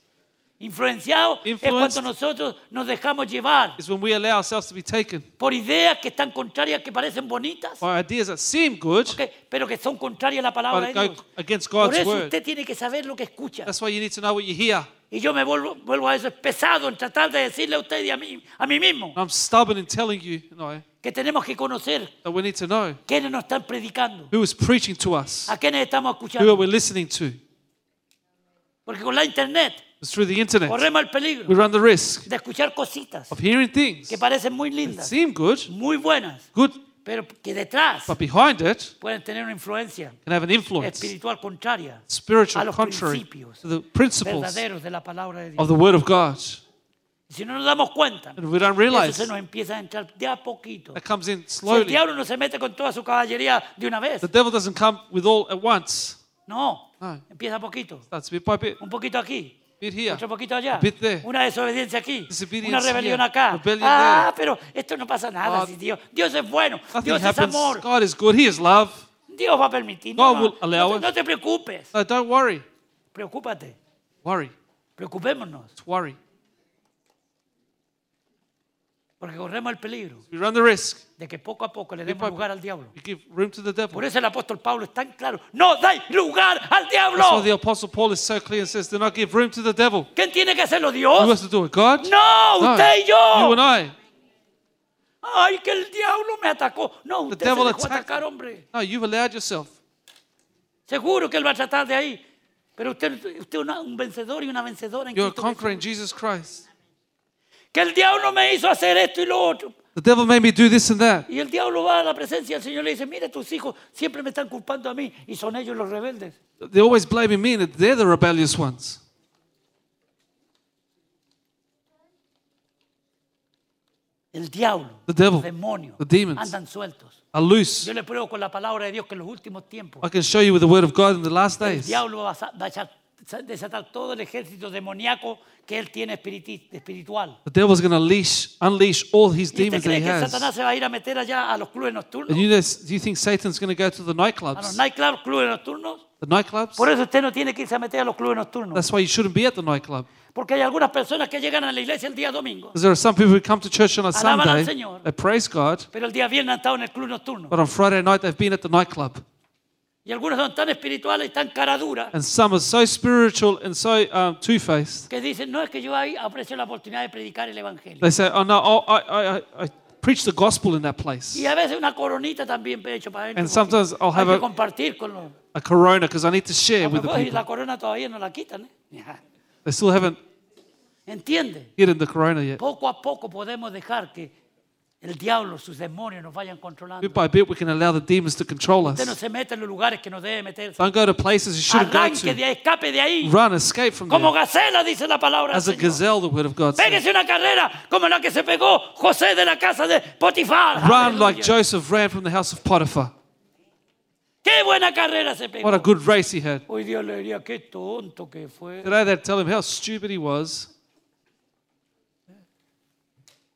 [SPEAKER 1] Influenciados es cuando
[SPEAKER 2] Influenced.
[SPEAKER 1] nosotros nos dejamos llevar
[SPEAKER 2] It's when we allow ourselves to be taken
[SPEAKER 1] por ideas que están contrarias, que parecen bonitas,
[SPEAKER 2] by ideas that seem good,
[SPEAKER 1] ¿ok? pero que son contrarias a la palabra
[SPEAKER 2] but
[SPEAKER 1] de
[SPEAKER 2] go
[SPEAKER 1] Dios.
[SPEAKER 2] against
[SPEAKER 1] Por
[SPEAKER 2] God's
[SPEAKER 1] eso
[SPEAKER 2] word.
[SPEAKER 1] usted tiene que saber lo que escucha.
[SPEAKER 2] That's why you need to know what you hear.
[SPEAKER 1] Y yo me vuelvo, vuelvo a eso. Es pesado en tratar de decirle a usted y a mí, a mí mismo
[SPEAKER 2] And I'm stubborn in telling you, you know,
[SPEAKER 1] que tenemos que conocer
[SPEAKER 2] that we need to know
[SPEAKER 1] quiénes nos están predicando,
[SPEAKER 2] who is preaching to us,
[SPEAKER 1] a quiénes estamos
[SPEAKER 2] who are
[SPEAKER 1] escuchando.
[SPEAKER 2] we listening to.
[SPEAKER 1] Porque con la internet
[SPEAKER 2] It's through the internet.
[SPEAKER 1] corremos el
[SPEAKER 2] We
[SPEAKER 1] peligro
[SPEAKER 2] run the risk
[SPEAKER 1] de escuchar cositas
[SPEAKER 2] of hearing things
[SPEAKER 1] que parecen muy
[SPEAKER 2] that
[SPEAKER 1] lindas,
[SPEAKER 2] seem good,
[SPEAKER 1] muy buenas,
[SPEAKER 2] good,
[SPEAKER 1] pero que detrás
[SPEAKER 2] but behind it
[SPEAKER 1] pueden tener una influencia
[SPEAKER 2] can have an influence,
[SPEAKER 1] espiritual contraria a
[SPEAKER 2] spiritual,
[SPEAKER 1] los
[SPEAKER 2] contrary
[SPEAKER 1] principios
[SPEAKER 2] to the principles
[SPEAKER 1] verdaderos de la palabra de Dios.
[SPEAKER 2] of the Word of God.
[SPEAKER 1] Si no nos damos cuenta,
[SPEAKER 2] And we don't
[SPEAKER 1] eso
[SPEAKER 2] realize
[SPEAKER 1] se nos empieza a entrar de a poquito.
[SPEAKER 2] that comes in
[SPEAKER 1] Si el
[SPEAKER 2] slowly.
[SPEAKER 1] diablo no se mete con toda su caballería de una vez,
[SPEAKER 2] The devil doesn't come with all at once.
[SPEAKER 1] no,
[SPEAKER 2] No.
[SPEAKER 1] empieza poquito,
[SPEAKER 2] That's bit by bit,
[SPEAKER 1] un poquito aquí,
[SPEAKER 2] bit here.
[SPEAKER 1] otro poquito allá,
[SPEAKER 2] A bit there.
[SPEAKER 1] una desobediencia aquí,
[SPEAKER 2] Disobedience
[SPEAKER 1] una rebelión
[SPEAKER 2] here,
[SPEAKER 1] acá.
[SPEAKER 2] rebellion
[SPEAKER 1] Ah, pero esto no pasa nada.
[SPEAKER 2] Ah,
[SPEAKER 1] si Dios, Dios es bueno,
[SPEAKER 2] Nothing
[SPEAKER 1] Dios es
[SPEAKER 2] happens.
[SPEAKER 1] amor,
[SPEAKER 2] God is good. He is love.
[SPEAKER 1] Dios va a permitir.
[SPEAKER 2] God
[SPEAKER 1] No, no,
[SPEAKER 2] will
[SPEAKER 1] no
[SPEAKER 2] allow
[SPEAKER 1] te-
[SPEAKER 2] it.
[SPEAKER 1] no te preocupes,
[SPEAKER 2] No, don't worry.
[SPEAKER 1] preocúpate,
[SPEAKER 2] Worry.
[SPEAKER 1] preocupémonos,
[SPEAKER 2] It's worry.
[SPEAKER 1] porque corremos el peligro
[SPEAKER 2] We run the risk.
[SPEAKER 1] de que poco a poco le
[SPEAKER 2] Bit
[SPEAKER 1] demos
[SPEAKER 2] by
[SPEAKER 1] lugar al
[SPEAKER 2] bit,
[SPEAKER 1] diablo.
[SPEAKER 2] we give room to the devil.
[SPEAKER 1] Por eso el apóstol Pablo es tan claro, no dais lugar al
[SPEAKER 2] That's why the
[SPEAKER 1] diablo.
[SPEAKER 2] Apostle Paul is so clear and says, do not give room to the devil.
[SPEAKER 1] ¿Quién tiene que hacerlo?
[SPEAKER 2] Who
[SPEAKER 1] Dios.
[SPEAKER 2] has to do it? God?
[SPEAKER 1] No, usted y
[SPEAKER 2] You
[SPEAKER 1] yo.
[SPEAKER 2] and I.
[SPEAKER 1] Ay, que el diablo me atacó. No,
[SPEAKER 2] The
[SPEAKER 1] usted se
[SPEAKER 2] devil
[SPEAKER 1] dejó
[SPEAKER 2] attacked
[SPEAKER 1] atacar,
[SPEAKER 2] him.
[SPEAKER 1] hombre.
[SPEAKER 2] No, you've allowed yourself.
[SPEAKER 1] Seguro que él va a tratar de ahí. Pero usted, usted es una- un vencedor y una vencedora en
[SPEAKER 2] You're a
[SPEAKER 1] Cristo
[SPEAKER 2] conqueror in Jesus Christ.
[SPEAKER 1] Jesús. Que el diablo me hizo hacer esto y lo otro.
[SPEAKER 2] The devil made me do this and that.
[SPEAKER 1] Y el diablo va a la presencia del Señor y le dice, mira, tus hijos siempre me están culpando a mí y son ellos los rebeldes.
[SPEAKER 2] They're always blaming me, and they're the rebellious ones.
[SPEAKER 1] El diablo,
[SPEAKER 2] The devil,
[SPEAKER 1] los demonios,
[SPEAKER 2] the demons.
[SPEAKER 1] andan sueltos.
[SPEAKER 2] Are loose.
[SPEAKER 1] Yo le pruebo con la palabra de Dios que en los últimos tiempos
[SPEAKER 2] I can show you with the word of God in the last
[SPEAKER 1] El
[SPEAKER 2] days.
[SPEAKER 1] diablo va a sa- va a echar- sa- desatar todo el ejército demoníaco que él tiene espiriti- espiritual.
[SPEAKER 2] The devil's going to unleash, unleash all his
[SPEAKER 1] ¿Y usted
[SPEAKER 2] demons that
[SPEAKER 1] cree
[SPEAKER 2] he
[SPEAKER 1] que Satanás
[SPEAKER 2] has.
[SPEAKER 1] se va a ir a meter allá a los clubes
[SPEAKER 2] And
[SPEAKER 1] nocturnos?
[SPEAKER 2] you know, do you think Satan's going to go to the
[SPEAKER 1] A los
[SPEAKER 2] nightclubs?
[SPEAKER 1] nightclubs, clubes nocturnos.
[SPEAKER 2] The nightclubs?
[SPEAKER 1] Por eso usted no tiene que irse a meter a los clubes nocturnos.
[SPEAKER 2] That's why you shouldn't be at the nightclub.
[SPEAKER 1] Porque hay algunas personas que llegan a la iglesia el día domingo,
[SPEAKER 2] Because there are some people who come to church on a
[SPEAKER 1] Alaban al
[SPEAKER 2] Sunday,
[SPEAKER 1] Señor.
[SPEAKER 2] they praise God,
[SPEAKER 1] pero el día viernes han estado en el club nocturno.
[SPEAKER 2] but on Friday night they've been at the nightclub.
[SPEAKER 1] Y algunos son tan espirituales y tan caraduras
[SPEAKER 2] And some are so spiritual and so um, two faced,
[SPEAKER 1] que dicen, no es que yo ahí aprecio la oportunidad de predicar el evangelio.
[SPEAKER 2] they say, Oh no, oh, I, I, I, I preach the gospel in that place.
[SPEAKER 1] Y a veces una coronita también he hecho para adentro.
[SPEAKER 2] And
[SPEAKER 1] porque
[SPEAKER 2] sometimes I'll
[SPEAKER 1] hay
[SPEAKER 2] have
[SPEAKER 1] que
[SPEAKER 2] a-
[SPEAKER 1] compartir con los...
[SPEAKER 2] A corona because I need to share with the
[SPEAKER 1] Y
[SPEAKER 2] people.
[SPEAKER 1] la corona todavía no la quitan. ¿eh?
[SPEAKER 2] They still haven't
[SPEAKER 1] ¿Entiende?
[SPEAKER 2] hidden the corona yet.
[SPEAKER 1] Poco a poco podemos dejar que el diablo, sus demonios nos vayan controlando.
[SPEAKER 2] Bit by bit, we can allow the demons to control
[SPEAKER 1] Usted no
[SPEAKER 2] us.
[SPEAKER 1] se meta en los lugares que no debe meterse.
[SPEAKER 2] Don't go to places you shouldn't go
[SPEAKER 1] Arranque
[SPEAKER 2] to.
[SPEAKER 1] de ahí, escape de ahí.
[SPEAKER 2] Run, escape from
[SPEAKER 1] Como
[SPEAKER 2] there.
[SPEAKER 1] gacela, dice la palabra. del
[SPEAKER 2] As a
[SPEAKER 1] Señor.
[SPEAKER 2] gazelle, the word of God says.
[SPEAKER 1] Pégese una carrera como la que se pegó José de la casa de Potifar.
[SPEAKER 2] Run like
[SPEAKER 1] Aleluya.
[SPEAKER 2] Joseph ran from the house of Potiphar.
[SPEAKER 1] ¡Qué buena carrera se pegó!
[SPEAKER 2] What a good race he had.
[SPEAKER 1] Hoy Dios le diría, qué tonto que fue.
[SPEAKER 2] Today they'd tell him how stupid he was.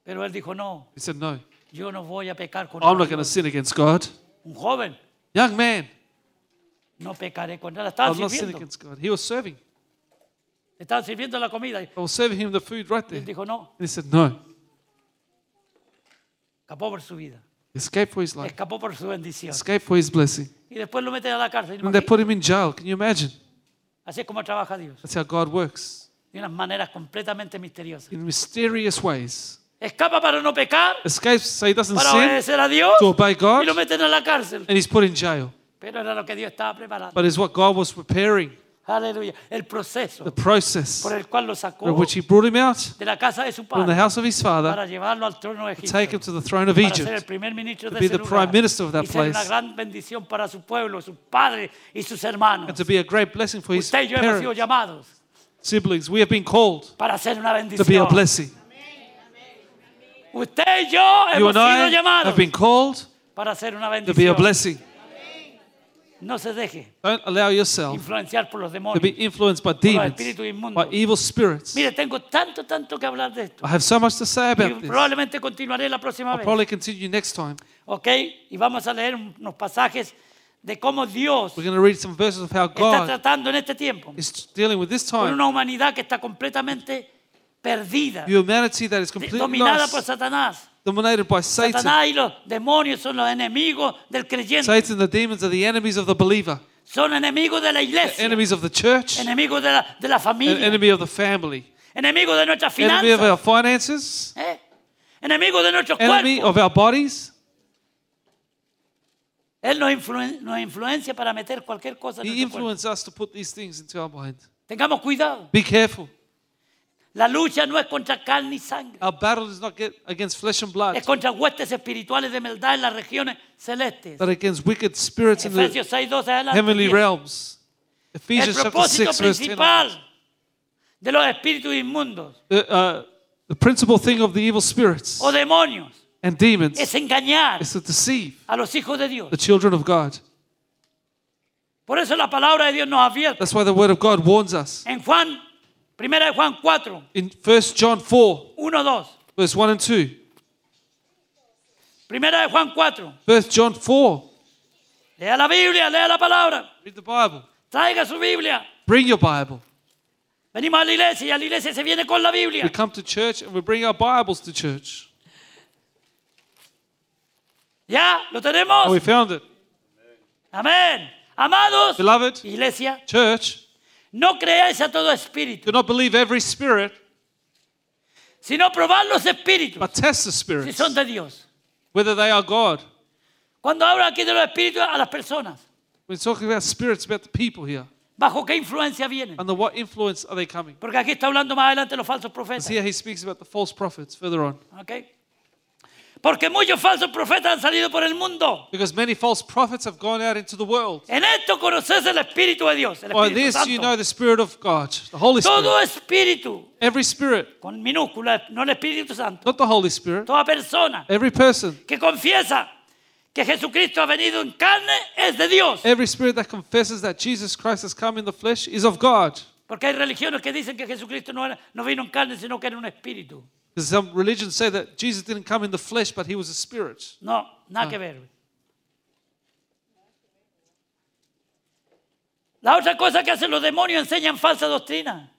[SPEAKER 1] Pero él dijo, no,
[SPEAKER 2] He said, No,
[SPEAKER 1] yo no voy a pecar contra
[SPEAKER 2] I'm not going to
[SPEAKER 1] Dios.
[SPEAKER 2] sin against God.
[SPEAKER 1] Un joven,
[SPEAKER 2] Young man,
[SPEAKER 1] no pecaré contra él. Estaban
[SPEAKER 2] I'll not sin
[SPEAKER 1] sirviendo.
[SPEAKER 2] against God. He was serving.
[SPEAKER 1] Estaban sirviendo la comida. Y
[SPEAKER 2] I was serving him the food right
[SPEAKER 1] él
[SPEAKER 2] there. And
[SPEAKER 1] dijo, no,
[SPEAKER 2] he said, No.
[SPEAKER 1] escapó por su vida.
[SPEAKER 2] Escape for his life,
[SPEAKER 1] Escapó por su bendición.
[SPEAKER 2] escape for his blessing.
[SPEAKER 1] Y después lo meten a la cárcel.
[SPEAKER 2] And they
[SPEAKER 1] Imagínate,
[SPEAKER 2] put him in jail. Can you imagine?
[SPEAKER 1] Así es como trabaja Dios.
[SPEAKER 2] That's how God works
[SPEAKER 1] De unas maneras completamente misteriosas.
[SPEAKER 2] in mysterious ways.
[SPEAKER 1] Escapa para no pecar,
[SPEAKER 2] escapes so he doesn't
[SPEAKER 1] para
[SPEAKER 2] sin,
[SPEAKER 1] obedecer a Dios
[SPEAKER 2] to obey God.
[SPEAKER 1] y lo meten a la cárcel.
[SPEAKER 2] and he's put in jail.
[SPEAKER 1] Pero era lo que Dios estaba preparando.
[SPEAKER 2] But it's what God was preparing
[SPEAKER 1] Aleluya. El proceso
[SPEAKER 2] the process
[SPEAKER 1] por el cual lo
[SPEAKER 2] through
[SPEAKER 1] sacó
[SPEAKER 2] which he brought him out
[SPEAKER 1] de la casa de su
[SPEAKER 2] from the
[SPEAKER 1] padre
[SPEAKER 2] house of his father
[SPEAKER 1] para llevarlo al trono de
[SPEAKER 2] to take
[SPEAKER 1] Egipto.
[SPEAKER 2] him to the throne of
[SPEAKER 1] Para ser el
[SPEAKER 2] Egypt.
[SPEAKER 1] primer ministro
[SPEAKER 2] to
[SPEAKER 1] de
[SPEAKER 2] be
[SPEAKER 1] ese
[SPEAKER 2] the
[SPEAKER 1] lugar,
[SPEAKER 2] prime minister of that
[SPEAKER 1] y ser una
[SPEAKER 2] place.
[SPEAKER 1] gran bendición para su pueblo, sus padres y sus hermanos.
[SPEAKER 2] And to be a great blessing for his
[SPEAKER 1] Usted y yo hemos sido
[SPEAKER 2] parents,
[SPEAKER 1] llamados
[SPEAKER 2] siblings. We have been called
[SPEAKER 1] para ser una
[SPEAKER 2] to be a
[SPEAKER 1] bendición.
[SPEAKER 2] blessing.
[SPEAKER 1] Usted y yo
[SPEAKER 2] You
[SPEAKER 1] hemos
[SPEAKER 2] and
[SPEAKER 1] sido
[SPEAKER 2] I
[SPEAKER 1] llamados
[SPEAKER 2] have been called
[SPEAKER 1] para ser una
[SPEAKER 2] to be a
[SPEAKER 1] bendición.
[SPEAKER 2] blessing.
[SPEAKER 1] No se deje
[SPEAKER 2] Don't allow yourself
[SPEAKER 1] influenciar por los
[SPEAKER 2] to
[SPEAKER 1] demonios.
[SPEAKER 2] be influenced by
[SPEAKER 1] los
[SPEAKER 2] demons,
[SPEAKER 1] espíritus inmundos.
[SPEAKER 2] by evil spirits.
[SPEAKER 1] Mire, tengo tanto, tanto que hablar de esto.
[SPEAKER 2] I have so much to
[SPEAKER 1] Y
[SPEAKER 2] say about this. I'll
[SPEAKER 1] probablemente continuaré la próxima vez.
[SPEAKER 2] probably continue next time.
[SPEAKER 1] ¿Ok? Y vamos a leer unos pasajes de cómo Dios
[SPEAKER 2] We're going to read some verses of how
[SPEAKER 1] está
[SPEAKER 2] God
[SPEAKER 1] tratando en este tiempo
[SPEAKER 2] is dealing with this
[SPEAKER 1] con
[SPEAKER 2] time.
[SPEAKER 1] una humanidad que está completamente perdida,
[SPEAKER 2] Humanity that is completely
[SPEAKER 1] dominada por
[SPEAKER 2] lost,
[SPEAKER 1] Satanás.
[SPEAKER 2] dominated by Satan.
[SPEAKER 1] Satanás y los demonios son los enemigos del creyente,
[SPEAKER 2] Satan, the demons, are the enemies of the believer,
[SPEAKER 1] son enemigos de la iglesia,
[SPEAKER 2] enemies of the church, and
[SPEAKER 1] enemigos de la, de la familia,
[SPEAKER 2] enemy of the family,
[SPEAKER 1] enemigos de nuestras
[SPEAKER 2] enemy of
[SPEAKER 1] finanzas,
[SPEAKER 2] our finances,
[SPEAKER 1] ¿eh? enemigos de nuestros
[SPEAKER 2] enemy
[SPEAKER 1] cuerpos.
[SPEAKER 2] of our bodies.
[SPEAKER 1] Él nos, influen- nos influencia para meter cualquier cosa en
[SPEAKER 2] He
[SPEAKER 1] nuestro cuerpo.
[SPEAKER 2] influenced us to put these things into our mind.
[SPEAKER 1] Tengamos cuidado.
[SPEAKER 2] Be careful.
[SPEAKER 1] La lucha no es contra carne y sangre,
[SPEAKER 2] Our battle is not get- against flesh and blood,
[SPEAKER 1] es contra huestes espirituales de maldad en las regiones celestes.
[SPEAKER 2] but against wicked spirits in the
[SPEAKER 1] Efesios 6, 12 adelante.
[SPEAKER 2] heavenly
[SPEAKER 1] 10.
[SPEAKER 2] realms.
[SPEAKER 1] El
[SPEAKER 2] Ephesians chapter
[SPEAKER 1] propósito
[SPEAKER 2] 6, verse 10.
[SPEAKER 1] principal de los espíritus inmundos
[SPEAKER 2] The, uh, the principal thing of the evil spirits
[SPEAKER 1] o demonios
[SPEAKER 2] and demons
[SPEAKER 1] es engañar
[SPEAKER 2] is to deceive
[SPEAKER 1] a los hijos de Dios.
[SPEAKER 2] the children of God.
[SPEAKER 1] Por eso la palabra de Dios nos advierte.
[SPEAKER 2] That's why the word of God warns us.
[SPEAKER 1] En Juan, primera de Juan 4,
[SPEAKER 2] In 1 John 4,
[SPEAKER 1] 1, 2.
[SPEAKER 2] verse 1 and 2.
[SPEAKER 1] Primera de Juan 4.
[SPEAKER 2] 1 John 4.
[SPEAKER 1] Lea la Biblia, lea la palabra.
[SPEAKER 2] Read the Bible.
[SPEAKER 1] Traiga su Biblia.
[SPEAKER 2] Bring your Bible.
[SPEAKER 1] Venimos a la iglesia y a la iglesia se viene con la
[SPEAKER 2] We
[SPEAKER 1] Biblia.
[SPEAKER 2] come to church and we bring our Bibles to church.
[SPEAKER 1] ¿Ya? ¿Lo
[SPEAKER 2] And we
[SPEAKER 1] tenemos?
[SPEAKER 2] found it.
[SPEAKER 1] Amén. Amados,
[SPEAKER 2] Beloved,
[SPEAKER 1] iglesia,
[SPEAKER 2] church,
[SPEAKER 1] no creáis a todo espíritu,
[SPEAKER 2] do not believe every spirit,
[SPEAKER 1] sino probad los espíritus
[SPEAKER 2] but test the
[SPEAKER 1] si
[SPEAKER 2] spirits,
[SPEAKER 1] son de Dios.
[SPEAKER 2] whether they are God.
[SPEAKER 1] Cuando habla aquí de los espíritus a las personas,
[SPEAKER 2] We're talking about spirits, about the people here.
[SPEAKER 1] ¿bajo qué influencia vienen?
[SPEAKER 2] Under what influence are they coming?
[SPEAKER 1] Porque aquí está hablando más adelante los falsos
[SPEAKER 2] Because
[SPEAKER 1] profetas.
[SPEAKER 2] here he speaks about the false prophets further on.
[SPEAKER 1] ¿ok? Porque muchos falsos profetas han salido por el mundo.
[SPEAKER 2] Because many false prophets have gone out into the world.
[SPEAKER 1] En esto conoces el Espíritu de Dios, el
[SPEAKER 2] By
[SPEAKER 1] Espíritu
[SPEAKER 2] this
[SPEAKER 1] Santo.
[SPEAKER 2] you know the Spirit of God, the Holy Spirit.
[SPEAKER 1] Todo espíritu,
[SPEAKER 2] Every spirit,
[SPEAKER 1] con minúscula, no el Espíritu Santo,
[SPEAKER 2] not the Holy Spirit,
[SPEAKER 1] toda persona
[SPEAKER 2] every person,
[SPEAKER 1] que confiesa que Jesucristo ha venido en carne es de Dios.
[SPEAKER 2] every spirit that confesses that Jesus Christ has come in the flesh is of God.
[SPEAKER 1] Porque hay religiones que dicen que Jesucristo no, era- no vino en carne, sino que era un espíritu.
[SPEAKER 2] Because some religions say that Jesus didn't come in the flesh, but he was a spirit.
[SPEAKER 1] No, nada que ver. La otra cosa que hacen los demonios enseñan falsa doctrina.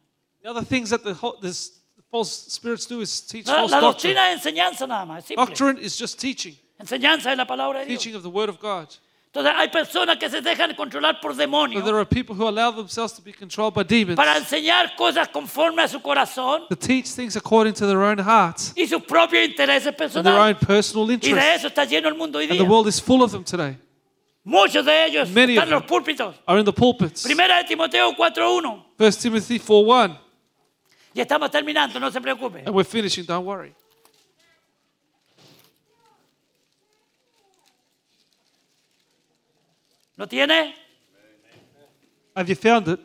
[SPEAKER 2] The other things that the, ho- this, the false spirits do is teach
[SPEAKER 1] La,
[SPEAKER 2] false
[SPEAKER 1] la
[SPEAKER 2] doctrine.
[SPEAKER 1] doctrina es enseñanza nada más, es simple.
[SPEAKER 2] Doctrine is just teaching,
[SPEAKER 1] Enseñanza es la palabra de Dios.
[SPEAKER 2] teaching of the Word of God.
[SPEAKER 1] Entonces hay personas que se dejan controlar por
[SPEAKER 2] So
[SPEAKER 1] demonios
[SPEAKER 2] there are people who allow themselves to be controlled by demons
[SPEAKER 1] para enseñar cosas conforme a su corazón
[SPEAKER 2] to teach things according to their own hearts
[SPEAKER 1] y sus propios intereses
[SPEAKER 2] and their own
[SPEAKER 1] personales.
[SPEAKER 2] personal
[SPEAKER 1] Y de
[SPEAKER 2] interests.
[SPEAKER 1] eso está lleno el mundo hoy
[SPEAKER 2] And the
[SPEAKER 1] día.
[SPEAKER 2] world is full of them today.
[SPEAKER 1] Muchos de ellos
[SPEAKER 2] Many
[SPEAKER 1] están en
[SPEAKER 2] of
[SPEAKER 1] los púlpitos.
[SPEAKER 2] Are in the pulpits.
[SPEAKER 1] Primera de Timoteo 4.1.
[SPEAKER 2] First Timothy 4:1,
[SPEAKER 1] Y estamos terminando, no se preocupe.
[SPEAKER 2] and we're finishing. Don't worry.
[SPEAKER 1] ¿Lo tiene?
[SPEAKER 2] Have you found it?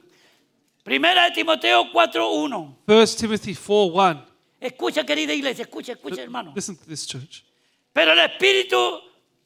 [SPEAKER 1] Primera de Timoteo 4.1.
[SPEAKER 2] First Timothy 4:1.
[SPEAKER 1] Escucha, querida iglesia, escucha, escucha, hermano.
[SPEAKER 2] Listen to this, church.
[SPEAKER 1] Pero el Espíritu,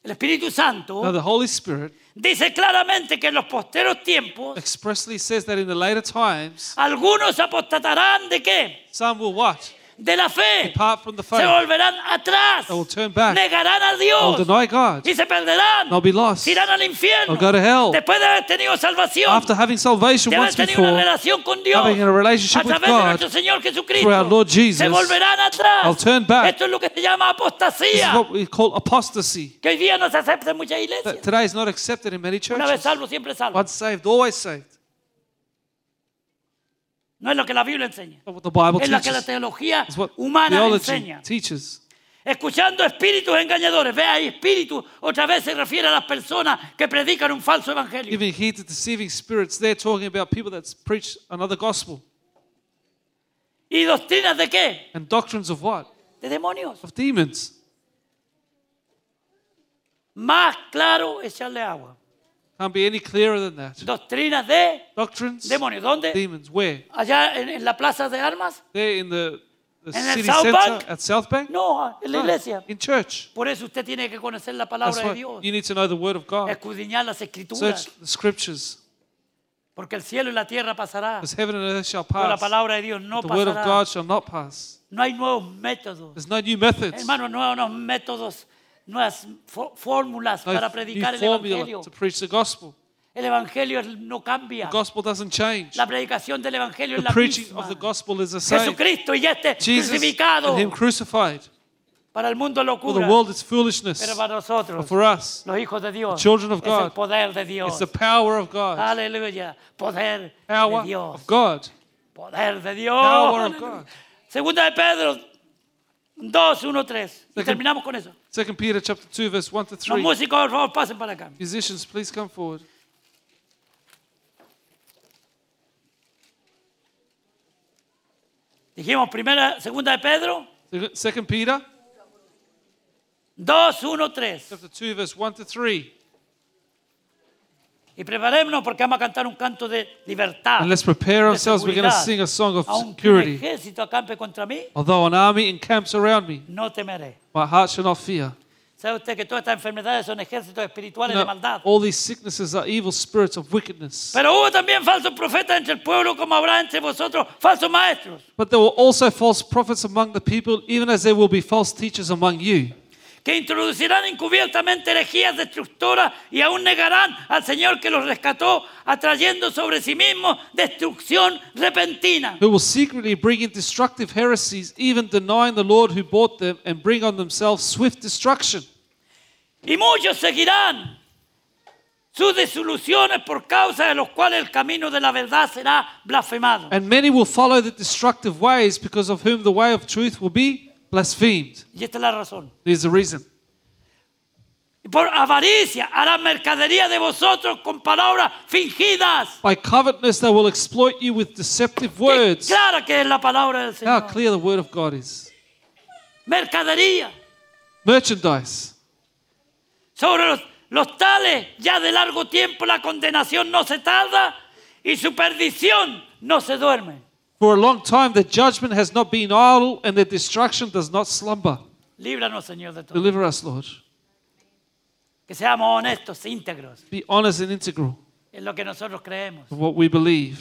[SPEAKER 1] el Espíritu
[SPEAKER 2] Now
[SPEAKER 1] Santo
[SPEAKER 2] the Holy Spirit
[SPEAKER 1] dice claramente que en los posteros tiempos
[SPEAKER 2] expressly says that in the later times
[SPEAKER 1] Algunos apostatarán de qué?
[SPEAKER 2] some will what?
[SPEAKER 1] De la fe.
[SPEAKER 2] Depart from the
[SPEAKER 1] Se
[SPEAKER 2] faith.
[SPEAKER 1] volverán atrás.
[SPEAKER 2] They will turn back.
[SPEAKER 1] Negarán a
[SPEAKER 2] They'll
[SPEAKER 1] Dios.
[SPEAKER 2] deny God.
[SPEAKER 1] Y se perderán.
[SPEAKER 2] They'll be lost.
[SPEAKER 1] Se Irán al infierno.
[SPEAKER 2] They'll go to hell.
[SPEAKER 1] Después de haber tenido salvación.
[SPEAKER 2] After having salvation
[SPEAKER 1] De haber
[SPEAKER 2] once
[SPEAKER 1] tenido una
[SPEAKER 2] before,
[SPEAKER 1] relación con Dios.
[SPEAKER 2] having a relationship
[SPEAKER 1] a
[SPEAKER 2] with
[SPEAKER 1] través de
[SPEAKER 2] God,
[SPEAKER 1] nuestro Señor Jesucristo.
[SPEAKER 2] through our Lord Jesus,
[SPEAKER 1] se volverán atrás.
[SPEAKER 2] they'll turn back.
[SPEAKER 1] Esto es lo que se llama
[SPEAKER 2] this is
[SPEAKER 1] apostasía.
[SPEAKER 2] what we call apostasy.
[SPEAKER 1] Que hoy día no se acepta en muchas iglesias.
[SPEAKER 2] That today is not accepted in many
[SPEAKER 1] Una vez
[SPEAKER 2] churches.
[SPEAKER 1] salvo, siempre salvo.
[SPEAKER 2] Once saved, always saved.
[SPEAKER 1] No es lo que la Biblia enseña.
[SPEAKER 2] That's what the Bible
[SPEAKER 1] Es lo que
[SPEAKER 2] teaches.
[SPEAKER 1] la teología
[SPEAKER 2] It's what
[SPEAKER 1] humana
[SPEAKER 2] theology
[SPEAKER 1] enseña.
[SPEAKER 2] teaches.
[SPEAKER 1] Escuchando espíritus engañadores. Vea ahí, espíritu otra vez se refiere a las personas que predican un falso evangelio.
[SPEAKER 2] Giving heed to deceiving spirits. They're talking about people that preach another gospel.
[SPEAKER 1] ¿Y doctrinas de qué?
[SPEAKER 2] And doctrines of what?
[SPEAKER 1] De demonios.
[SPEAKER 2] Of demons.
[SPEAKER 1] Más claro, echarle agua.
[SPEAKER 2] Can't be any clearer than that.
[SPEAKER 1] Doctrinas de
[SPEAKER 2] Doctrines?
[SPEAKER 1] demonios. ¿Dónde?
[SPEAKER 2] Demons. Where?
[SPEAKER 1] ¿Allá en, en la plaza de armas?
[SPEAKER 2] There in the, the
[SPEAKER 1] And at
[SPEAKER 2] city
[SPEAKER 1] South
[SPEAKER 2] centre
[SPEAKER 1] Bank?
[SPEAKER 2] at South Bank?
[SPEAKER 1] No, en la
[SPEAKER 2] No,
[SPEAKER 1] iglesia.
[SPEAKER 2] In church.
[SPEAKER 1] Por eso usted tiene que conocer la
[SPEAKER 2] That's
[SPEAKER 1] palabra de
[SPEAKER 2] what,
[SPEAKER 1] Dios.
[SPEAKER 2] you need to know the word of God.
[SPEAKER 1] Escudriñar las
[SPEAKER 2] Search
[SPEAKER 1] escrituras.
[SPEAKER 2] the scriptures.
[SPEAKER 1] Porque el cielo y la tierra pasará.
[SPEAKER 2] Because heaven and earth shall
[SPEAKER 1] Pero la
[SPEAKER 2] pass.
[SPEAKER 1] palabra de Dios no
[SPEAKER 2] The word of
[SPEAKER 1] pasará.
[SPEAKER 2] God shall not pass.
[SPEAKER 1] No hay nuevos métodos.
[SPEAKER 2] There's no new methods.
[SPEAKER 1] Hermano, nuevos métodos, nuevas fó- fórmulas
[SPEAKER 2] No
[SPEAKER 1] para
[SPEAKER 2] new
[SPEAKER 1] predicar el Evangelio.
[SPEAKER 2] formula to preach the gospel.
[SPEAKER 1] El Evangelio no cambia.
[SPEAKER 2] The gospel doesn't change.
[SPEAKER 1] La predicación del Evangelio es
[SPEAKER 2] The
[SPEAKER 1] la
[SPEAKER 2] preaching of
[SPEAKER 1] misma.
[SPEAKER 2] the gospel is the same.
[SPEAKER 1] Jesucristo y este
[SPEAKER 2] Jesus
[SPEAKER 1] crucificado
[SPEAKER 2] and him crucified.
[SPEAKER 1] para el mundo
[SPEAKER 2] For the
[SPEAKER 1] locura,
[SPEAKER 2] world is foolishness.
[SPEAKER 1] pero para nosotros,
[SPEAKER 2] For us,
[SPEAKER 1] los hijos de Dios,
[SPEAKER 2] children of
[SPEAKER 1] es el
[SPEAKER 2] God,
[SPEAKER 1] poder de Dios.
[SPEAKER 2] it's the power of God.
[SPEAKER 1] Aleluya, poder de
[SPEAKER 2] Power
[SPEAKER 1] Dios.
[SPEAKER 2] of God.
[SPEAKER 1] Poder de Dios.
[SPEAKER 2] Power of
[SPEAKER 1] Aleluya.
[SPEAKER 2] God.
[SPEAKER 1] Segunda de Pedro 2, 1, 3. Y terminamos con eso.
[SPEAKER 2] 2 Peter chapter 2 verse 1 to
[SPEAKER 1] Los
[SPEAKER 2] 3.
[SPEAKER 1] músicos, por favor, pasen para acá.
[SPEAKER 2] Musicians, please come forward.
[SPEAKER 1] Dijimos primera, segunda de Pedro,
[SPEAKER 2] 2 Peter
[SPEAKER 1] 2, 1, 3.
[SPEAKER 2] chapter 2 verse 1 to 3.
[SPEAKER 1] Y preparémonos porque vamos a cantar un canto de libertad.
[SPEAKER 2] And let's
[SPEAKER 1] Ah.
[SPEAKER 2] prepare
[SPEAKER 1] de
[SPEAKER 2] ourselves. We're going to
[SPEAKER 1] seguridad.
[SPEAKER 2] sing a song of
[SPEAKER 1] Aunque un
[SPEAKER 2] security.
[SPEAKER 1] ejército acampe contra mí,
[SPEAKER 2] Although an army encamps around me,
[SPEAKER 1] no temeré.
[SPEAKER 2] my heart shall not fear.
[SPEAKER 1] ¿Sabe usted que todas estas enfermedades son ejércitos espirituales
[SPEAKER 2] You
[SPEAKER 1] de
[SPEAKER 2] know,
[SPEAKER 1] maldad?
[SPEAKER 2] all these sicknesses are evil spirits of wickedness.
[SPEAKER 1] Pero hubo también falsos profetas entre el pueblo, como habrá entre vosotros falsos maestros,
[SPEAKER 2] But there were also false prophets among the people, even as there will be false teachers among you,
[SPEAKER 1] que introducirán encubiertamente herejías destructoras y aún negarán al Señor que los rescató, atrayendo sobre sí mismos destrucción repentina.
[SPEAKER 2] who will secretly bring in destructive heresies, even denying the Lord who bought them, and bring on themselves swift destruction.
[SPEAKER 1] Y muchos seguirán sus desilusiones por causa de los cuales el camino de la verdad será blasfemado.
[SPEAKER 2] And many will follow the destructive ways, because of whom the way of truth will be blasphemed.
[SPEAKER 1] Y esta es la razón.
[SPEAKER 2] There's the reason.
[SPEAKER 1] Y por avaricia harán mercadería de vosotros con palabras fingidas.
[SPEAKER 2] By covetousness, they will exploit you with deceptive
[SPEAKER 1] Qué
[SPEAKER 2] words.
[SPEAKER 1] clara que es la palabra del
[SPEAKER 2] How
[SPEAKER 1] Señor.
[SPEAKER 2] clear the word of God is.
[SPEAKER 1] Mercadería
[SPEAKER 2] Merchandise.
[SPEAKER 1] sobre los, los tales ya de largo tiempo la condenación no se tarda y su perdición no se duerme.
[SPEAKER 2] For a long time, their judgment has not been idle, and their destruction does not slumber.
[SPEAKER 1] Líbranos, Señor, de todo.
[SPEAKER 2] Deliver us, Lord.
[SPEAKER 1] Que seamos honestos, íntegros
[SPEAKER 2] Be honest and integral
[SPEAKER 1] en lo que nosotros creemos.
[SPEAKER 2] in what we believe.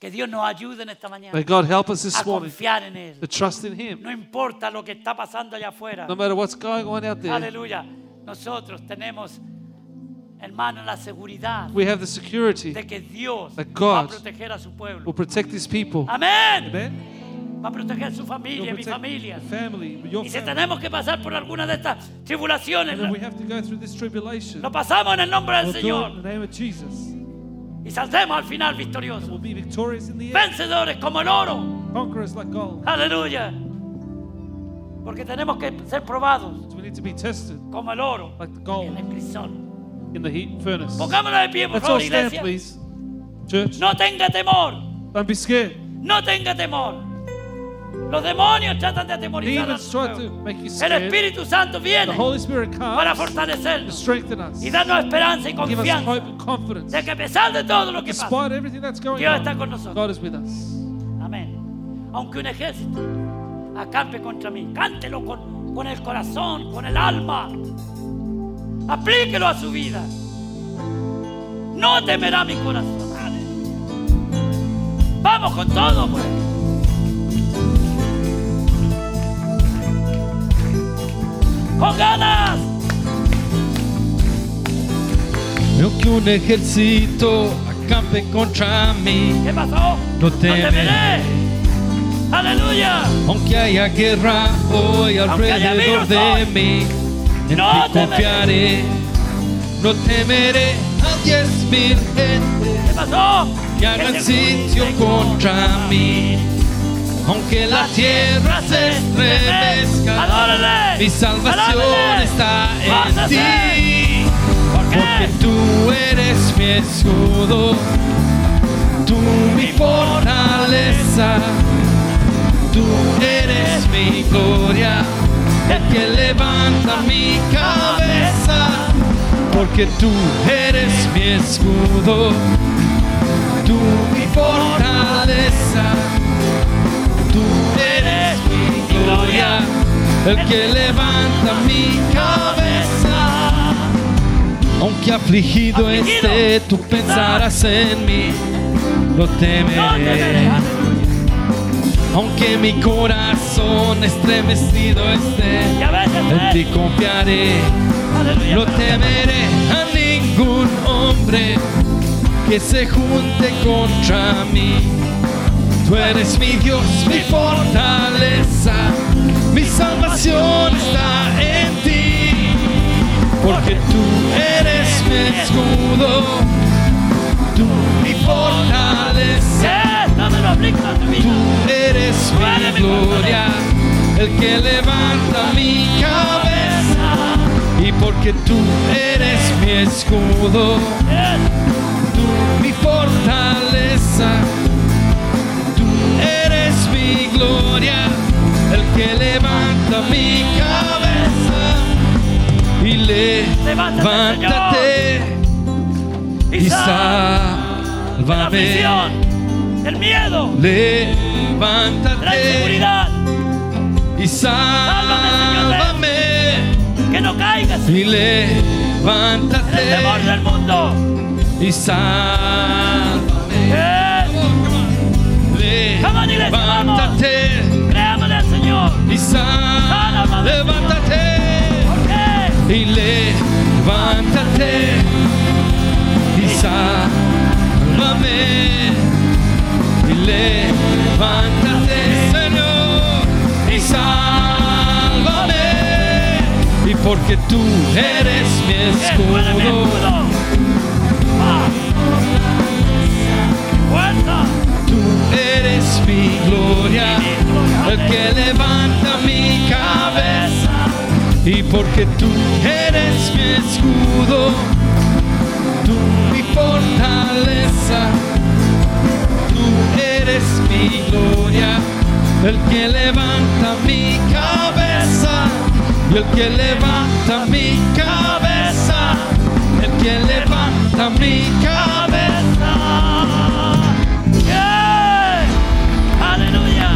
[SPEAKER 1] Que Dios nos ayude en esta mañana
[SPEAKER 2] May God help us this
[SPEAKER 1] a
[SPEAKER 2] morning
[SPEAKER 1] confiar en
[SPEAKER 2] to
[SPEAKER 1] Él.
[SPEAKER 2] trust in Him,
[SPEAKER 1] No importa lo que está pasando allá afuera.
[SPEAKER 2] no matter what's going on out there.
[SPEAKER 1] Aleluya. Nosotros tenemos, hermano, la seguridad
[SPEAKER 2] We have the security
[SPEAKER 1] de que Dios
[SPEAKER 2] That
[SPEAKER 1] va a
[SPEAKER 2] God
[SPEAKER 1] proteger a su pueblo.
[SPEAKER 2] will protect His people.
[SPEAKER 1] Amén.
[SPEAKER 2] Amen.
[SPEAKER 1] Va a proteger a su
[SPEAKER 2] He'll
[SPEAKER 1] familia, mi
[SPEAKER 2] protect
[SPEAKER 1] familia.
[SPEAKER 2] your family, your
[SPEAKER 1] Y si
[SPEAKER 2] family.
[SPEAKER 1] tenemos que pasar por alguna de estas tribulaciones,
[SPEAKER 2] And then we have to go through this tribulation.
[SPEAKER 1] lo pasamos en el nombre del
[SPEAKER 2] We'll do it in
[SPEAKER 1] Señor
[SPEAKER 2] the name of Jesus.
[SPEAKER 1] y saldremos al final victoriosos.
[SPEAKER 2] We'll be victorious in the end,
[SPEAKER 1] Vencedores como el oro.
[SPEAKER 2] conquerors like gold.
[SPEAKER 1] Aleluya. Porque tenemos que ser probados
[SPEAKER 2] So we need to be tested
[SPEAKER 1] como el oro
[SPEAKER 2] like the
[SPEAKER 1] en
[SPEAKER 2] gold
[SPEAKER 1] el crisol.
[SPEAKER 2] in the heat furnace.
[SPEAKER 1] Pongámonos de pie, por
[SPEAKER 2] Let's all
[SPEAKER 1] favor,
[SPEAKER 2] stand,
[SPEAKER 1] iglesia.
[SPEAKER 2] please. Church,
[SPEAKER 1] No tenga temor.
[SPEAKER 2] don't be scared.
[SPEAKER 1] No tenga temor. Los demonios tratan de atemorizar a
[SPEAKER 2] Demons
[SPEAKER 1] su
[SPEAKER 2] try to
[SPEAKER 1] pueblo.
[SPEAKER 2] make you
[SPEAKER 1] El
[SPEAKER 2] scared.
[SPEAKER 1] Espíritu Santo
[SPEAKER 2] The
[SPEAKER 1] viene
[SPEAKER 2] Holy Spirit
[SPEAKER 1] para
[SPEAKER 2] comes to
[SPEAKER 1] fortalecernos
[SPEAKER 2] strengthen us,
[SPEAKER 1] y
[SPEAKER 2] give
[SPEAKER 1] darnos esperanza y
[SPEAKER 2] us
[SPEAKER 1] confianza
[SPEAKER 2] hope and confidence.
[SPEAKER 1] de que a pesar de todo lo que pasa,
[SPEAKER 2] Despite everything that's going
[SPEAKER 1] Dios está con
[SPEAKER 2] on,
[SPEAKER 1] nosotros.
[SPEAKER 2] God is with us.
[SPEAKER 1] Amén. Aunque un ejército acampe contra mí, cántelo con, con el corazón, con el alma. Aplíquelo a su vida. No temerá mi corazón. Aleluya. Vamos con todo, pues. Con ganas.
[SPEAKER 3] Aunque un ejército acampe contra mí,
[SPEAKER 1] ¿Qué pasó?
[SPEAKER 3] No temeré.
[SPEAKER 1] Aleluya.
[SPEAKER 3] aunque haya guerra hoy
[SPEAKER 1] Aunque haya
[SPEAKER 3] alrededor
[SPEAKER 1] virus hoy,
[SPEAKER 3] de mí, en
[SPEAKER 1] no
[SPEAKER 3] ti
[SPEAKER 1] temeré.
[SPEAKER 3] confiaré, no temeré a diez mil gentes
[SPEAKER 1] ¿Qué pasó?
[SPEAKER 3] que hagan
[SPEAKER 1] se
[SPEAKER 3] sitio
[SPEAKER 1] junten
[SPEAKER 3] contra mí. aunque la tierra se estremezca,
[SPEAKER 1] Adórale.
[SPEAKER 3] mi salvación
[SPEAKER 1] Alábele.
[SPEAKER 3] está en
[SPEAKER 1] Gózate.
[SPEAKER 3] ti.
[SPEAKER 1] ¿Por qué?
[SPEAKER 3] Porque tú eres mi escudo, tú mi fortaleza, tú eres mi gloria, el que levanta mi cabeza. Porque tú eres mi escudo, tú mi fortaleza, tú eres mi gloria, el que levanta mi cabeza. Aunque afligido,
[SPEAKER 1] Afligido.
[SPEAKER 3] esté, tú pensarás en mí,
[SPEAKER 1] No
[SPEAKER 3] no temeré.
[SPEAKER 1] temeré. Aleluya.
[SPEAKER 3] Aunque mi corazón estremecido esté,
[SPEAKER 1] Y a veces
[SPEAKER 3] en ti
[SPEAKER 1] es.
[SPEAKER 3] confiaré.
[SPEAKER 1] Aleluya.
[SPEAKER 3] No temeré a ningún hombre que se junte contra mí. Tú eres mi Dios, mi fortaleza, mi salvación está en ti. Porque tú eres mi escudo, tú mi fortaleza,
[SPEAKER 1] Sí, no me lo aplica a tu vida.
[SPEAKER 3] tú eres mi gloria, el que levanta mi cabeza. Y porque tú eres mi escudo,
[SPEAKER 1] Sí,
[SPEAKER 3] tú mi fortaleza, tú eres mi gloria, el que levanta mi cabeza. Y
[SPEAKER 1] Levántate,
[SPEAKER 3] levántate y
[SPEAKER 1] La
[SPEAKER 3] sálvame.
[SPEAKER 1] aflicción, el miedo, la
[SPEAKER 3] Levántate
[SPEAKER 1] inseguridad,
[SPEAKER 3] y sálvame.
[SPEAKER 1] que no caigas en
[SPEAKER 3] Y
[SPEAKER 1] el temor
[SPEAKER 3] levántate
[SPEAKER 1] del mundo.
[SPEAKER 3] y sálvame.
[SPEAKER 1] Sí,
[SPEAKER 3] Levántate
[SPEAKER 1] Créame en el Señor.
[SPEAKER 3] y sal, levántate
[SPEAKER 1] ¿Por qué?
[SPEAKER 3] y levántate y sálvame y levántate Señor y sálvame y porque tú eres mi
[SPEAKER 1] Escuela mi
[SPEAKER 3] escudo
[SPEAKER 1] escudo. Ah. Fuerza.
[SPEAKER 3] Tú eres mi gloria, el que levanta mi cabeza. Y porque tú eres mi escudo, tú mi fortaleza, tú eres mi gloria, el que levanta mi cabeza. Y el que levanta mi cabeza, el que levanta mi cabeza.
[SPEAKER 1] Fuerza. Yeah. Aleluya.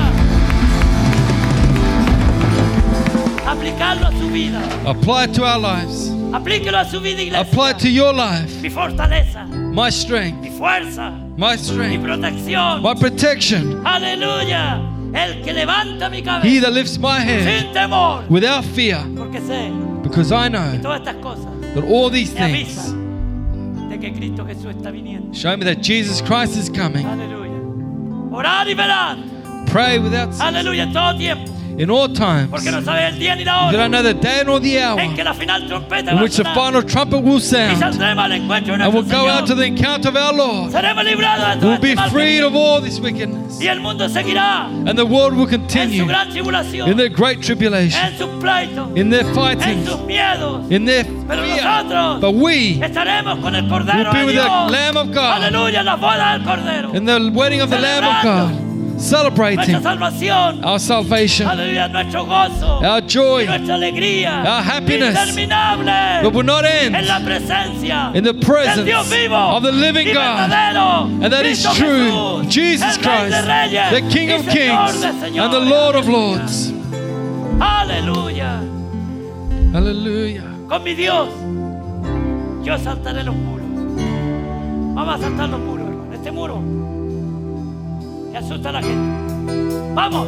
[SPEAKER 1] Aplicarlo a su vida.
[SPEAKER 3] Apply to our lives.
[SPEAKER 1] Aplíquelo a su vida,
[SPEAKER 3] Apply
[SPEAKER 1] iglesia.
[SPEAKER 3] to your life.
[SPEAKER 1] Mi fortaleza,
[SPEAKER 3] My strength.
[SPEAKER 1] mi fuerza,
[SPEAKER 3] My
[SPEAKER 1] mi
[SPEAKER 3] strength.
[SPEAKER 1] protección.
[SPEAKER 3] My protection.
[SPEAKER 1] Aleluya. El que levanta mi
[SPEAKER 3] He
[SPEAKER 1] cabeza
[SPEAKER 3] that lifts my head
[SPEAKER 1] sin temor.
[SPEAKER 3] without fear.
[SPEAKER 1] Porque sé
[SPEAKER 3] Because I know
[SPEAKER 1] todas estas cosas.
[SPEAKER 3] that all these
[SPEAKER 1] Me avisa
[SPEAKER 3] things
[SPEAKER 1] de que Cristo Jesús está viniendo.
[SPEAKER 3] show me that Jesus Christ is coming.
[SPEAKER 1] Aleluya. Orar y velar.
[SPEAKER 3] Pray without ceasing
[SPEAKER 1] Aleluya en todo tiempo.
[SPEAKER 3] in all times.
[SPEAKER 1] Porque no
[SPEAKER 3] That
[SPEAKER 1] sabes el día ni la hora
[SPEAKER 3] I know the day nor the hour
[SPEAKER 1] en que la final trompeta
[SPEAKER 3] in
[SPEAKER 1] va a
[SPEAKER 3] which the
[SPEAKER 1] sonar.
[SPEAKER 3] final trumpet will
[SPEAKER 1] Y
[SPEAKER 3] sound.
[SPEAKER 1] saldremos al encuentro de nuestro
[SPEAKER 3] And we'll go out to
[SPEAKER 1] Señor.
[SPEAKER 3] the encounter of our Lord.
[SPEAKER 1] Seremos librados de todo
[SPEAKER 3] We'll
[SPEAKER 1] este
[SPEAKER 3] be
[SPEAKER 1] mal
[SPEAKER 3] freed
[SPEAKER 1] peligro.
[SPEAKER 3] of all this wickedness.
[SPEAKER 1] Y el mundo seguirá
[SPEAKER 3] And the world will
[SPEAKER 1] en su
[SPEAKER 3] continue
[SPEAKER 1] gran tribulación.
[SPEAKER 3] in their great tribulation,
[SPEAKER 1] en sus pleitos.
[SPEAKER 3] in their
[SPEAKER 1] en
[SPEAKER 3] fighting,
[SPEAKER 1] sus miedos.
[SPEAKER 3] in their
[SPEAKER 1] Pero
[SPEAKER 3] fear.
[SPEAKER 1] nosotros
[SPEAKER 3] But we
[SPEAKER 1] estaremos con el Cordero
[SPEAKER 3] We'll be
[SPEAKER 1] de
[SPEAKER 3] with the
[SPEAKER 1] Dios.
[SPEAKER 3] Lamb of God.
[SPEAKER 1] Aleluya, en las bodas del Cordero.
[SPEAKER 3] in the wedding of the Lamb of God,
[SPEAKER 1] Nuestra
[SPEAKER 3] celebrating
[SPEAKER 1] salvación.
[SPEAKER 3] our salvation,
[SPEAKER 1] Aleluya, nuestro gozo.
[SPEAKER 3] our joy that
[SPEAKER 1] nuestra alegría.
[SPEAKER 3] Our happiness.
[SPEAKER 1] Interminable.
[SPEAKER 3] will not
[SPEAKER 1] En
[SPEAKER 3] end,
[SPEAKER 1] la presencia.
[SPEAKER 3] in the
[SPEAKER 1] del Dios
[SPEAKER 3] presence
[SPEAKER 1] vivo
[SPEAKER 3] of the living
[SPEAKER 1] y
[SPEAKER 3] God.
[SPEAKER 1] verdadero,
[SPEAKER 3] And that is
[SPEAKER 1] Cristo
[SPEAKER 3] true.
[SPEAKER 1] Jesús,
[SPEAKER 3] Jesus
[SPEAKER 1] el Rey de
[SPEAKER 3] Christ,
[SPEAKER 1] Reyes
[SPEAKER 3] the King
[SPEAKER 1] y
[SPEAKER 3] of
[SPEAKER 1] Señor
[SPEAKER 3] Kings
[SPEAKER 1] de
[SPEAKER 3] and the
[SPEAKER 1] señores.
[SPEAKER 3] Lord of Lords.
[SPEAKER 1] Aleluya.
[SPEAKER 3] Hallelujah.
[SPEAKER 1] Con mi Dios, yo saltaré los muros. Vamos a saltar los muros, hermano. Este muro que asusta a la gente. Vamos.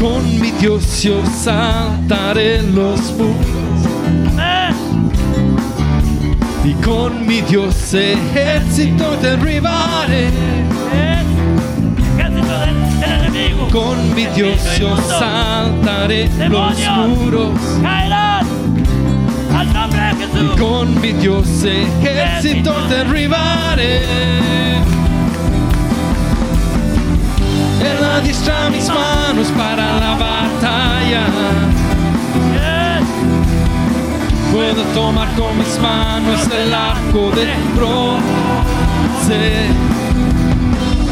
[SPEAKER 3] Con mi Dios yo saltaré los muros
[SPEAKER 1] Amén.
[SPEAKER 3] y con mi Dios ejército derribaré.
[SPEAKER 1] Amén. Ejército del, del enemigo. enemigo.
[SPEAKER 3] Con mi Dios yo saltaré los muros.
[SPEAKER 1] Caerán al nombre de Jesús.
[SPEAKER 3] Y con mi Dios ejército derribaré. Él adiestra mis manos para la batalla.
[SPEAKER 1] Yes.
[SPEAKER 3] Puedo tomar con mis manos el arco de bronce.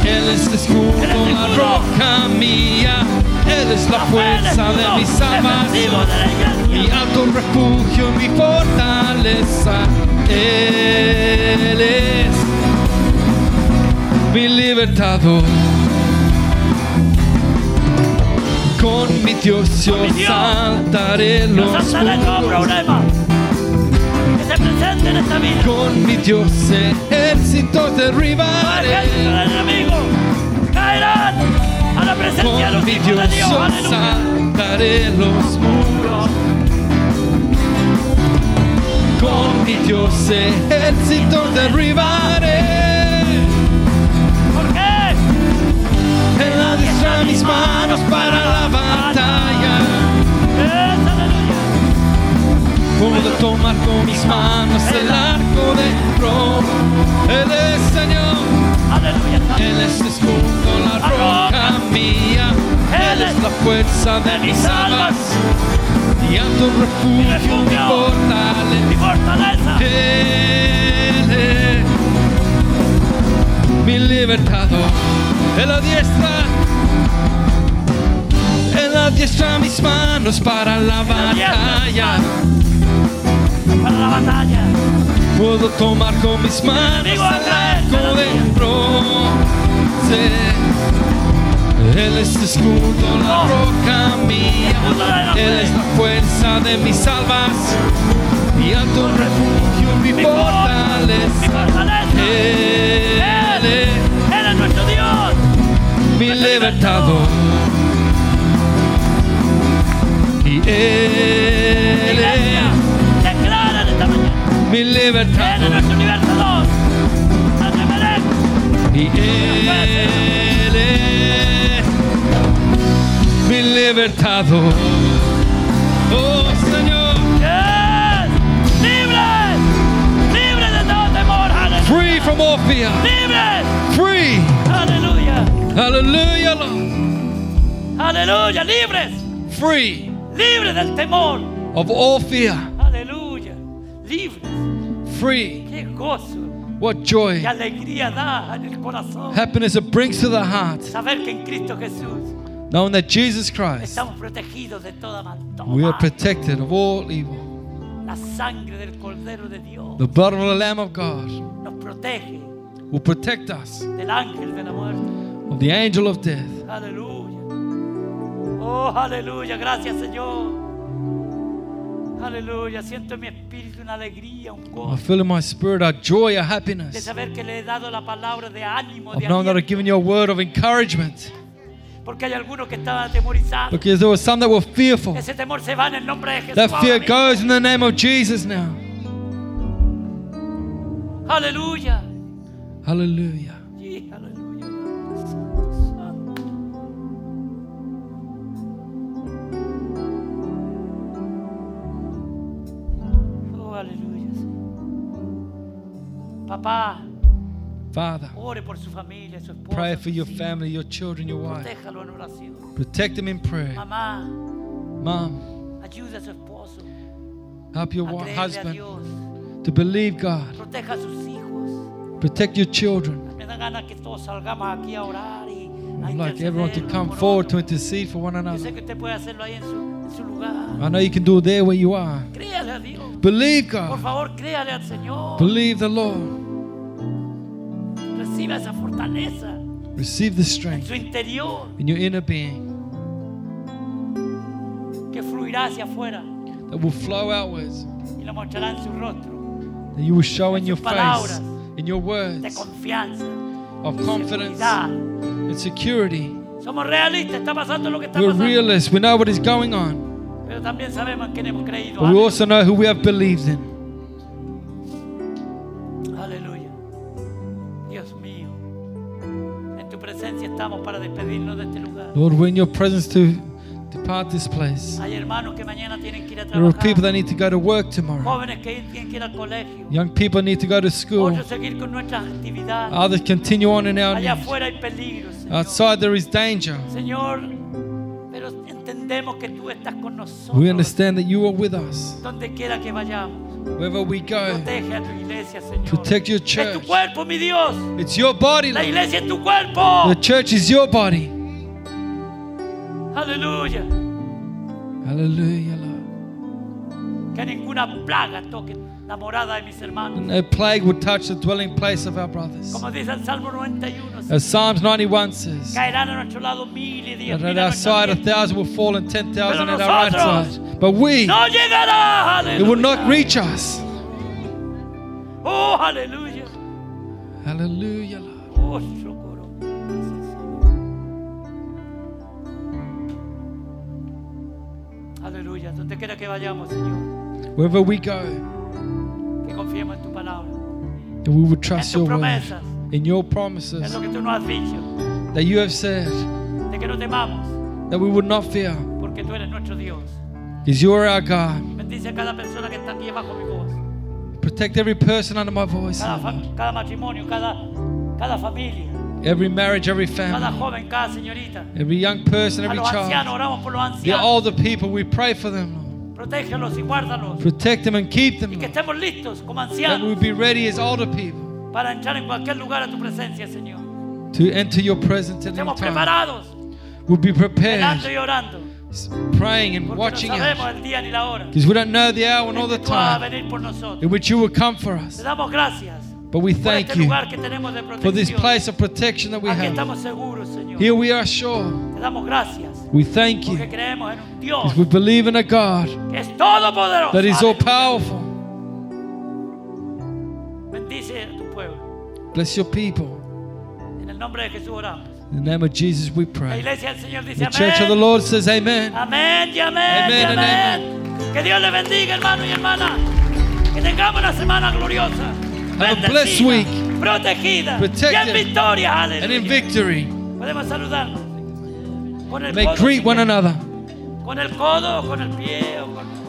[SPEAKER 3] Él es el escudo, la roca mía. Él es la fuerza de mi salvación. mi alto refugio, mi fortaleza. Él es mi libertador. Con mi Dios yo
[SPEAKER 1] mi Dios,
[SPEAKER 3] saltaré los
[SPEAKER 1] Nos saltará todo
[SPEAKER 3] muros.
[SPEAKER 1] problema que se presente en esta vida.
[SPEAKER 3] Con mi Dios ejército
[SPEAKER 1] Al ejército
[SPEAKER 3] derribaré.
[SPEAKER 1] del enemigo caerán a la presencia de
[SPEAKER 3] Con
[SPEAKER 1] los
[SPEAKER 3] mi
[SPEAKER 1] hijos de
[SPEAKER 3] Dios
[SPEAKER 1] Dios.
[SPEAKER 3] yo
[SPEAKER 1] Aleluya.
[SPEAKER 3] saltaré los muros. Con mi Dios ejército derribaré.
[SPEAKER 1] ¿Por qué?
[SPEAKER 3] Él adiestra mis manos para la batalla.
[SPEAKER 1] Es, aleluya.
[SPEAKER 3] Puedo tomar con mis manos el arco de bronce. Él es Señor.
[SPEAKER 1] Aleluya.
[SPEAKER 3] Él es el escudo, la roca mía. Él es la fuerza de mis almas y a tu refugio mi
[SPEAKER 1] Mi
[SPEAKER 3] fortaleza.
[SPEAKER 1] fortaleza.
[SPEAKER 3] Él es mi libertador. Él adiestra, él adiestra mis manos para la batalla.
[SPEAKER 1] Para la batalla.
[SPEAKER 3] Puedo tomar con mis manos el arco de bronce. Él es el escudo, la roca mía. Él es la fuerza de mis almas. Mi alto refugio, mi
[SPEAKER 1] Mi fortaleza. Mi
[SPEAKER 3] fortaleza.
[SPEAKER 1] fortaleza.
[SPEAKER 3] Él es
[SPEAKER 1] Él es nuestro Dios.
[SPEAKER 3] mi libertador. Y Él
[SPEAKER 1] Iglesia,
[SPEAKER 3] es
[SPEAKER 1] declara en esta mañana.
[SPEAKER 3] mi
[SPEAKER 1] Él es
[SPEAKER 3] libertador.
[SPEAKER 1] nuestro libertador. No temeré.
[SPEAKER 3] Y Él es mi libertador. Oh Señor,
[SPEAKER 1] Yes. Libres. Libres de todo temor. Aleluya.
[SPEAKER 3] free from all fear,
[SPEAKER 1] Libres.
[SPEAKER 3] free.
[SPEAKER 1] Aleluya.
[SPEAKER 3] Hallelujah, Lord.
[SPEAKER 1] Aleluya. Libres.
[SPEAKER 3] Free
[SPEAKER 1] Libres del temor.
[SPEAKER 3] of all fear,
[SPEAKER 1] Aleluya. Libres.
[SPEAKER 3] free.
[SPEAKER 1] Qué gozo.
[SPEAKER 3] What joy,
[SPEAKER 1] Qué alegría da en el corazón.
[SPEAKER 3] happiness it brings to the heart,
[SPEAKER 1] Saber que en Cristo Jesús
[SPEAKER 3] knowing that Jesus Christ,
[SPEAKER 1] estamos protegidos de toda maldad.
[SPEAKER 3] we are protected of all evil.
[SPEAKER 1] La sangre del Cordero de Dios
[SPEAKER 3] The blood of the Lamb of God
[SPEAKER 1] nos protege
[SPEAKER 3] will protect us
[SPEAKER 1] del ángel de la muerte.
[SPEAKER 3] of the angel of death.
[SPEAKER 1] Aleluya. Oh, aleluya. Gracias, Señor. Aleluya. Siento en mi espíritu una alegría, un
[SPEAKER 3] I
[SPEAKER 1] gozo
[SPEAKER 3] feel in my spirit a joy, a
[SPEAKER 1] de
[SPEAKER 3] happiness.
[SPEAKER 1] saber que le he dado la palabra de ánimo, de
[SPEAKER 3] I've known that I've
[SPEAKER 1] aliento,
[SPEAKER 3] given you a word of encouragement
[SPEAKER 1] porque hay algunos que estaban atemorizados.
[SPEAKER 3] because there were some that were fearful.
[SPEAKER 1] Ese temor se va en el nombre de Jesús.
[SPEAKER 3] That
[SPEAKER 1] ahora
[SPEAKER 3] fear
[SPEAKER 1] mismo.
[SPEAKER 3] goes in the name of Jesus now.
[SPEAKER 1] Aleluya.
[SPEAKER 3] Hallelujah.
[SPEAKER 1] Sí, aleluya. Oh, aleluya. Señor. Papá,
[SPEAKER 3] Father,
[SPEAKER 1] ore por su familia, su esposa.
[SPEAKER 3] pray
[SPEAKER 1] sus
[SPEAKER 3] for your
[SPEAKER 1] hijos.
[SPEAKER 3] family, your children, your wife.
[SPEAKER 1] Protéjalo en oración.
[SPEAKER 3] Protect them in prayer.
[SPEAKER 1] Mamá,
[SPEAKER 3] Mom,
[SPEAKER 1] ayuda a su esposo.
[SPEAKER 3] help your
[SPEAKER 1] a
[SPEAKER 3] wife,
[SPEAKER 1] creerle a
[SPEAKER 3] husband
[SPEAKER 1] Dios.
[SPEAKER 3] to believe God.
[SPEAKER 1] Proteja a sus hijos.
[SPEAKER 3] Protect your children.
[SPEAKER 1] Me da ganas que todos salgamos aquí a orar y a
[SPEAKER 3] I'd like
[SPEAKER 1] interceder
[SPEAKER 3] everyone to
[SPEAKER 1] uno
[SPEAKER 3] come
[SPEAKER 1] por
[SPEAKER 3] forward to
[SPEAKER 1] otro.
[SPEAKER 3] intercede for one
[SPEAKER 1] Yo sé
[SPEAKER 3] another.
[SPEAKER 1] que usted puede hacerlo ahí en su, en su lugar.
[SPEAKER 3] I know you can do it there where you are.
[SPEAKER 1] Créale a Dios.
[SPEAKER 3] Believe
[SPEAKER 1] Por
[SPEAKER 3] God.
[SPEAKER 1] favor, créale al Señor.
[SPEAKER 3] Believe the Lord.
[SPEAKER 1] Reciba esa fortaleza en
[SPEAKER 3] Receive the strength
[SPEAKER 1] su interior
[SPEAKER 3] in your inner being
[SPEAKER 1] que fluirá hacia afuera
[SPEAKER 3] that will flow outwards.
[SPEAKER 1] y lo mostrará en su rostro.
[SPEAKER 3] that you will show in your face,
[SPEAKER 1] Palabras.
[SPEAKER 3] in your
[SPEAKER 1] De
[SPEAKER 3] words
[SPEAKER 1] confianza,
[SPEAKER 3] of confidence
[SPEAKER 1] seguridad.
[SPEAKER 3] and security.
[SPEAKER 1] Somos realistas, está pasando lo que está
[SPEAKER 3] We're
[SPEAKER 1] pasando.
[SPEAKER 3] realists, we know what is going on,
[SPEAKER 1] Pero también sabemos en quién hemos creído.
[SPEAKER 3] but we also know who we have believed in.
[SPEAKER 1] Aleluya. Dios mío. En tu presencia estamos para despedirnos de este lugar.
[SPEAKER 3] Lord, we're in your presence to depart this place.
[SPEAKER 1] Hay hermanos que mañana tienen que ir a
[SPEAKER 3] There are people
[SPEAKER 1] trabajar.
[SPEAKER 3] that need to go to work tomorrow.
[SPEAKER 1] Jóvenes que tienen que ir al colegio.
[SPEAKER 3] Young people need to go to school.
[SPEAKER 1] Otros seguir con nuestras actividades.
[SPEAKER 3] Others continue on in our
[SPEAKER 1] Allá
[SPEAKER 3] news.
[SPEAKER 1] afuera hay peligro, Señor.
[SPEAKER 3] Outside there is danger.
[SPEAKER 1] Señor, pero entendemos que tú estás con
[SPEAKER 3] We
[SPEAKER 1] nosotros.
[SPEAKER 3] understand that you are with us.
[SPEAKER 1] Donde quiera que vayamos,
[SPEAKER 3] Wherever we go,
[SPEAKER 1] protege a tu iglesia, Señor.
[SPEAKER 3] protect your
[SPEAKER 1] Es tu
[SPEAKER 3] church.
[SPEAKER 1] cuerpo, mi Dios.
[SPEAKER 3] It's your body.
[SPEAKER 1] La
[SPEAKER 3] Lord.
[SPEAKER 1] iglesia es tu cuerpo.
[SPEAKER 3] The church is your body.
[SPEAKER 1] Aleluya.
[SPEAKER 3] Hallelujah, Lord.
[SPEAKER 1] Que ninguna plaga toque la morada de mis hermanos.
[SPEAKER 3] No plague would touch the dwelling place of our brothers.
[SPEAKER 1] Como dice el Salmo 91, Señor,
[SPEAKER 3] As Psalms 91 says,
[SPEAKER 1] caerán a nuestro lado mil y diez
[SPEAKER 3] that
[SPEAKER 1] mil.
[SPEAKER 3] at
[SPEAKER 1] a
[SPEAKER 3] our
[SPEAKER 1] nuestra
[SPEAKER 3] side a
[SPEAKER 1] diestra.
[SPEAKER 3] thousand will fall and ten thousand
[SPEAKER 1] Pero
[SPEAKER 3] at our right
[SPEAKER 1] nosotros-
[SPEAKER 3] side. But we,
[SPEAKER 1] No llegará.
[SPEAKER 3] it will not
[SPEAKER 1] Aleluya.
[SPEAKER 3] reach us.
[SPEAKER 1] Oh, aleluya.
[SPEAKER 3] Hallelujah, Lord.
[SPEAKER 1] Oh, socorro. Gracias, Señor. Aleluya. Donde quiera que vayamos, Señor,
[SPEAKER 3] Wherever we go,
[SPEAKER 1] que confiemos en tu palabra,
[SPEAKER 3] that we will
[SPEAKER 1] en
[SPEAKER 3] trust
[SPEAKER 1] tus
[SPEAKER 3] your word.
[SPEAKER 1] promesas,
[SPEAKER 3] In your
[SPEAKER 1] en
[SPEAKER 3] promises
[SPEAKER 1] lo que tú nos has dicho,
[SPEAKER 3] that you have said,
[SPEAKER 1] de que no temamos,
[SPEAKER 3] that we would not fear,
[SPEAKER 1] porque tú eres nuestro Dios.
[SPEAKER 3] because you are our God.
[SPEAKER 1] Bendice a cada persona que está aquí bajo mi voz,
[SPEAKER 3] Protect every person under my voice,
[SPEAKER 1] cada, fa-
[SPEAKER 3] Lord.
[SPEAKER 1] cada matrimonio, cada, cada familia,
[SPEAKER 3] Every marriage, every
[SPEAKER 1] cada
[SPEAKER 3] family,
[SPEAKER 1] joven, cada señorita.
[SPEAKER 3] every young person,
[SPEAKER 1] A
[SPEAKER 3] every
[SPEAKER 1] los ancianos,
[SPEAKER 3] child,
[SPEAKER 1] oramos por los
[SPEAKER 3] the
[SPEAKER 1] ancianos.
[SPEAKER 3] older people, we pray for them,
[SPEAKER 1] Protégelos y guárdalos.
[SPEAKER 3] Lord. Protect them and keep them,
[SPEAKER 1] Y que
[SPEAKER 3] Lord.
[SPEAKER 1] estemos listos como
[SPEAKER 3] That
[SPEAKER 1] ancianos
[SPEAKER 3] we'll be ready as older people
[SPEAKER 1] para entrar en cualquier lugar a tu presencia, Señor.
[SPEAKER 3] to enter your presence at any
[SPEAKER 1] Estemos
[SPEAKER 3] time.
[SPEAKER 1] preparados,
[SPEAKER 3] We'll be
[SPEAKER 1] velando
[SPEAKER 3] prepared,
[SPEAKER 1] y orando,
[SPEAKER 3] s- praying and
[SPEAKER 1] porque
[SPEAKER 3] watching
[SPEAKER 1] no
[SPEAKER 3] out.
[SPEAKER 1] sabemos el día ni la hora.
[SPEAKER 3] Because we don't know the hour nor the
[SPEAKER 1] en que tú vas a
[SPEAKER 3] time
[SPEAKER 1] venir por nosotros.
[SPEAKER 3] in which you will come for
[SPEAKER 1] Te
[SPEAKER 3] us.
[SPEAKER 1] damos gracias
[SPEAKER 3] But we
[SPEAKER 1] por este
[SPEAKER 3] thank you
[SPEAKER 1] lugar que tenemos de
[SPEAKER 3] for this
[SPEAKER 1] protección.
[SPEAKER 3] place of protection that we
[SPEAKER 1] Aquí
[SPEAKER 3] have.
[SPEAKER 1] estamos seguros, Señor.
[SPEAKER 3] Here we are sure.
[SPEAKER 1] Te damos gracias
[SPEAKER 3] We thank
[SPEAKER 1] porque
[SPEAKER 3] you.
[SPEAKER 1] creemos en un Dios
[SPEAKER 3] Because we believe in a God
[SPEAKER 1] que es todopoderoso.
[SPEAKER 3] that is all
[SPEAKER 1] Aleluya.
[SPEAKER 3] powerful.
[SPEAKER 1] Bendice a tu pueblo.
[SPEAKER 3] Bless your people.
[SPEAKER 1] En el nombre de Jesús oramos.
[SPEAKER 3] In the name of Jesus we
[SPEAKER 1] La
[SPEAKER 3] pray.
[SPEAKER 1] iglesia del Señor dice
[SPEAKER 3] The church of the
[SPEAKER 1] amén.
[SPEAKER 3] Lord says amen.
[SPEAKER 1] Amén y amén y
[SPEAKER 3] Amén,
[SPEAKER 1] amén. Que Dios les bendiga, hermano y hermana. Que tengamos una semana gloriosa.
[SPEAKER 3] Have a
[SPEAKER 1] bendecida,
[SPEAKER 3] blessed week.
[SPEAKER 1] Protegida. Y en
[SPEAKER 3] Protected.
[SPEAKER 1] victoria,
[SPEAKER 3] And
[SPEAKER 1] aleluya.
[SPEAKER 3] in victory,
[SPEAKER 1] Podemos saludarnos. Con el
[SPEAKER 3] may
[SPEAKER 1] codo,
[SPEAKER 3] greet
[SPEAKER 1] si
[SPEAKER 3] one
[SPEAKER 1] quieren.
[SPEAKER 3] another.
[SPEAKER 1] Con el codo, o con el pie, o con